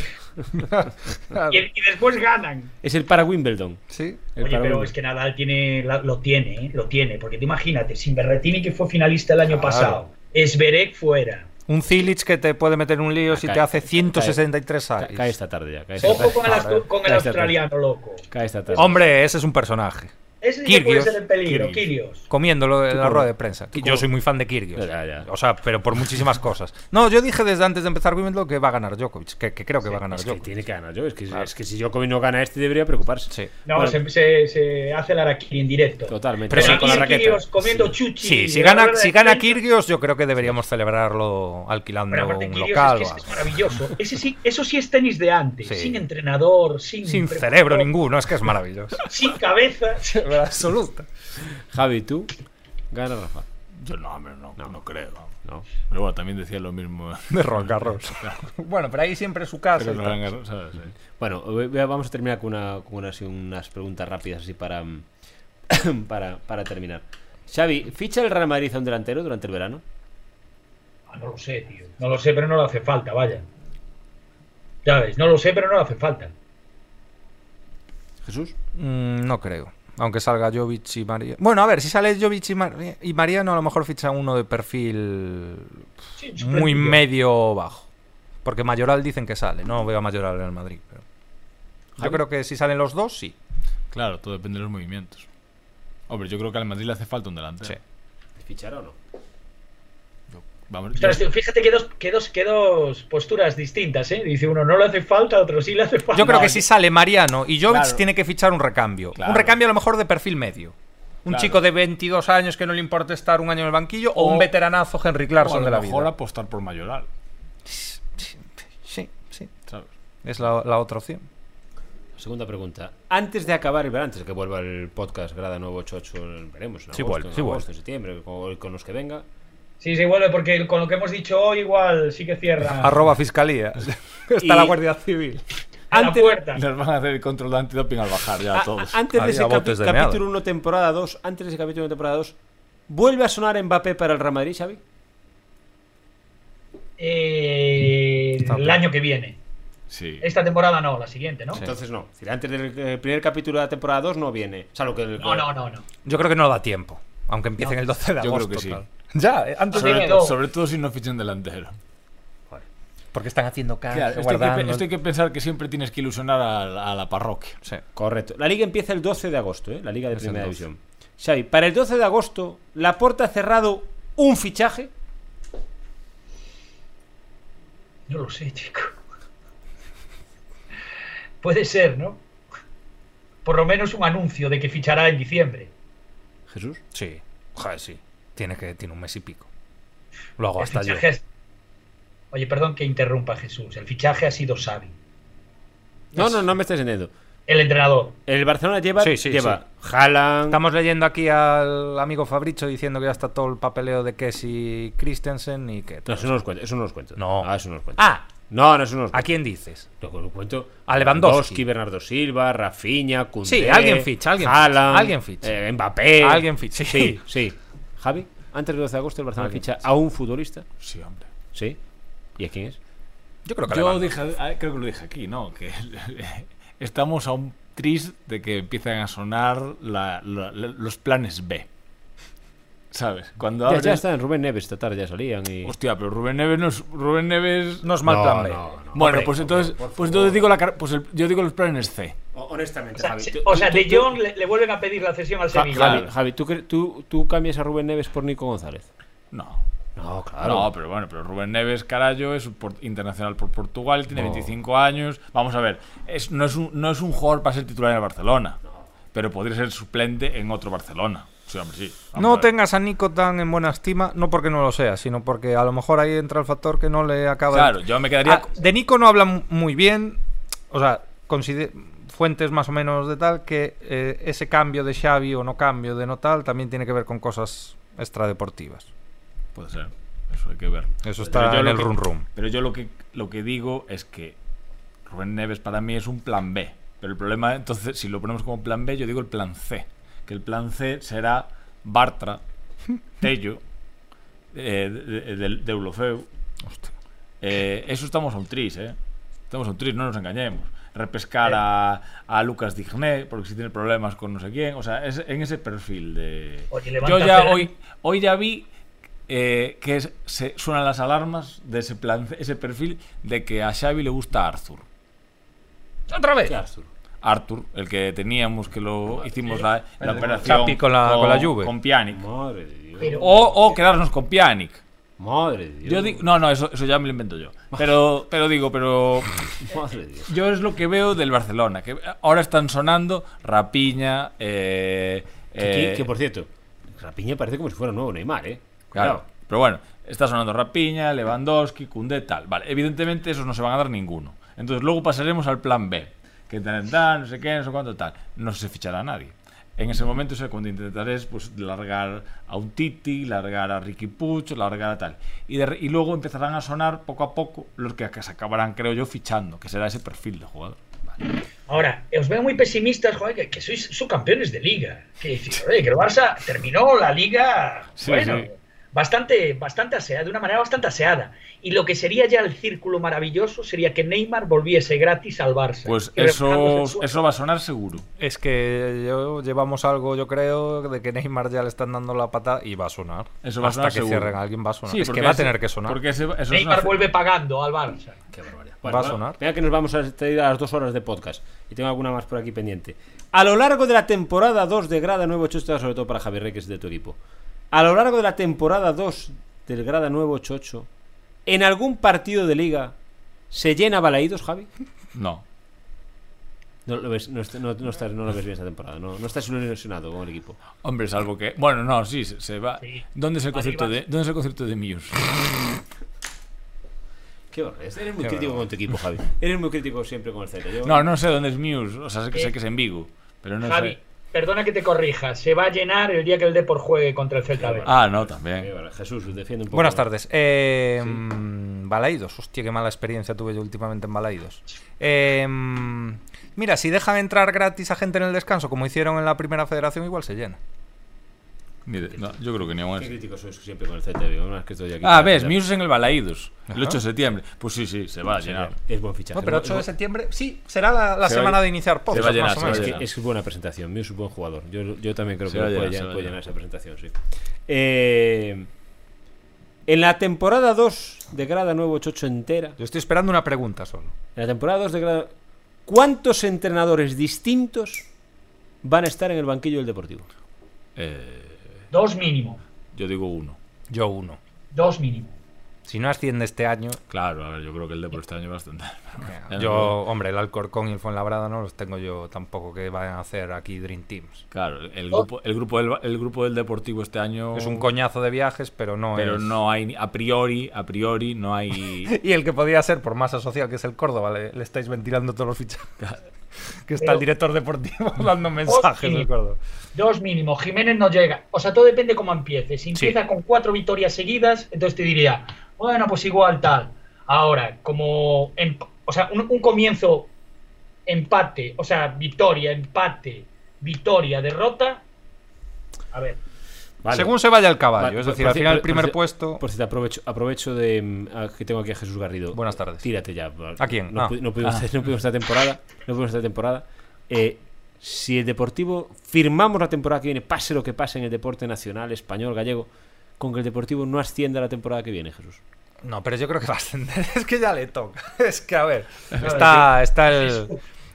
Speaker 3: y, y después ganan.
Speaker 2: Es el para Wimbledon.
Speaker 4: Sí.
Speaker 2: El para
Speaker 3: Oye, pero
Speaker 2: Wimbledon.
Speaker 3: es que Nadal tiene, la- lo tiene, ¿eh? lo tiene, porque tú imagínate, sin Berretini que fue finalista el año
Speaker 4: Claro.
Speaker 3: pasado, Esberek fuera.
Speaker 4: Un Zilic que te puede meter un lío si
Speaker 2: Cae-
Speaker 4: te hace
Speaker 2: cae-
Speaker 4: 163
Speaker 2: Ah, Ca-
Speaker 4: saques.
Speaker 2: Cae esta tarde ya. Cae esta
Speaker 3: Ojo
Speaker 2: tarde.
Speaker 3: con el,
Speaker 4: Claro.
Speaker 3: astu- con el
Speaker 2: Ya está,
Speaker 3: australiano loco.
Speaker 2: Cae esta tarde.
Speaker 4: Hombre, ese es un personaje.
Speaker 3: Ese sí que puede
Speaker 4: Kyrgios,
Speaker 3: ser el peligro,
Speaker 5: Kyrgios.
Speaker 3: Kirios.
Speaker 4: Comiéndolo en la
Speaker 2: cómo-
Speaker 4: rueda de prensa.
Speaker 2: tú
Speaker 4: Yo
Speaker 2: cómo-
Speaker 4: soy muy fan de Kyrgios.
Speaker 2: Ya, ya.
Speaker 4: O sea, pero por muchísimas cosas. No, yo dije desde antes de empezar Wimbledon que va a ganar Djokovic, que, que creo que va a ganar
Speaker 2: Es que
Speaker 4: Djokovic.
Speaker 2: tiene que ganar yo. Es que, es que si Djokovic no gana este, debería preocuparse.
Speaker 4: Sí.
Speaker 3: No,
Speaker 2: Bueno.
Speaker 3: se, se- se hace el Araquiri en directo.
Speaker 2: Totalmente.
Speaker 4: Pero
Speaker 3: Pero
Speaker 4: sí,
Speaker 3: aquí
Speaker 4: con la
Speaker 3: el
Speaker 2: raqueta.
Speaker 3: Kyrgios comiendo chuchi.
Speaker 4: Sí, si
Speaker 3: en la
Speaker 4: gana,
Speaker 3: rueda de
Speaker 4: si gana
Speaker 3: prensa.
Speaker 4: Kyrgios, yo creo que deberíamos celebrarlo
Speaker 3: Pero
Speaker 4: alquilando
Speaker 3: aparte,
Speaker 4: un
Speaker 3: Kyrgios es
Speaker 4: local. o
Speaker 3: que ese es
Speaker 4: algo.
Speaker 3: maravilloso. Ese sí, eso sí es tenis de antes,
Speaker 4: Sí.
Speaker 3: sin entrenador, sin,
Speaker 4: Sin
Speaker 3: preparador,
Speaker 4: cerebro ninguno, es que es maravilloso.
Speaker 3: sin cabeza.
Speaker 4: Absoluta.
Speaker 2: Javi, tú. Gana Rafa.
Speaker 5: Yo no, hombre, no, no, creo.
Speaker 2: No.
Speaker 5: Pero bueno, también decía lo mismo.
Speaker 4: De Ron Garros. bueno, pero ahí siempre es su casa.
Speaker 5: Pero
Speaker 4: y
Speaker 5: no
Speaker 4: tal.
Speaker 5: hagan- ¿sabes? Eh,
Speaker 2: Bueno, ve- ve- vamos a terminar con, una, con una- así unas preguntas rápidas así para, mm, para, para terminar. Xavi, ¿ficha el Real Madrid a un delantero durante el verano?
Speaker 3: Ah, no lo sé, tío. No lo sé, pero no le hace falta, vaya. Ya ves, no lo sé, pero no le hace falta.
Speaker 2: Jesús.
Speaker 4: Mm, no creo. Aunque salga Jovic y María. Bueno, a ver, si sale Jovic y, Mar- y Mariano, a lo mejor ficha uno de perfil
Speaker 3: Sí,
Speaker 4: muy
Speaker 3: suplente, tío.
Speaker 4: medio bajo. Porque Mayoral dicen que sale. No veo a Mayoral en el Madrid. Pero... Yo
Speaker 2: Javi.
Speaker 4: creo que si salen los dos, sí.
Speaker 5: Claro, todo depende de los movimientos. Hombre, yo creo que al Madrid le hace falta un delantero.
Speaker 4: Sí.
Speaker 2: ¿Fichará o no?
Speaker 5: Vamos,
Speaker 3: Ostras,
Speaker 5: yo-
Speaker 3: tío, fíjate que dos, que, dos, que dos posturas distintas, ¿eh? Dice uno no le hace falta, otro sí le hace falta.
Speaker 4: Yo creo que
Speaker 3: No,
Speaker 4: si sale Mariano y Jovic
Speaker 5: Claro.
Speaker 4: tiene que fichar un recambio.
Speaker 5: Claro.
Speaker 4: Un recambio a lo mejor de perfil medio. Un
Speaker 5: Claro.
Speaker 4: chico de 22 años que no le importa estar un año en el banquillo o,
Speaker 5: O-
Speaker 4: un veteranazo Henry
Speaker 5: o a
Speaker 4: Clarkson
Speaker 5: lo
Speaker 4: de la
Speaker 5: mejor
Speaker 4: vida.
Speaker 5: apostar por Mayoral,
Speaker 4: Sí, sí.
Speaker 5: ¿sabes?
Speaker 4: Es la, la otra opción.
Speaker 2: Pues Segunda pregunta. Antes de acabar el verano, antes de que vuelva el podcast Grada 988, veremos. En
Speaker 4: Sí
Speaker 2: agosto,
Speaker 4: vuelve,
Speaker 2: en
Speaker 4: sí vuelve.
Speaker 2: agosto, en septiembre, con, con los que venga.
Speaker 3: Sí, sí, vuelve, porque con lo que hemos dicho hoy, igual sí que cierra.
Speaker 4: Arroba fiscalía. Está
Speaker 2: Y-
Speaker 4: la Guardia Civil.
Speaker 3: a la
Speaker 2: Antes-
Speaker 3: puerta.
Speaker 5: Nos van a hacer el control de antidoping al bajar ya a
Speaker 2: A-
Speaker 5: todos.
Speaker 2: a- Ah, antes de
Speaker 4: Había
Speaker 2: ese capi-
Speaker 4: botes de meada.
Speaker 2: capítulo 1, temporada 2, antes de ese capítulo 1, temporada 2, ¿vuelve a sonar Mbappé para el Real Madrid, Xavi?
Speaker 3: Eh,
Speaker 4: Está
Speaker 3: el
Speaker 4: bien.
Speaker 3: año que viene.
Speaker 5: Sí.
Speaker 3: Esta temporada no, la siguiente, ¿no?
Speaker 2: Entonces no. Es decir, Antes del eh, primer capítulo de la temporada 2 no viene. Salvo que el-
Speaker 3: No, no, no, no.
Speaker 4: Yo creo que no da tiempo. Aunque empiecen el 12 de
Speaker 5: yo creo
Speaker 4: agosto.
Speaker 5: que sí.
Speaker 4: claro. Ya, eh, antes
Speaker 5: Sobre,
Speaker 3: Dime
Speaker 5: to-
Speaker 3: dos.
Speaker 5: sobre todo si no fichan delantero.
Speaker 4: Porque están haciendo cash,
Speaker 5: Claro, esto, hay que, pe-
Speaker 4: Ah, guardando.
Speaker 5: esto hay que pensar que siempre tienes que ilusionar a, la- a la parroquia.
Speaker 4: Sí.
Speaker 2: Correcto. La liga empieza el 12 de agosto, ¿eh? La liga de
Speaker 5: Es el
Speaker 2: primera
Speaker 5: 12.
Speaker 2: división. Xavi, para el 12 de agosto, ¿la puerta ha cerrado un fichaje?
Speaker 3: No lo sé, chico. Puede ser, ¿no? Por lo menos un anuncio de que fichará en diciembre.
Speaker 2: Jesús.
Speaker 4: Sí. Joder, sí. Tiene, que, tiene un mes y pico. Lo hago
Speaker 3: El
Speaker 4: hasta yo.
Speaker 3: fichaje es- Oye, perdón que interrumpa Jesús. El fichaje ha sido Xavi,
Speaker 2: No, no, no me estás entendiendo.
Speaker 3: el entrenador.
Speaker 2: El Barcelona lleva.
Speaker 4: Sí, sí,
Speaker 2: lleva Haaland,
Speaker 4: Estamos leyendo aquí al amigo Fabricio diciendo que ya está todo el papeleo de que si Christensen y que
Speaker 2: No,
Speaker 4: tal.
Speaker 2: eso no los cuento. Eso no los cuento.
Speaker 4: No.
Speaker 2: Ah, eso no los cuento.
Speaker 4: Ah,
Speaker 2: No, no, eso no los
Speaker 4: ¿a
Speaker 2: cuento.
Speaker 4: quién dices?
Speaker 2: Lo que os cuento.
Speaker 4: A Lewandowski.
Speaker 2: Bernardo Silva, Rafinha, Koundé,
Speaker 4: Sí, alguien ficha, alguien ficha,
Speaker 2: Haaland,
Speaker 4: alguien ficha.
Speaker 2: eh, Mbappé.
Speaker 4: Alguien ficha.
Speaker 2: Sí, sí. Javi, antes del 12 de agosto el Barcelona
Speaker 4: Alguien
Speaker 2: ficha a un futbolista.
Speaker 5: Sí, hombre.
Speaker 2: Sí. ¿Y a quién es?
Speaker 4: Yo creo que
Speaker 5: Yo
Speaker 4: Lewandowski.
Speaker 5: dije, ah, creo que lo dije aquí, ¿no? Que estamos a un tris de que empiezan a sonar la- la- la- los planes B. ¿Sabes? Cuando
Speaker 2: Ya,
Speaker 5: abres...
Speaker 2: ya están, Rubén Neves esta tarde ya salían y.
Speaker 5: Hostia, pero Rubén Neves no es... Rubén Neves...
Speaker 4: no es mal
Speaker 2: No,
Speaker 4: plan B.
Speaker 2: no, no.
Speaker 5: Bueno,
Speaker 2: Hombre,
Speaker 5: pues entonces,
Speaker 2: por
Speaker 5: pues
Speaker 2: favor.
Speaker 5: entonces digo la, car- pues el- yo digo los planes C.
Speaker 3: O
Speaker 2: Honestamente,
Speaker 3: sea, se- o sea, de Jong le, le vuelven a pedir la cesión al
Speaker 2: Javi,
Speaker 3: Sevilla.
Speaker 2: Javi, ¿tú, cre- tú, tú cambias a Rubén Neves por Nico González.
Speaker 5: No.
Speaker 2: No,
Speaker 5: No, pero bueno, pero Rubén Neves, carallo, es por- internacional por Portugal, tiene 25 años. Vamos a ver, es, no, es un, no es un jugador para ser titular en el Barcelona, pero podría ser suplente en otro Barcelona. Sí, hombre, sí. Vamos a
Speaker 4: No
Speaker 5: ver.
Speaker 4: tengas a Nico tan en buena estima, no porque no lo sea, sino porque a lo mejor ahí entra el factor que no le acaba
Speaker 5: Claro,
Speaker 4: de...
Speaker 5: yo me quedaría.
Speaker 4: Ah, de Nico no hablan muy bien, o sea, consider- fuentes más o menos de tal, que eh, ese cambio de Xavi o no cambio de no tal también tiene que ver con cosas extradeportivas.
Speaker 5: Puede ser, eso hay que ver.
Speaker 4: Eso
Speaker 5: Pero
Speaker 4: está
Speaker 5: yo
Speaker 4: en
Speaker 5: lo
Speaker 4: el
Speaker 5: que-
Speaker 4: run run.
Speaker 5: Pero yo lo que, lo que digo es que Rubén Neves para mí es un plan B. Pero el problema, entonces, si lo ponemos como plan B, yo digo el plan C. Que el plan C será Bartra, Tello, eh, de, de- de Deulofeu. Eh, eso estamos a un tris, ¿eh? Estamos a un tris, no nos engañemos.
Speaker 4: Eh.
Speaker 5: Repescar a, a Lucas Digné, porque si tiene problemas con no sé quién. O sea, es en ese perfil de.
Speaker 3: Oye,
Speaker 5: Yo
Speaker 3: levanta
Speaker 5: ya
Speaker 3: Ferran.
Speaker 5: hoy, hoy ya vi eh, que es- se suenan las alarmas de ese, plan, ese perfil de que a Xavi le gusta Arthur.
Speaker 4: ¿Otra vez?
Speaker 5: Arthur, el que teníamos, que lo hicimos la, la operación
Speaker 4: Xavi con la- con la Juve.
Speaker 5: con Pjanic.
Speaker 2: Madre de Dios.
Speaker 3: Pero-
Speaker 5: O, o quedarnos con Pjanic.
Speaker 2: Madre de Dios.
Speaker 5: Yo di- no, no, eso, eso ya me lo invento yo. Pero, pero digo, pero
Speaker 2: Madre de Dios.
Speaker 5: yo es lo que veo del Barcelona. Que ahora están sonando Rapiña. Eh,
Speaker 2: Que- que,
Speaker 5: eh,
Speaker 2: que, por cierto, Rapiña parece como si fuera un nuevo Neymar, ¿eh?
Speaker 5: Claro. Pero bueno, está sonando Rapiña, Lewandowski, Cundé, tal. Vale, evidentemente esos no se van a dar ninguno. Entonces luego pasaremos al plan B. Que tal, tal, no sé qué, no sé cuánto, tal. No se fichará a nadie. En ese momento es cuando intentaré pues, largar a un Titi, largar a Ricky Pucho, largar a tal. Y, de re- y luego empezarán a sonar poco a poco los que se acabarán, creo yo, fichando, que será ese perfil de jugador.
Speaker 3: Ahora, os veo muy pesimistas, joder, que, que sois subcampeones de liga. Que, decís, oye, que el Barça terminó la liga.
Speaker 5: Sí,
Speaker 3: bueno,
Speaker 5: sí.
Speaker 3: bastante, bastante aseada, de una manera bastante aseada. Y lo que sería ya el círculo maravilloso sería que Neymar volviese gratis al Barça.
Speaker 5: Pues
Speaker 3: Y rebajándose el
Speaker 5: eso,
Speaker 3: sueldo.
Speaker 5: eso va a sonar seguro.
Speaker 4: Es que yo- llevamos algo, yo creo, de que Neymar ya le están dando la patada y va a sonar.
Speaker 5: Eso va a
Speaker 4: Hasta
Speaker 5: sonar
Speaker 4: que
Speaker 5: seguro.
Speaker 4: cierren a alguien va a sonar.
Speaker 5: Sí,
Speaker 4: es que
Speaker 5: porque
Speaker 4: va a
Speaker 5: ese-
Speaker 4: tener que sonar.
Speaker 5: Porque ese- eso es
Speaker 3: Neymar
Speaker 5: una-
Speaker 3: vuelve pagando al Barça.
Speaker 2: Qué barbaridad.
Speaker 4: Va a sonar.
Speaker 2: Mira que nos vamos a ir a las dos horas de podcast. Y tengo alguna más por aquí pendiente. A lo largo de la temporada 2 de Grada Nuevo 88, sobre todo para Javier Rey, que es de tu equipo. A lo largo de la temporada 2 del Grada Nuevo 88, ¿en algún partido de liga se llena Balaídos, Javi?
Speaker 5: No.
Speaker 2: No lo ves, no, est- no- no estás, no lo ves bien esta temporada. No, no estás ilusionado con el equipo.
Speaker 5: Hombre, salvo que. Bueno, no, sí, se, se va.
Speaker 3: Sí.
Speaker 5: ¿Dónde es el
Speaker 3: Arriba.
Speaker 5: concepto de, ¿dónde es el concepto de Muse?
Speaker 2: Qué barbaridad. Eres muy
Speaker 4: Qué
Speaker 2: crítico
Speaker 4: barbaridad.
Speaker 2: con tu equipo, Javi. Eres muy crítico siempre con el Celta. Yo-
Speaker 5: No, no sé dónde es Muse. O sea, sé que,
Speaker 3: Eh,
Speaker 5: sé que es en Vigo. Pero no
Speaker 3: Javi,
Speaker 5: sé.
Speaker 3: perdona que te corrija, se va a llenar el día que el Depor juegue contra el Celta B.
Speaker 5: Ah, no,
Speaker 2: Eh,
Speaker 5: también.
Speaker 2: vale, Jesús, defiende un poco.
Speaker 4: Buenas tardes. Eh, mm, Balaídos, hostia, qué mala experiencia tuve yo últimamente en Balaídos. Eh, mm, mira, si dejan entrar gratis a gente en el descanso, como hicieron en la primera federación, igual se llena.
Speaker 5: Ni de- no, yo creo que ni aún
Speaker 2: Qué
Speaker 5: es.
Speaker 2: crítico sois siempre con el Celta. digo, no, es que estoy aquí
Speaker 5: Ah,
Speaker 2: para-
Speaker 5: ves,
Speaker 2: ya-
Speaker 5: Muse es en el Balaídos. El
Speaker 4: Ajá.
Speaker 5: 8 de septiembre. Pues sí, sí, se va a llenar.
Speaker 2: Es buen fichaje.
Speaker 4: No, pero
Speaker 2: Es
Speaker 4: 8
Speaker 2: bu-
Speaker 4: de septiembre, sí, será la, la
Speaker 5: Se va a-
Speaker 4: semana de iniciar
Speaker 5: se va a
Speaker 4: podcast,
Speaker 5: llenar,
Speaker 4: más o
Speaker 5: se va a
Speaker 4: menos.
Speaker 2: Es,
Speaker 5: llenar.
Speaker 2: que es buena presentación, Muse es un buen jugador. Yo, yo también creo
Speaker 5: Se
Speaker 2: que
Speaker 5: va a
Speaker 2: puede,
Speaker 5: llenar,
Speaker 2: llen-
Speaker 5: se va a
Speaker 2: puede
Speaker 5: llenar.
Speaker 2: llenar esa presentación, sí. Eh, en la temporada 2 de Grada Nuevo 88 entera,
Speaker 4: Yo estoy esperando una pregunta solo.
Speaker 2: en la temporada 2 de Grada, ¿cuántos entrenadores distintos van a estar en el banquillo del Deportivo?
Speaker 5: Eh,
Speaker 3: Dos mínimo,
Speaker 5: yo digo uno.
Speaker 4: Yo uno.
Speaker 3: dos mínimo.
Speaker 4: Si no asciende este año,
Speaker 5: Claro, a ver, yo creo que el de por este año va a estar. Ya
Speaker 4: yo,
Speaker 5: no.
Speaker 4: hombre, el Alcorcón y el Fuenlabrada no los tengo yo tampoco que vayan a hacer aquí Dream Teams.
Speaker 5: Claro, el
Speaker 3: Oh.
Speaker 5: grupo, el grupo, del, Ba- el grupo del Deportivo este año.
Speaker 4: Es un coñazo de viajes, pero no
Speaker 5: Pero
Speaker 4: es...
Speaker 5: no hay. ni- A priori, a priori, no hay.
Speaker 4: Y el que podía ser por masa social, que es el Córdoba, le, le estáis ventilando todos los fichajes. que está
Speaker 3: Pero-
Speaker 4: el director deportivo dando mensajes del Córdoba.
Speaker 3: Dos mínimo, Jiménez no llega. O sea, todo depende cómo empieces. Si
Speaker 4: Sí.
Speaker 3: empieza con cuatro victorias seguidas, entonces te diría, bueno, pues igual tal. Ahora, como, em- o sea, un, un comienzo empate, o sea, victoria, empate, victoria, derrota. A ver,
Speaker 4: Según se vaya el caballo,
Speaker 2: Vale,
Speaker 4: es
Speaker 2: por-
Speaker 4: decir,
Speaker 2: por
Speaker 4: al
Speaker 2: ci-
Speaker 4: final el
Speaker 2: por- por
Speaker 4: primer
Speaker 2: ci-
Speaker 4: puesto...
Speaker 2: Por cierto, aprovecho, aprovecho de mm, a- que tengo aquí a Jesús Garrido.
Speaker 4: Buenas tardes.
Speaker 2: Tírate ya.
Speaker 4: ¿A quién?
Speaker 2: No,
Speaker 4: Ah.
Speaker 2: pu- no pudimos, no pudimos esta temporada. No pudimos esta temporada. Eh, si el Deportivo firmamos la temporada que viene, pase lo que pase en el deporte nacional, español, gallego, con que el Deportivo no ascienda la temporada que viene, Jesús.
Speaker 4: No, pero yo creo que va a ascender. Es que ya le toca. Es que, a ver, está, está el...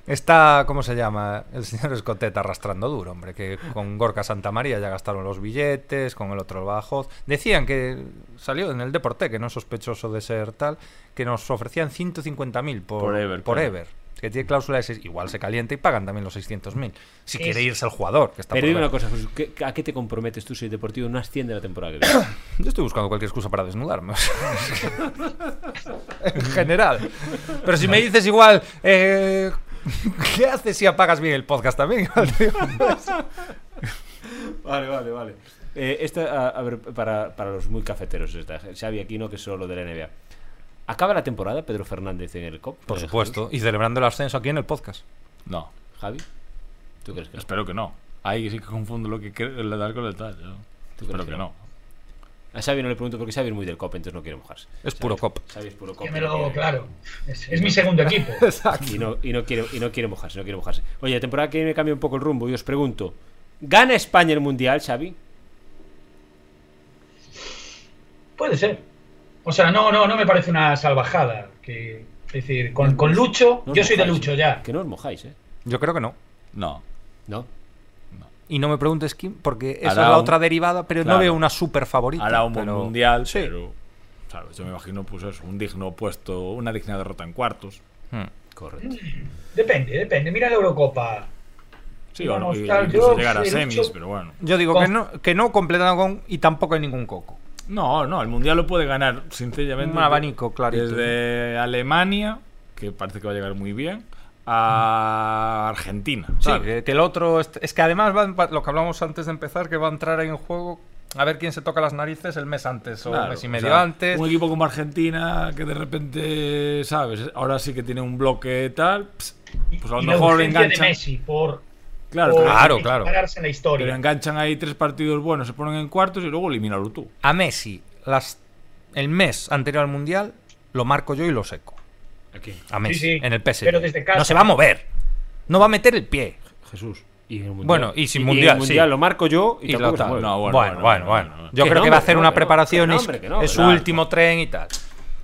Speaker 4: Está, ¿cómo se llama? El señor Escoteta arrastrando duro, hombre, que con Gorka Santa María ya gastaron los billetes, con el otro el Bajoz. Decían que salió en el Deporte, que no es sospechoso de ser tal, que nos ofrecían 150.000 por,
Speaker 5: Por
Speaker 4: por
Speaker 5: Ever,
Speaker 4: Ever.
Speaker 5: claro.
Speaker 4: Que tiene cláusula de seis- igual se calienta y pagan también los 600.000. Si
Speaker 3: Es-
Speaker 4: quiere irse el jugador, que está
Speaker 2: Pero
Speaker 4: por
Speaker 2: dime
Speaker 4: ver.
Speaker 2: una cosa, Jesús. ¿qué- ¿A qué te comprometes tú si el Deportivo no asciende la temporada que viene?
Speaker 4: Yo estoy buscando cualquier excusa para desnudarme. o sea, es que- en general. Pero si me dices igual, eh, ¿qué haces si apagas bien el podcast también? Igual te digo,
Speaker 2: vale, vale, vale. Eh, esta, a, a ver, para, para los muy cafeteros, esta, Xavi Aquino, que es solo de la NBA. ¿Acaba la temporada Pedro Fernández en el COP?
Speaker 4: Por
Speaker 2: Eh,
Speaker 4: supuesto. Y celebrando el ascenso aquí en el podcast.
Speaker 5: No,
Speaker 2: Javi, ¿tú crees que no?
Speaker 5: espero que no. Ahí sí que confundo lo que creo el tal con el tal. yo espero
Speaker 2: crees
Speaker 5: que
Speaker 2: que
Speaker 5: no.
Speaker 2: A Xavi no le pregunto porque Xavi es muy del COP, entonces no quiere mojarse.
Speaker 4: Es puro cop.
Speaker 2: Xavi es puro COP.
Speaker 3: que me
Speaker 2: y no
Speaker 3: lo
Speaker 2: quiere-
Speaker 3: claro. Es, es mi segundo equipo.
Speaker 2: Y no, y, no quiere, y no quiere mojarse, no quiere mojarse. Oye, la temporada que me cambia un poco el rumbo y os pregunto, ¿gana España el Mundial, Xavi?
Speaker 3: Puede ser. O sea, no, no, no me parece una salvajada. Que, es decir, con,
Speaker 5: Pues
Speaker 3: con Lucho,
Speaker 2: No os
Speaker 3: yo soy de
Speaker 2: mojáis,
Speaker 3: Lucho
Speaker 2: ¿eh?
Speaker 3: ya.
Speaker 2: Que no os mojáis, ¿eh?
Speaker 4: Yo creo que no.
Speaker 5: No.
Speaker 2: No.
Speaker 4: Y no me preguntes quién, porque esa
Speaker 5: Hará
Speaker 4: es la
Speaker 5: un-
Speaker 4: otra derivada, pero
Speaker 5: Claro.
Speaker 4: no veo una super favorita.
Speaker 5: Hará un
Speaker 4: pero-
Speaker 5: mundial, pero. Claro, yo me imagino, pues eso, un digno puesto, una digna derrota en cuartos.
Speaker 4: Hmm.
Speaker 2: Correcto.
Speaker 3: Depende, depende. Mira la Eurocopa.
Speaker 5: Sí, o no,
Speaker 3: Vamos,
Speaker 5: y-
Speaker 3: tal,
Speaker 5: incluso
Speaker 3: yo
Speaker 5: llegar a
Speaker 3: soy
Speaker 5: semis,
Speaker 3: Lucho.
Speaker 5: pero bueno.
Speaker 4: Yo digo
Speaker 3: Con-
Speaker 4: que no, que no completan con. Y tampoco hay ningún coco.
Speaker 5: No, no, el mundial lo puede ganar, sencillamente.
Speaker 4: Un abanico clarito.
Speaker 5: Desde Alemania, que parece que va a llegar muy bien, a Argentina.
Speaker 4: Sí, eh,
Speaker 5: ¿sabes?
Speaker 4: que, que el otro. est- Es que además va, en pa- lo que hablamos antes de empezar, que va a entrar ahí en juego a ver quién se toca las narices el mes antes o
Speaker 5: Claro,
Speaker 4: mes y
Speaker 5: o
Speaker 4: medio
Speaker 5: sea,
Speaker 4: antes.
Speaker 5: Un equipo como Argentina que de repente, ¿sabes? Ahora sí que tiene un bloque tal. ps, Pues a lo
Speaker 3: y la
Speaker 5: mejor
Speaker 3: urgencia de
Speaker 5: engancha.
Speaker 3: Messi por
Speaker 5: Claro,
Speaker 3: o
Speaker 5: pero-
Speaker 4: Oh, Claro,
Speaker 3: sin
Speaker 4: claro.
Speaker 3: pararse en la historia.
Speaker 5: Pero enganchan ahí tres partidos buenos, se ponen en cuartos y luego elimínalo tú.
Speaker 4: A Messi, las, el mes anterior al Mundial, lo marco yo y lo seco.
Speaker 6: Aquí.
Speaker 4: A Messi,
Speaker 3: sí,
Speaker 4: en el PSG.
Speaker 3: pero desde casa.
Speaker 4: No se va a mover. No va a meter el pie.
Speaker 2: Jesús. Y en el mundial.
Speaker 4: Bueno, y sin
Speaker 2: en el
Speaker 4: mundial, sí.
Speaker 2: lo marco yo y,
Speaker 4: Y
Speaker 2: tampoco se
Speaker 4: lo tal.
Speaker 2: mueve.
Speaker 5: No,
Speaker 4: bueno,
Speaker 5: bueno,
Speaker 4: bueno,
Speaker 5: bueno, bueno,
Speaker 4: Yo
Speaker 2: Que
Speaker 4: creo
Speaker 2: no,
Speaker 4: que va a hacer
Speaker 2: hombre,
Speaker 4: una
Speaker 2: no, que
Speaker 4: preparación y
Speaker 2: no,
Speaker 4: es,
Speaker 2: hombre, que no,
Speaker 4: es su
Speaker 2: claro.
Speaker 4: último tren y tal.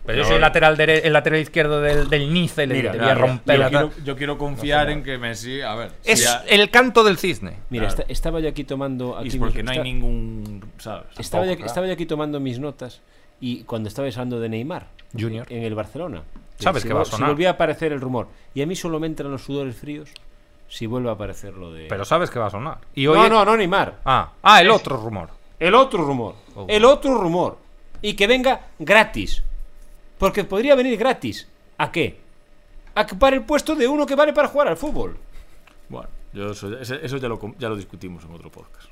Speaker 4: Pero yo
Speaker 5: No,
Speaker 4: soy el
Speaker 5: no.
Speaker 4: lateral, dere- el lateral izquierdo del, del Nice, le
Speaker 2: Mira,
Speaker 4: debía
Speaker 2: claro,
Speaker 4: romper
Speaker 5: yo,
Speaker 4: la-
Speaker 5: quiero, yo quiero confiar en que Messi, a ver, si
Speaker 4: Es
Speaker 5: ya-
Speaker 4: el canto del cisne.
Speaker 2: Mira,
Speaker 5: Claro.
Speaker 2: esta- estaba yo aquí tomando.
Speaker 5: y
Speaker 2: Aquí
Speaker 5: es porque
Speaker 2: mis-
Speaker 5: no hay
Speaker 2: esta-
Speaker 5: ningún, ¿sabes?
Speaker 2: estaba, yo,
Speaker 5: Tampoco,
Speaker 2: estaba yo aquí tomando mis notas y cuando estabais hablando de Neymar
Speaker 4: Junior.
Speaker 2: en el Barcelona.
Speaker 4: Sabes
Speaker 2: se
Speaker 4: que va a
Speaker 2: vol-
Speaker 4: sonar.
Speaker 2: Se volvía a aparecer el rumor. Y a mí solo me entran los sudores fríos si vuelve a aparecer lo de.
Speaker 4: Pero sabes que va a sonar. Y hoy
Speaker 2: no, no, no, Neymar.
Speaker 4: Ah, ah, el otro rumor.
Speaker 2: El otro rumor.
Speaker 4: Oh.
Speaker 2: El otro rumor. Y que venga gratis. Porque podría venir gratis. ¿A qué? A ocupar el puesto de uno que vale para jugar al fútbol.
Speaker 5: Bueno, yo eso, ese- eso ya, lo, com- ya lo discutimos en otro podcast.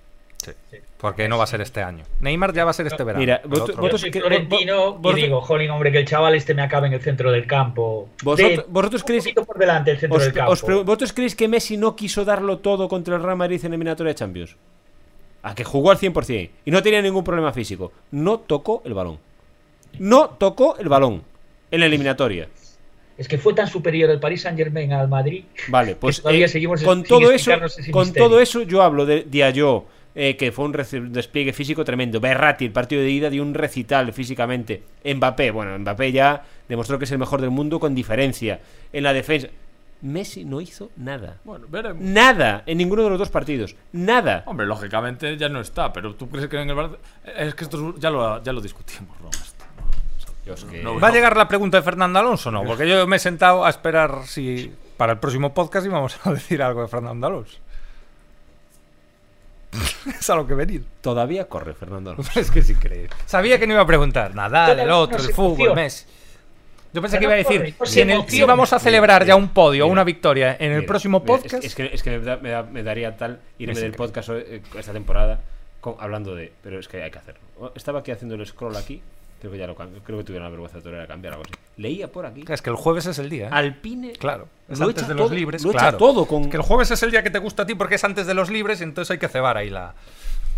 Speaker 4: Porque no va a ser este año. Neymar ya va a ser este verano.
Speaker 2: Mira,
Speaker 4: el
Speaker 2: vos-
Speaker 4: otro
Speaker 2: vos-
Speaker 3: Yo
Speaker 4: verano.
Speaker 3: soy
Speaker 2: que-
Speaker 3: Florentino
Speaker 2: vos-
Speaker 3: y digo, jolín, hombre, que el chaval este me acabe en el centro del campo.
Speaker 2: Vosotros-
Speaker 3: De-
Speaker 2: vosotros
Speaker 3: un
Speaker 2: creéis-
Speaker 3: poquito por delante el centro
Speaker 2: Os-
Speaker 3: del campo.
Speaker 2: os pregun- ¿Vosotros creéis que Messi no quiso darlo todo contra el Real Madrid en eliminatoria de Champions? A que jugó al 100% y no tenía ningún problema físico. No tocó el balón. No tocó el balón en la eliminatoria.
Speaker 3: Es que fue tan superior el Paris Saint Germain al Madrid.
Speaker 2: Vale, pues
Speaker 3: todavía seguimos
Speaker 2: con
Speaker 3: sin
Speaker 2: todo eso,
Speaker 3: explicarnos ese
Speaker 2: con
Speaker 3: misterio.
Speaker 2: todo eso yo hablo de Diallo, eh, que fue un reci- despliegue físico tremendo. Berratti, el partido de ida dio un recital físicamente. Mbappé, bueno, Mbappé ya demostró que es el mejor del mundo con diferencia en la defensa. Messi no hizo nada.
Speaker 5: Bueno, veremos.
Speaker 2: Nada en ninguno de los dos partidos. Nada.
Speaker 5: Hombre, lógicamente ya no está, pero tú crees que en el Barça. Es que esto es- ya lo, ya lo discutimos, Ron, esto, ¿no? No,
Speaker 4: ¿Va a
Speaker 5: no.
Speaker 4: llegar la pregunta de Fernando Alonso o no? Porque yo me he sentado a esperar si para el próximo podcast íbamos a decir algo de Fernando Alonso. es a lo que venir.
Speaker 2: Todavía corre Fernando Alonso.
Speaker 4: Es que es increíble. Sabía que no iba a preguntar nada,
Speaker 3: Todas
Speaker 4: el otro,
Speaker 3: las
Speaker 4: el fútbol,
Speaker 3: emociones.
Speaker 4: Messi. Yo pensé que iba
Speaker 3: Pero
Speaker 4: a
Speaker 3: no corre,
Speaker 4: decir,
Speaker 3: no se
Speaker 4: si, en el- si
Speaker 3: emociona.
Speaker 4: vamos a celebrar ya un podio o una victoria en el
Speaker 2: Mira,
Speaker 4: próximo
Speaker 2: mira, es-
Speaker 4: podcast,
Speaker 2: Es, que, es que me, da- me da- me daría tal irme
Speaker 4: Es
Speaker 2: del
Speaker 4: increíble.
Speaker 2: podcast eh, esta temporada con- hablando de. Pero es que hay que hacerlo. O- Estaba aquí haciendo el scroll aquí. Creo que ya lo cambio. Creo que tuviera una vergüenza torera cambiar algo así. Leía por aquí.
Speaker 4: es que el jueves es el día. ¿eh?
Speaker 2: Alpine.
Speaker 4: Claro, es
Speaker 2: lo
Speaker 4: antes
Speaker 2: echa
Speaker 4: de los
Speaker 2: todo-
Speaker 4: libres,
Speaker 2: lo echa
Speaker 4: claro.
Speaker 2: todo con-
Speaker 4: Es Que el jueves es el día que te gusta a ti porque es antes de los libres, entonces hay que cebar ahí la.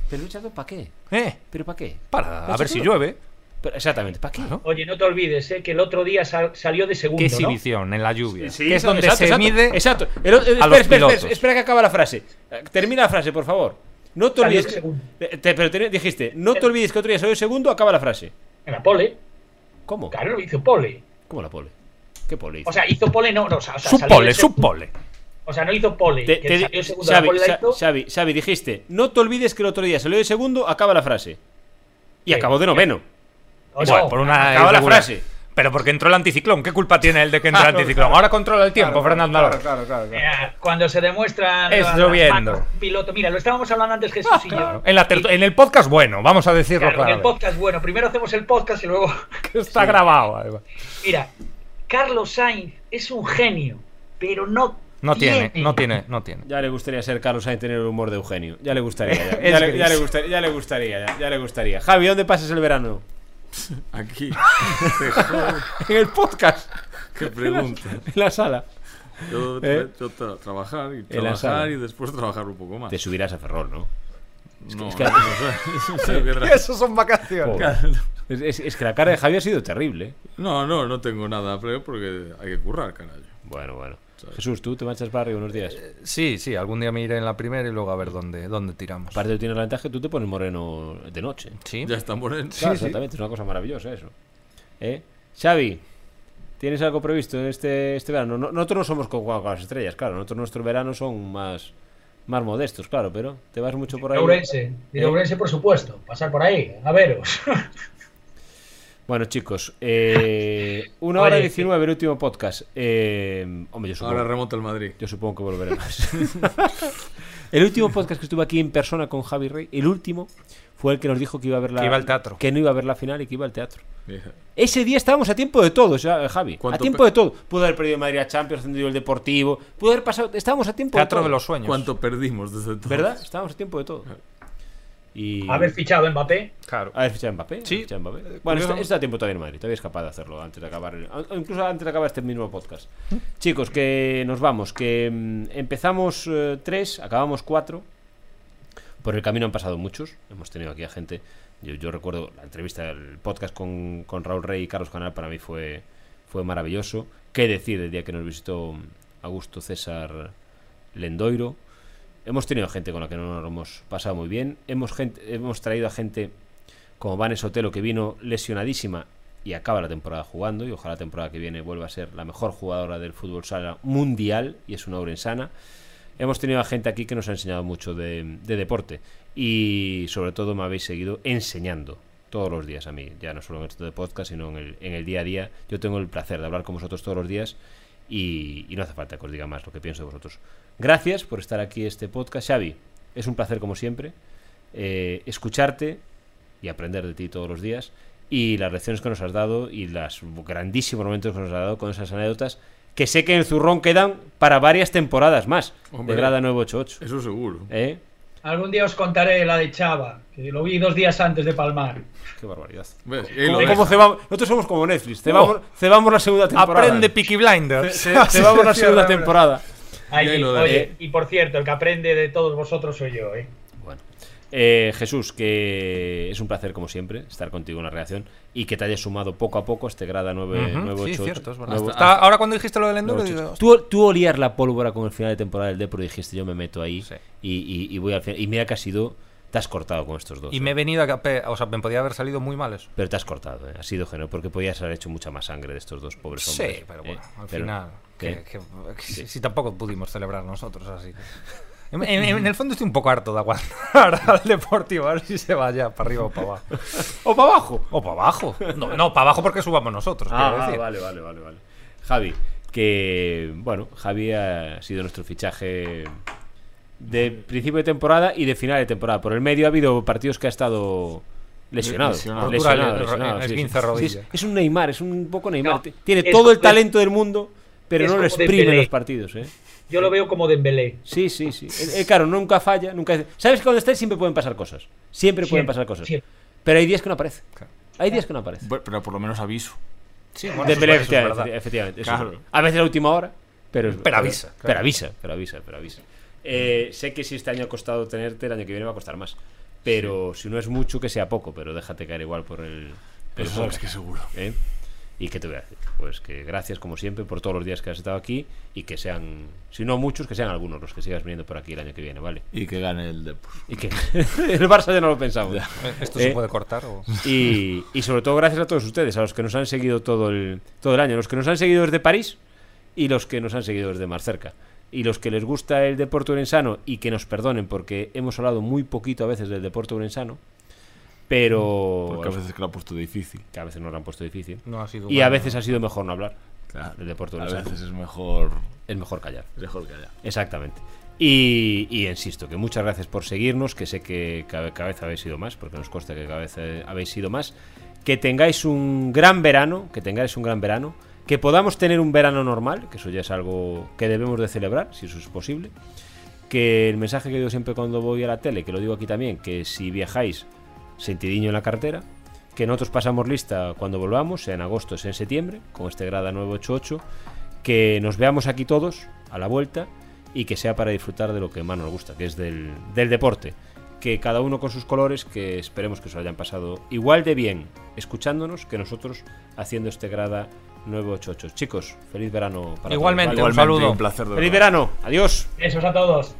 Speaker 2: ¿Pero para qué?
Speaker 4: Eh,
Speaker 2: ¿Pero para qué?
Speaker 4: para,
Speaker 2: Lo
Speaker 4: a
Speaker 2: echa
Speaker 4: ver si
Speaker 2: todo.
Speaker 4: llueve.
Speaker 2: Pero- exactamente, ¿para qué?
Speaker 4: Claro.
Speaker 3: Oye, no te olvides, eh, que el otro día sal- salió de segundo.
Speaker 4: Qué
Speaker 3: ¿no?
Speaker 4: exhibición en la lluvia.
Speaker 2: Sí,
Speaker 4: que es
Speaker 2: exacto,
Speaker 4: donde
Speaker 2: exacto,
Speaker 4: se
Speaker 2: exacto,
Speaker 4: mide.
Speaker 2: Exacto. El- el- espera,
Speaker 4: los
Speaker 2: espera, espera,
Speaker 4: pilotos.
Speaker 2: espera que acaba la frase. Eh, Termina la frase, por favor. No te
Speaker 3: Salió
Speaker 2: olvides. que-
Speaker 3: segundo.
Speaker 2: eh, te- pero te- dijiste, no te olvides que otro día soy el segundo, acaba la frase.
Speaker 3: En la pole.
Speaker 2: ¿Cómo?
Speaker 3: Claro, hizo pole.
Speaker 2: ¿Cómo la pole? ¿Qué pole? hizo?
Speaker 3: O sea, hizo pole, no, no, o sea, o sea, salió
Speaker 4: Supole,
Speaker 3: de segundo.
Speaker 4: supole.
Speaker 3: O sea, no hizo pole.
Speaker 2: Te-
Speaker 3: que
Speaker 2: te-
Speaker 3: salió segundo la
Speaker 2: Xavi,
Speaker 3: pole la
Speaker 2: Xa-
Speaker 3: hizo.
Speaker 2: Xavi, Xavi, dijiste, no te olvides que el otro día salió de segundo, acaba la frase. Y
Speaker 3: Sí.
Speaker 2: acabó de noveno.
Speaker 3: O
Speaker 4: Bueno,
Speaker 3: no,
Speaker 4: por una
Speaker 2: acaba la
Speaker 4: irregular.
Speaker 2: frase.
Speaker 4: Pero porque entró el anticiclón. ¿Qué culpa tiene el de que entró el anticiclón? Ahora controla el tiempo, Fernando Alonso.
Speaker 3: eh, Cuando se demuestra
Speaker 4: Es Ah, lloviendo.
Speaker 3: piloto. Mira, lo estábamos hablando antes Jesús y yo.
Speaker 4: En, la tertu- en el podcast, bueno, vamos a decirlo
Speaker 3: Claro,
Speaker 4: claro.
Speaker 3: en el podcast, bueno, primero hacemos el podcast y luego.
Speaker 4: que Está grabado, además.
Speaker 3: Mira, Carlos Sainz es un genio, pero no.
Speaker 4: No tiene, no tiene, no tiene.
Speaker 2: Ya le gustaría ser Carlos Sainz tener el humor de Eugenio. Ya le gustaría. Ya,
Speaker 4: Es
Speaker 2: Ya le,
Speaker 4: gris.
Speaker 2: ya le gustaría, ya le gustaría. Ya, ya le gustaría. Javi, ¿dónde pasas el verano?
Speaker 5: Aquí,
Speaker 2: En el podcast.
Speaker 5: qué pregunta.
Speaker 2: En la sala.
Speaker 5: Yo,
Speaker 2: ¿Eh?
Speaker 5: yo tra- trabajar y
Speaker 2: En la sala.
Speaker 5: trabajar y después trabajar un poco más.
Speaker 2: Te subirás a Ferrol, ¿no?
Speaker 5: No,
Speaker 2: es que-
Speaker 5: no, no sé. Tengo que tra-
Speaker 4: Eso son vacaciones.
Speaker 2: Es, es- es que la cara de Javi ha sido terrible. ¿eh?
Speaker 5: no, no, no tengo nada previo porque hay que currar, carajo.
Speaker 2: Bueno, bueno. Jesús, tú te marchas para arriba unos días.
Speaker 4: Sí, sí, algún día me iré en la primera y luego a ver dónde, dónde tiramos.
Speaker 2: Aparte, tú tienes la ventaja que tú te pones moreno de noche.
Speaker 4: Sí.
Speaker 5: Ya está moreno.
Speaker 2: Claro, exactamente, es una cosa maravillosa eso. ¿Eh? Xavi, ¿tienes algo previsto en este, este verano? No- nosotros no somos con, con las estrellas, claro. Nosotros nuestros veranos son más, más modestos, claro, pero te vas mucho por ahí.
Speaker 3: Ourense, de
Speaker 2: ¿Eh?
Speaker 3: Ourense, por supuesto. Pasar por ahí, a veros.
Speaker 2: Bueno, chicos, eh, una hora
Speaker 3: Oye,
Speaker 2: diecinueve, el último podcast. Eh, hombre, yo
Speaker 5: Ahora
Speaker 2: supongo,
Speaker 5: remonta el Madrid.
Speaker 2: yo supongo que volveré más. el último podcast que estuve aquí en persona con Javi Rey, el último, fue el que nos dijo que iba a ver la,
Speaker 4: Que iba al teatro.
Speaker 2: que no iba a ver la final y que iba al teatro.
Speaker 5: Mira,
Speaker 2: Ese día estábamos a tiempo de todo, ya, Javi. A
Speaker 5: ¿Cuánto
Speaker 2: tiempo
Speaker 5: pe-
Speaker 2: de todo. Pudo haber perdido el Madrid a Champions, tenido el Deportivo. Pudo haber pasado. Estábamos a tiempo
Speaker 4: Teatro
Speaker 2: de
Speaker 4: de
Speaker 2: todo.
Speaker 4: los sueños.
Speaker 5: ¿Cuánto perdimos desde entonces?
Speaker 2: ¿Verdad? Estábamos a tiempo de todo. Y...
Speaker 3: Haber fichado a Mbappé.
Speaker 4: Claro.
Speaker 2: A ver, ficha a Mbappé.
Speaker 4: Sí.
Speaker 2: a fichar a Mbappé.
Speaker 4: Eh,
Speaker 2: Bueno,
Speaker 4: curioso.
Speaker 2: está, está a tiempo todavía en Madrid. Todavía es capaz de hacerlo antes de acabar. el- o incluso antes de acabar este mismo podcast.
Speaker 4: ¿Mm?
Speaker 2: Chicos, que nos vamos. Que mm, empezamos eh, tres, acabamos cuatro. Por el camino han pasado muchos. Hemos tenido aquí a gente. Yo, yo recuerdo la entrevista, el podcast con, con Raúl Rey y Carlos Canal para mí fue, fue maravilloso. ¿Qué decir el día que nos visitó Augusto César Lendoiro? Hemos tenido gente con la que no nos lo hemos pasado muy bien. Hemos, gente, hemos traído a gente como Van Sotelo que vino lesionadísima y acaba la temporada jugando y ojalá la temporada que viene vuelva a ser la mejor jugadora del fútbol sala mundial y es una obra insana. Hemos tenido a gente aquí que nos ha enseñado mucho de, de deporte y sobre todo me habéis seguido enseñando todos los días a mí, ya no solo en esto de podcast, sino en el, en el día a día. Yo tengo el placer de hablar con vosotros todos los días y, y no hace falta que os diga más lo que pienso de vosotros. Gracias por estar aquí este podcast. Xavi, es un placer como siempre eh, escucharte y aprender de ti todos los días y las lecciones que nos has dado y los grandísimos momentos que nos has dado con esas anécdotas que sé que en el zurrón quedan para varias temporadas más
Speaker 5: Hombre.
Speaker 2: de Grada 988.
Speaker 5: Eso seguro.
Speaker 2: ¿Eh?
Speaker 3: Algún día os contaré la de Chava, que lo vi dos días antes de Palmar.
Speaker 2: Qué barbaridad.
Speaker 5: ¿Ves? Y ahí lo
Speaker 2: ¿Cómo,
Speaker 5: ves.
Speaker 2: cómo cebamos? Nosotros somos como Netflix, cebamos, cebamos la segunda temporada.
Speaker 4: Aprende Peaky Blinders.
Speaker 2: Uh. Ce- cebamos la segunda temporada.
Speaker 3: Ahí,
Speaker 5: Y ahí lo
Speaker 3: oye,
Speaker 2: daré.
Speaker 3: y por cierto, el que aprende de todos vosotros soy yo, ¿eh?
Speaker 2: Bueno. Eh, Jesús, que es un placer como siempre estar contigo en la reacción y que te hayas sumado poco a poco a este grada 9,
Speaker 4: Ujú,
Speaker 2: 988.
Speaker 4: sí, cierto, es verdad.
Speaker 2: Nuevo-
Speaker 4: Hasta- ahora cuando dijiste lo del enduro, digo,
Speaker 2: 988. Tú, tú olías la pólvora con el final de temporada del Depor y dijiste yo me meto ahí
Speaker 4: Sí.
Speaker 2: y, y- y voy al final. Y mira que has sido, te has cortado con estos dos.
Speaker 4: Y
Speaker 2: ¿eh?
Speaker 4: me he venido a capé. O sea, me podía haber salido muy mal eso.
Speaker 2: Pero te has cortado, ¿eh? has sido género porque podías haber hecho mucha más sangre de estos dos pobres hombres.
Speaker 4: Sí, pero bueno,
Speaker 2: ¿eh?
Speaker 4: al
Speaker 2: Pero-
Speaker 4: final.
Speaker 2: ¿qué?
Speaker 4: que- que- que si, si tampoco pudimos celebrar nosotros así. En, en- en el fondo estoy un poco harto de aguantar al deportivo, a ver si se vaya para arriba o para abajo.
Speaker 2: ¡O para abajo!
Speaker 4: O para abajo. No, no para abajo porque subamos nosotros.
Speaker 2: Ah,
Speaker 4: quiero
Speaker 2: ah,
Speaker 4: decir.
Speaker 2: vale, vale, vale, vale. Javi, que bueno, Javi ha sido nuestro fichaje de principio de temporada y de final de temporada. Por el medio ha habido partidos que ha estado lesionado.
Speaker 5: Lesionado.
Speaker 4: Rotura,
Speaker 2: lesionado,
Speaker 4: eh,
Speaker 2: sí,
Speaker 4: esguince
Speaker 2: sí.
Speaker 4: rodilla.
Speaker 2: Sí, es, es un Neymar, es un poco Neymar.
Speaker 3: No,
Speaker 2: T- Tiene
Speaker 3: es
Speaker 2: todo el
Speaker 3: como de-
Speaker 2: talento del mundo, pero
Speaker 3: es
Speaker 2: no lo
Speaker 3: como de
Speaker 2: exprime en
Speaker 3: Pelé.
Speaker 2: los partidos, ¿eh?
Speaker 3: Yo lo veo como Dembélé.
Speaker 2: Sí, sí, sí. Eh, eh, claro, nunca falla, nunca. dice- Sabes que cuando estés siempre pueden pasar cosas. Siempre, pueden
Speaker 3: Siempre,
Speaker 2: pasar cosas.
Speaker 3: siempre.
Speaker 2: Pero hay días que no aparece.
Speaker 4: Claro.
Speaker 2: Hay días que no aparece.
Speaker 5: Bu- Pero por lo menos aviso.
Speaker 4: Sí, bueno,
Speaker 2: De
Speaker 4: eso es-
Speaker 2: Pelé,
Speaker 4: eso es
Speaker 2: efectivamente,
Speaker 4: verdad.
Speaker 2: efectivamente, eso
Speaker 5: Claro.
Speaker 2: es. A veces a última hora, pero,
Speaker 4: Pero avisa, claro.
Speaker 2: Pero avisa, pero avisa, pero avisa. Eh, sé que si este año ha costado tenerte, el año que viene va a costar más. Pero si no es mucho, que sea poco, pero déjate caer igual por el. por el
Speaker 5: Eso sabes
Speaker 2: podcast,
Speaker 5: que seguro.
Speaker 2: ¿eh? ¿Y qué te voy a decir? Pues que gracias, como siempre, por todos los días que has estado aquí y que sean, si no muchos, que sean algunos los que sigas viniendo por aquí el año que viene, ¿vale?
Speaker 5: Y que gane el Depor.
Speaker 2: Y que el Barça ya no lo pensamos.
Speaker 4: Eh, ¿Esto
Speaker 2: Eh,
Speaker 4: se puede cortar? O...
Speaker 2: Y, y sobre todo gracias a todos ustedes, a los que nos han seguido todo el, todo el año, los que nos han seguido desde París y los que nos han seguido desde más cerca. Y los que les gusta el deporte urensano y que nos perdonen porque hemos hablado muy poquito a veces del deporte urensano, pero
Speaker 5: Porque a veces que lo ha puesto difícil.
Speaker 2: que a veces nos lo han puesto difícil.
Speaker 4: No ha sido
Speaker 2: y a
Speaker 4: bueno.
Speaker 2: veces ha sido mejor no hablar.
Speaker 5: Claro.
Speaker 2: El deporte
Speaker 5: a
Speaker 2: universal.
Speaker 5: veces es mejor.
Speaker 2: Es mejor callar.
Speaker 5: Mejor que allá.
Speaker 2: Exactamente. Y, y insisto, que muchas gracias por seguirnos, que sé que cada cada vez habéis sido más, porque nos consta que cada vez eh, habéis sido más. Que tengáis un gran verano, que tengáis un gran verano, que podamos tener un verano normal, que eso ya es algo que debemos de celebrar, si eso es posible. Que el mensaje que digo siempre cuando voy a la tele, que lo digo aquí también, que si viajáis, sentidiño en la cartera. Que nosotros pasamos lista cuando volvamos, sea en agosto, sea en septiembre, con este grada 988 que nos veamos aquí todos a la vuelta y que sea para disfrutar de lo que más nos gusta, que es del, del deporte. Que cada uno con sus colores, que esperemos que se lo hayan pasado igual de bien escuchándonos que nosotros haciendo este grada 988. Chicos, feliz verano para todos,
Speaker 4: Igualmente,
Speaker 2: ¿vale?
Speaker 4: un
Speaker 5: Igualmente,
Speaker 4: saludo.
Speaker 5: Un placer de
Speaker 2: Feliz
Speaker 5: verdad.
Speaker 2: verano, adiós.
Speaker 3: Besos a todos.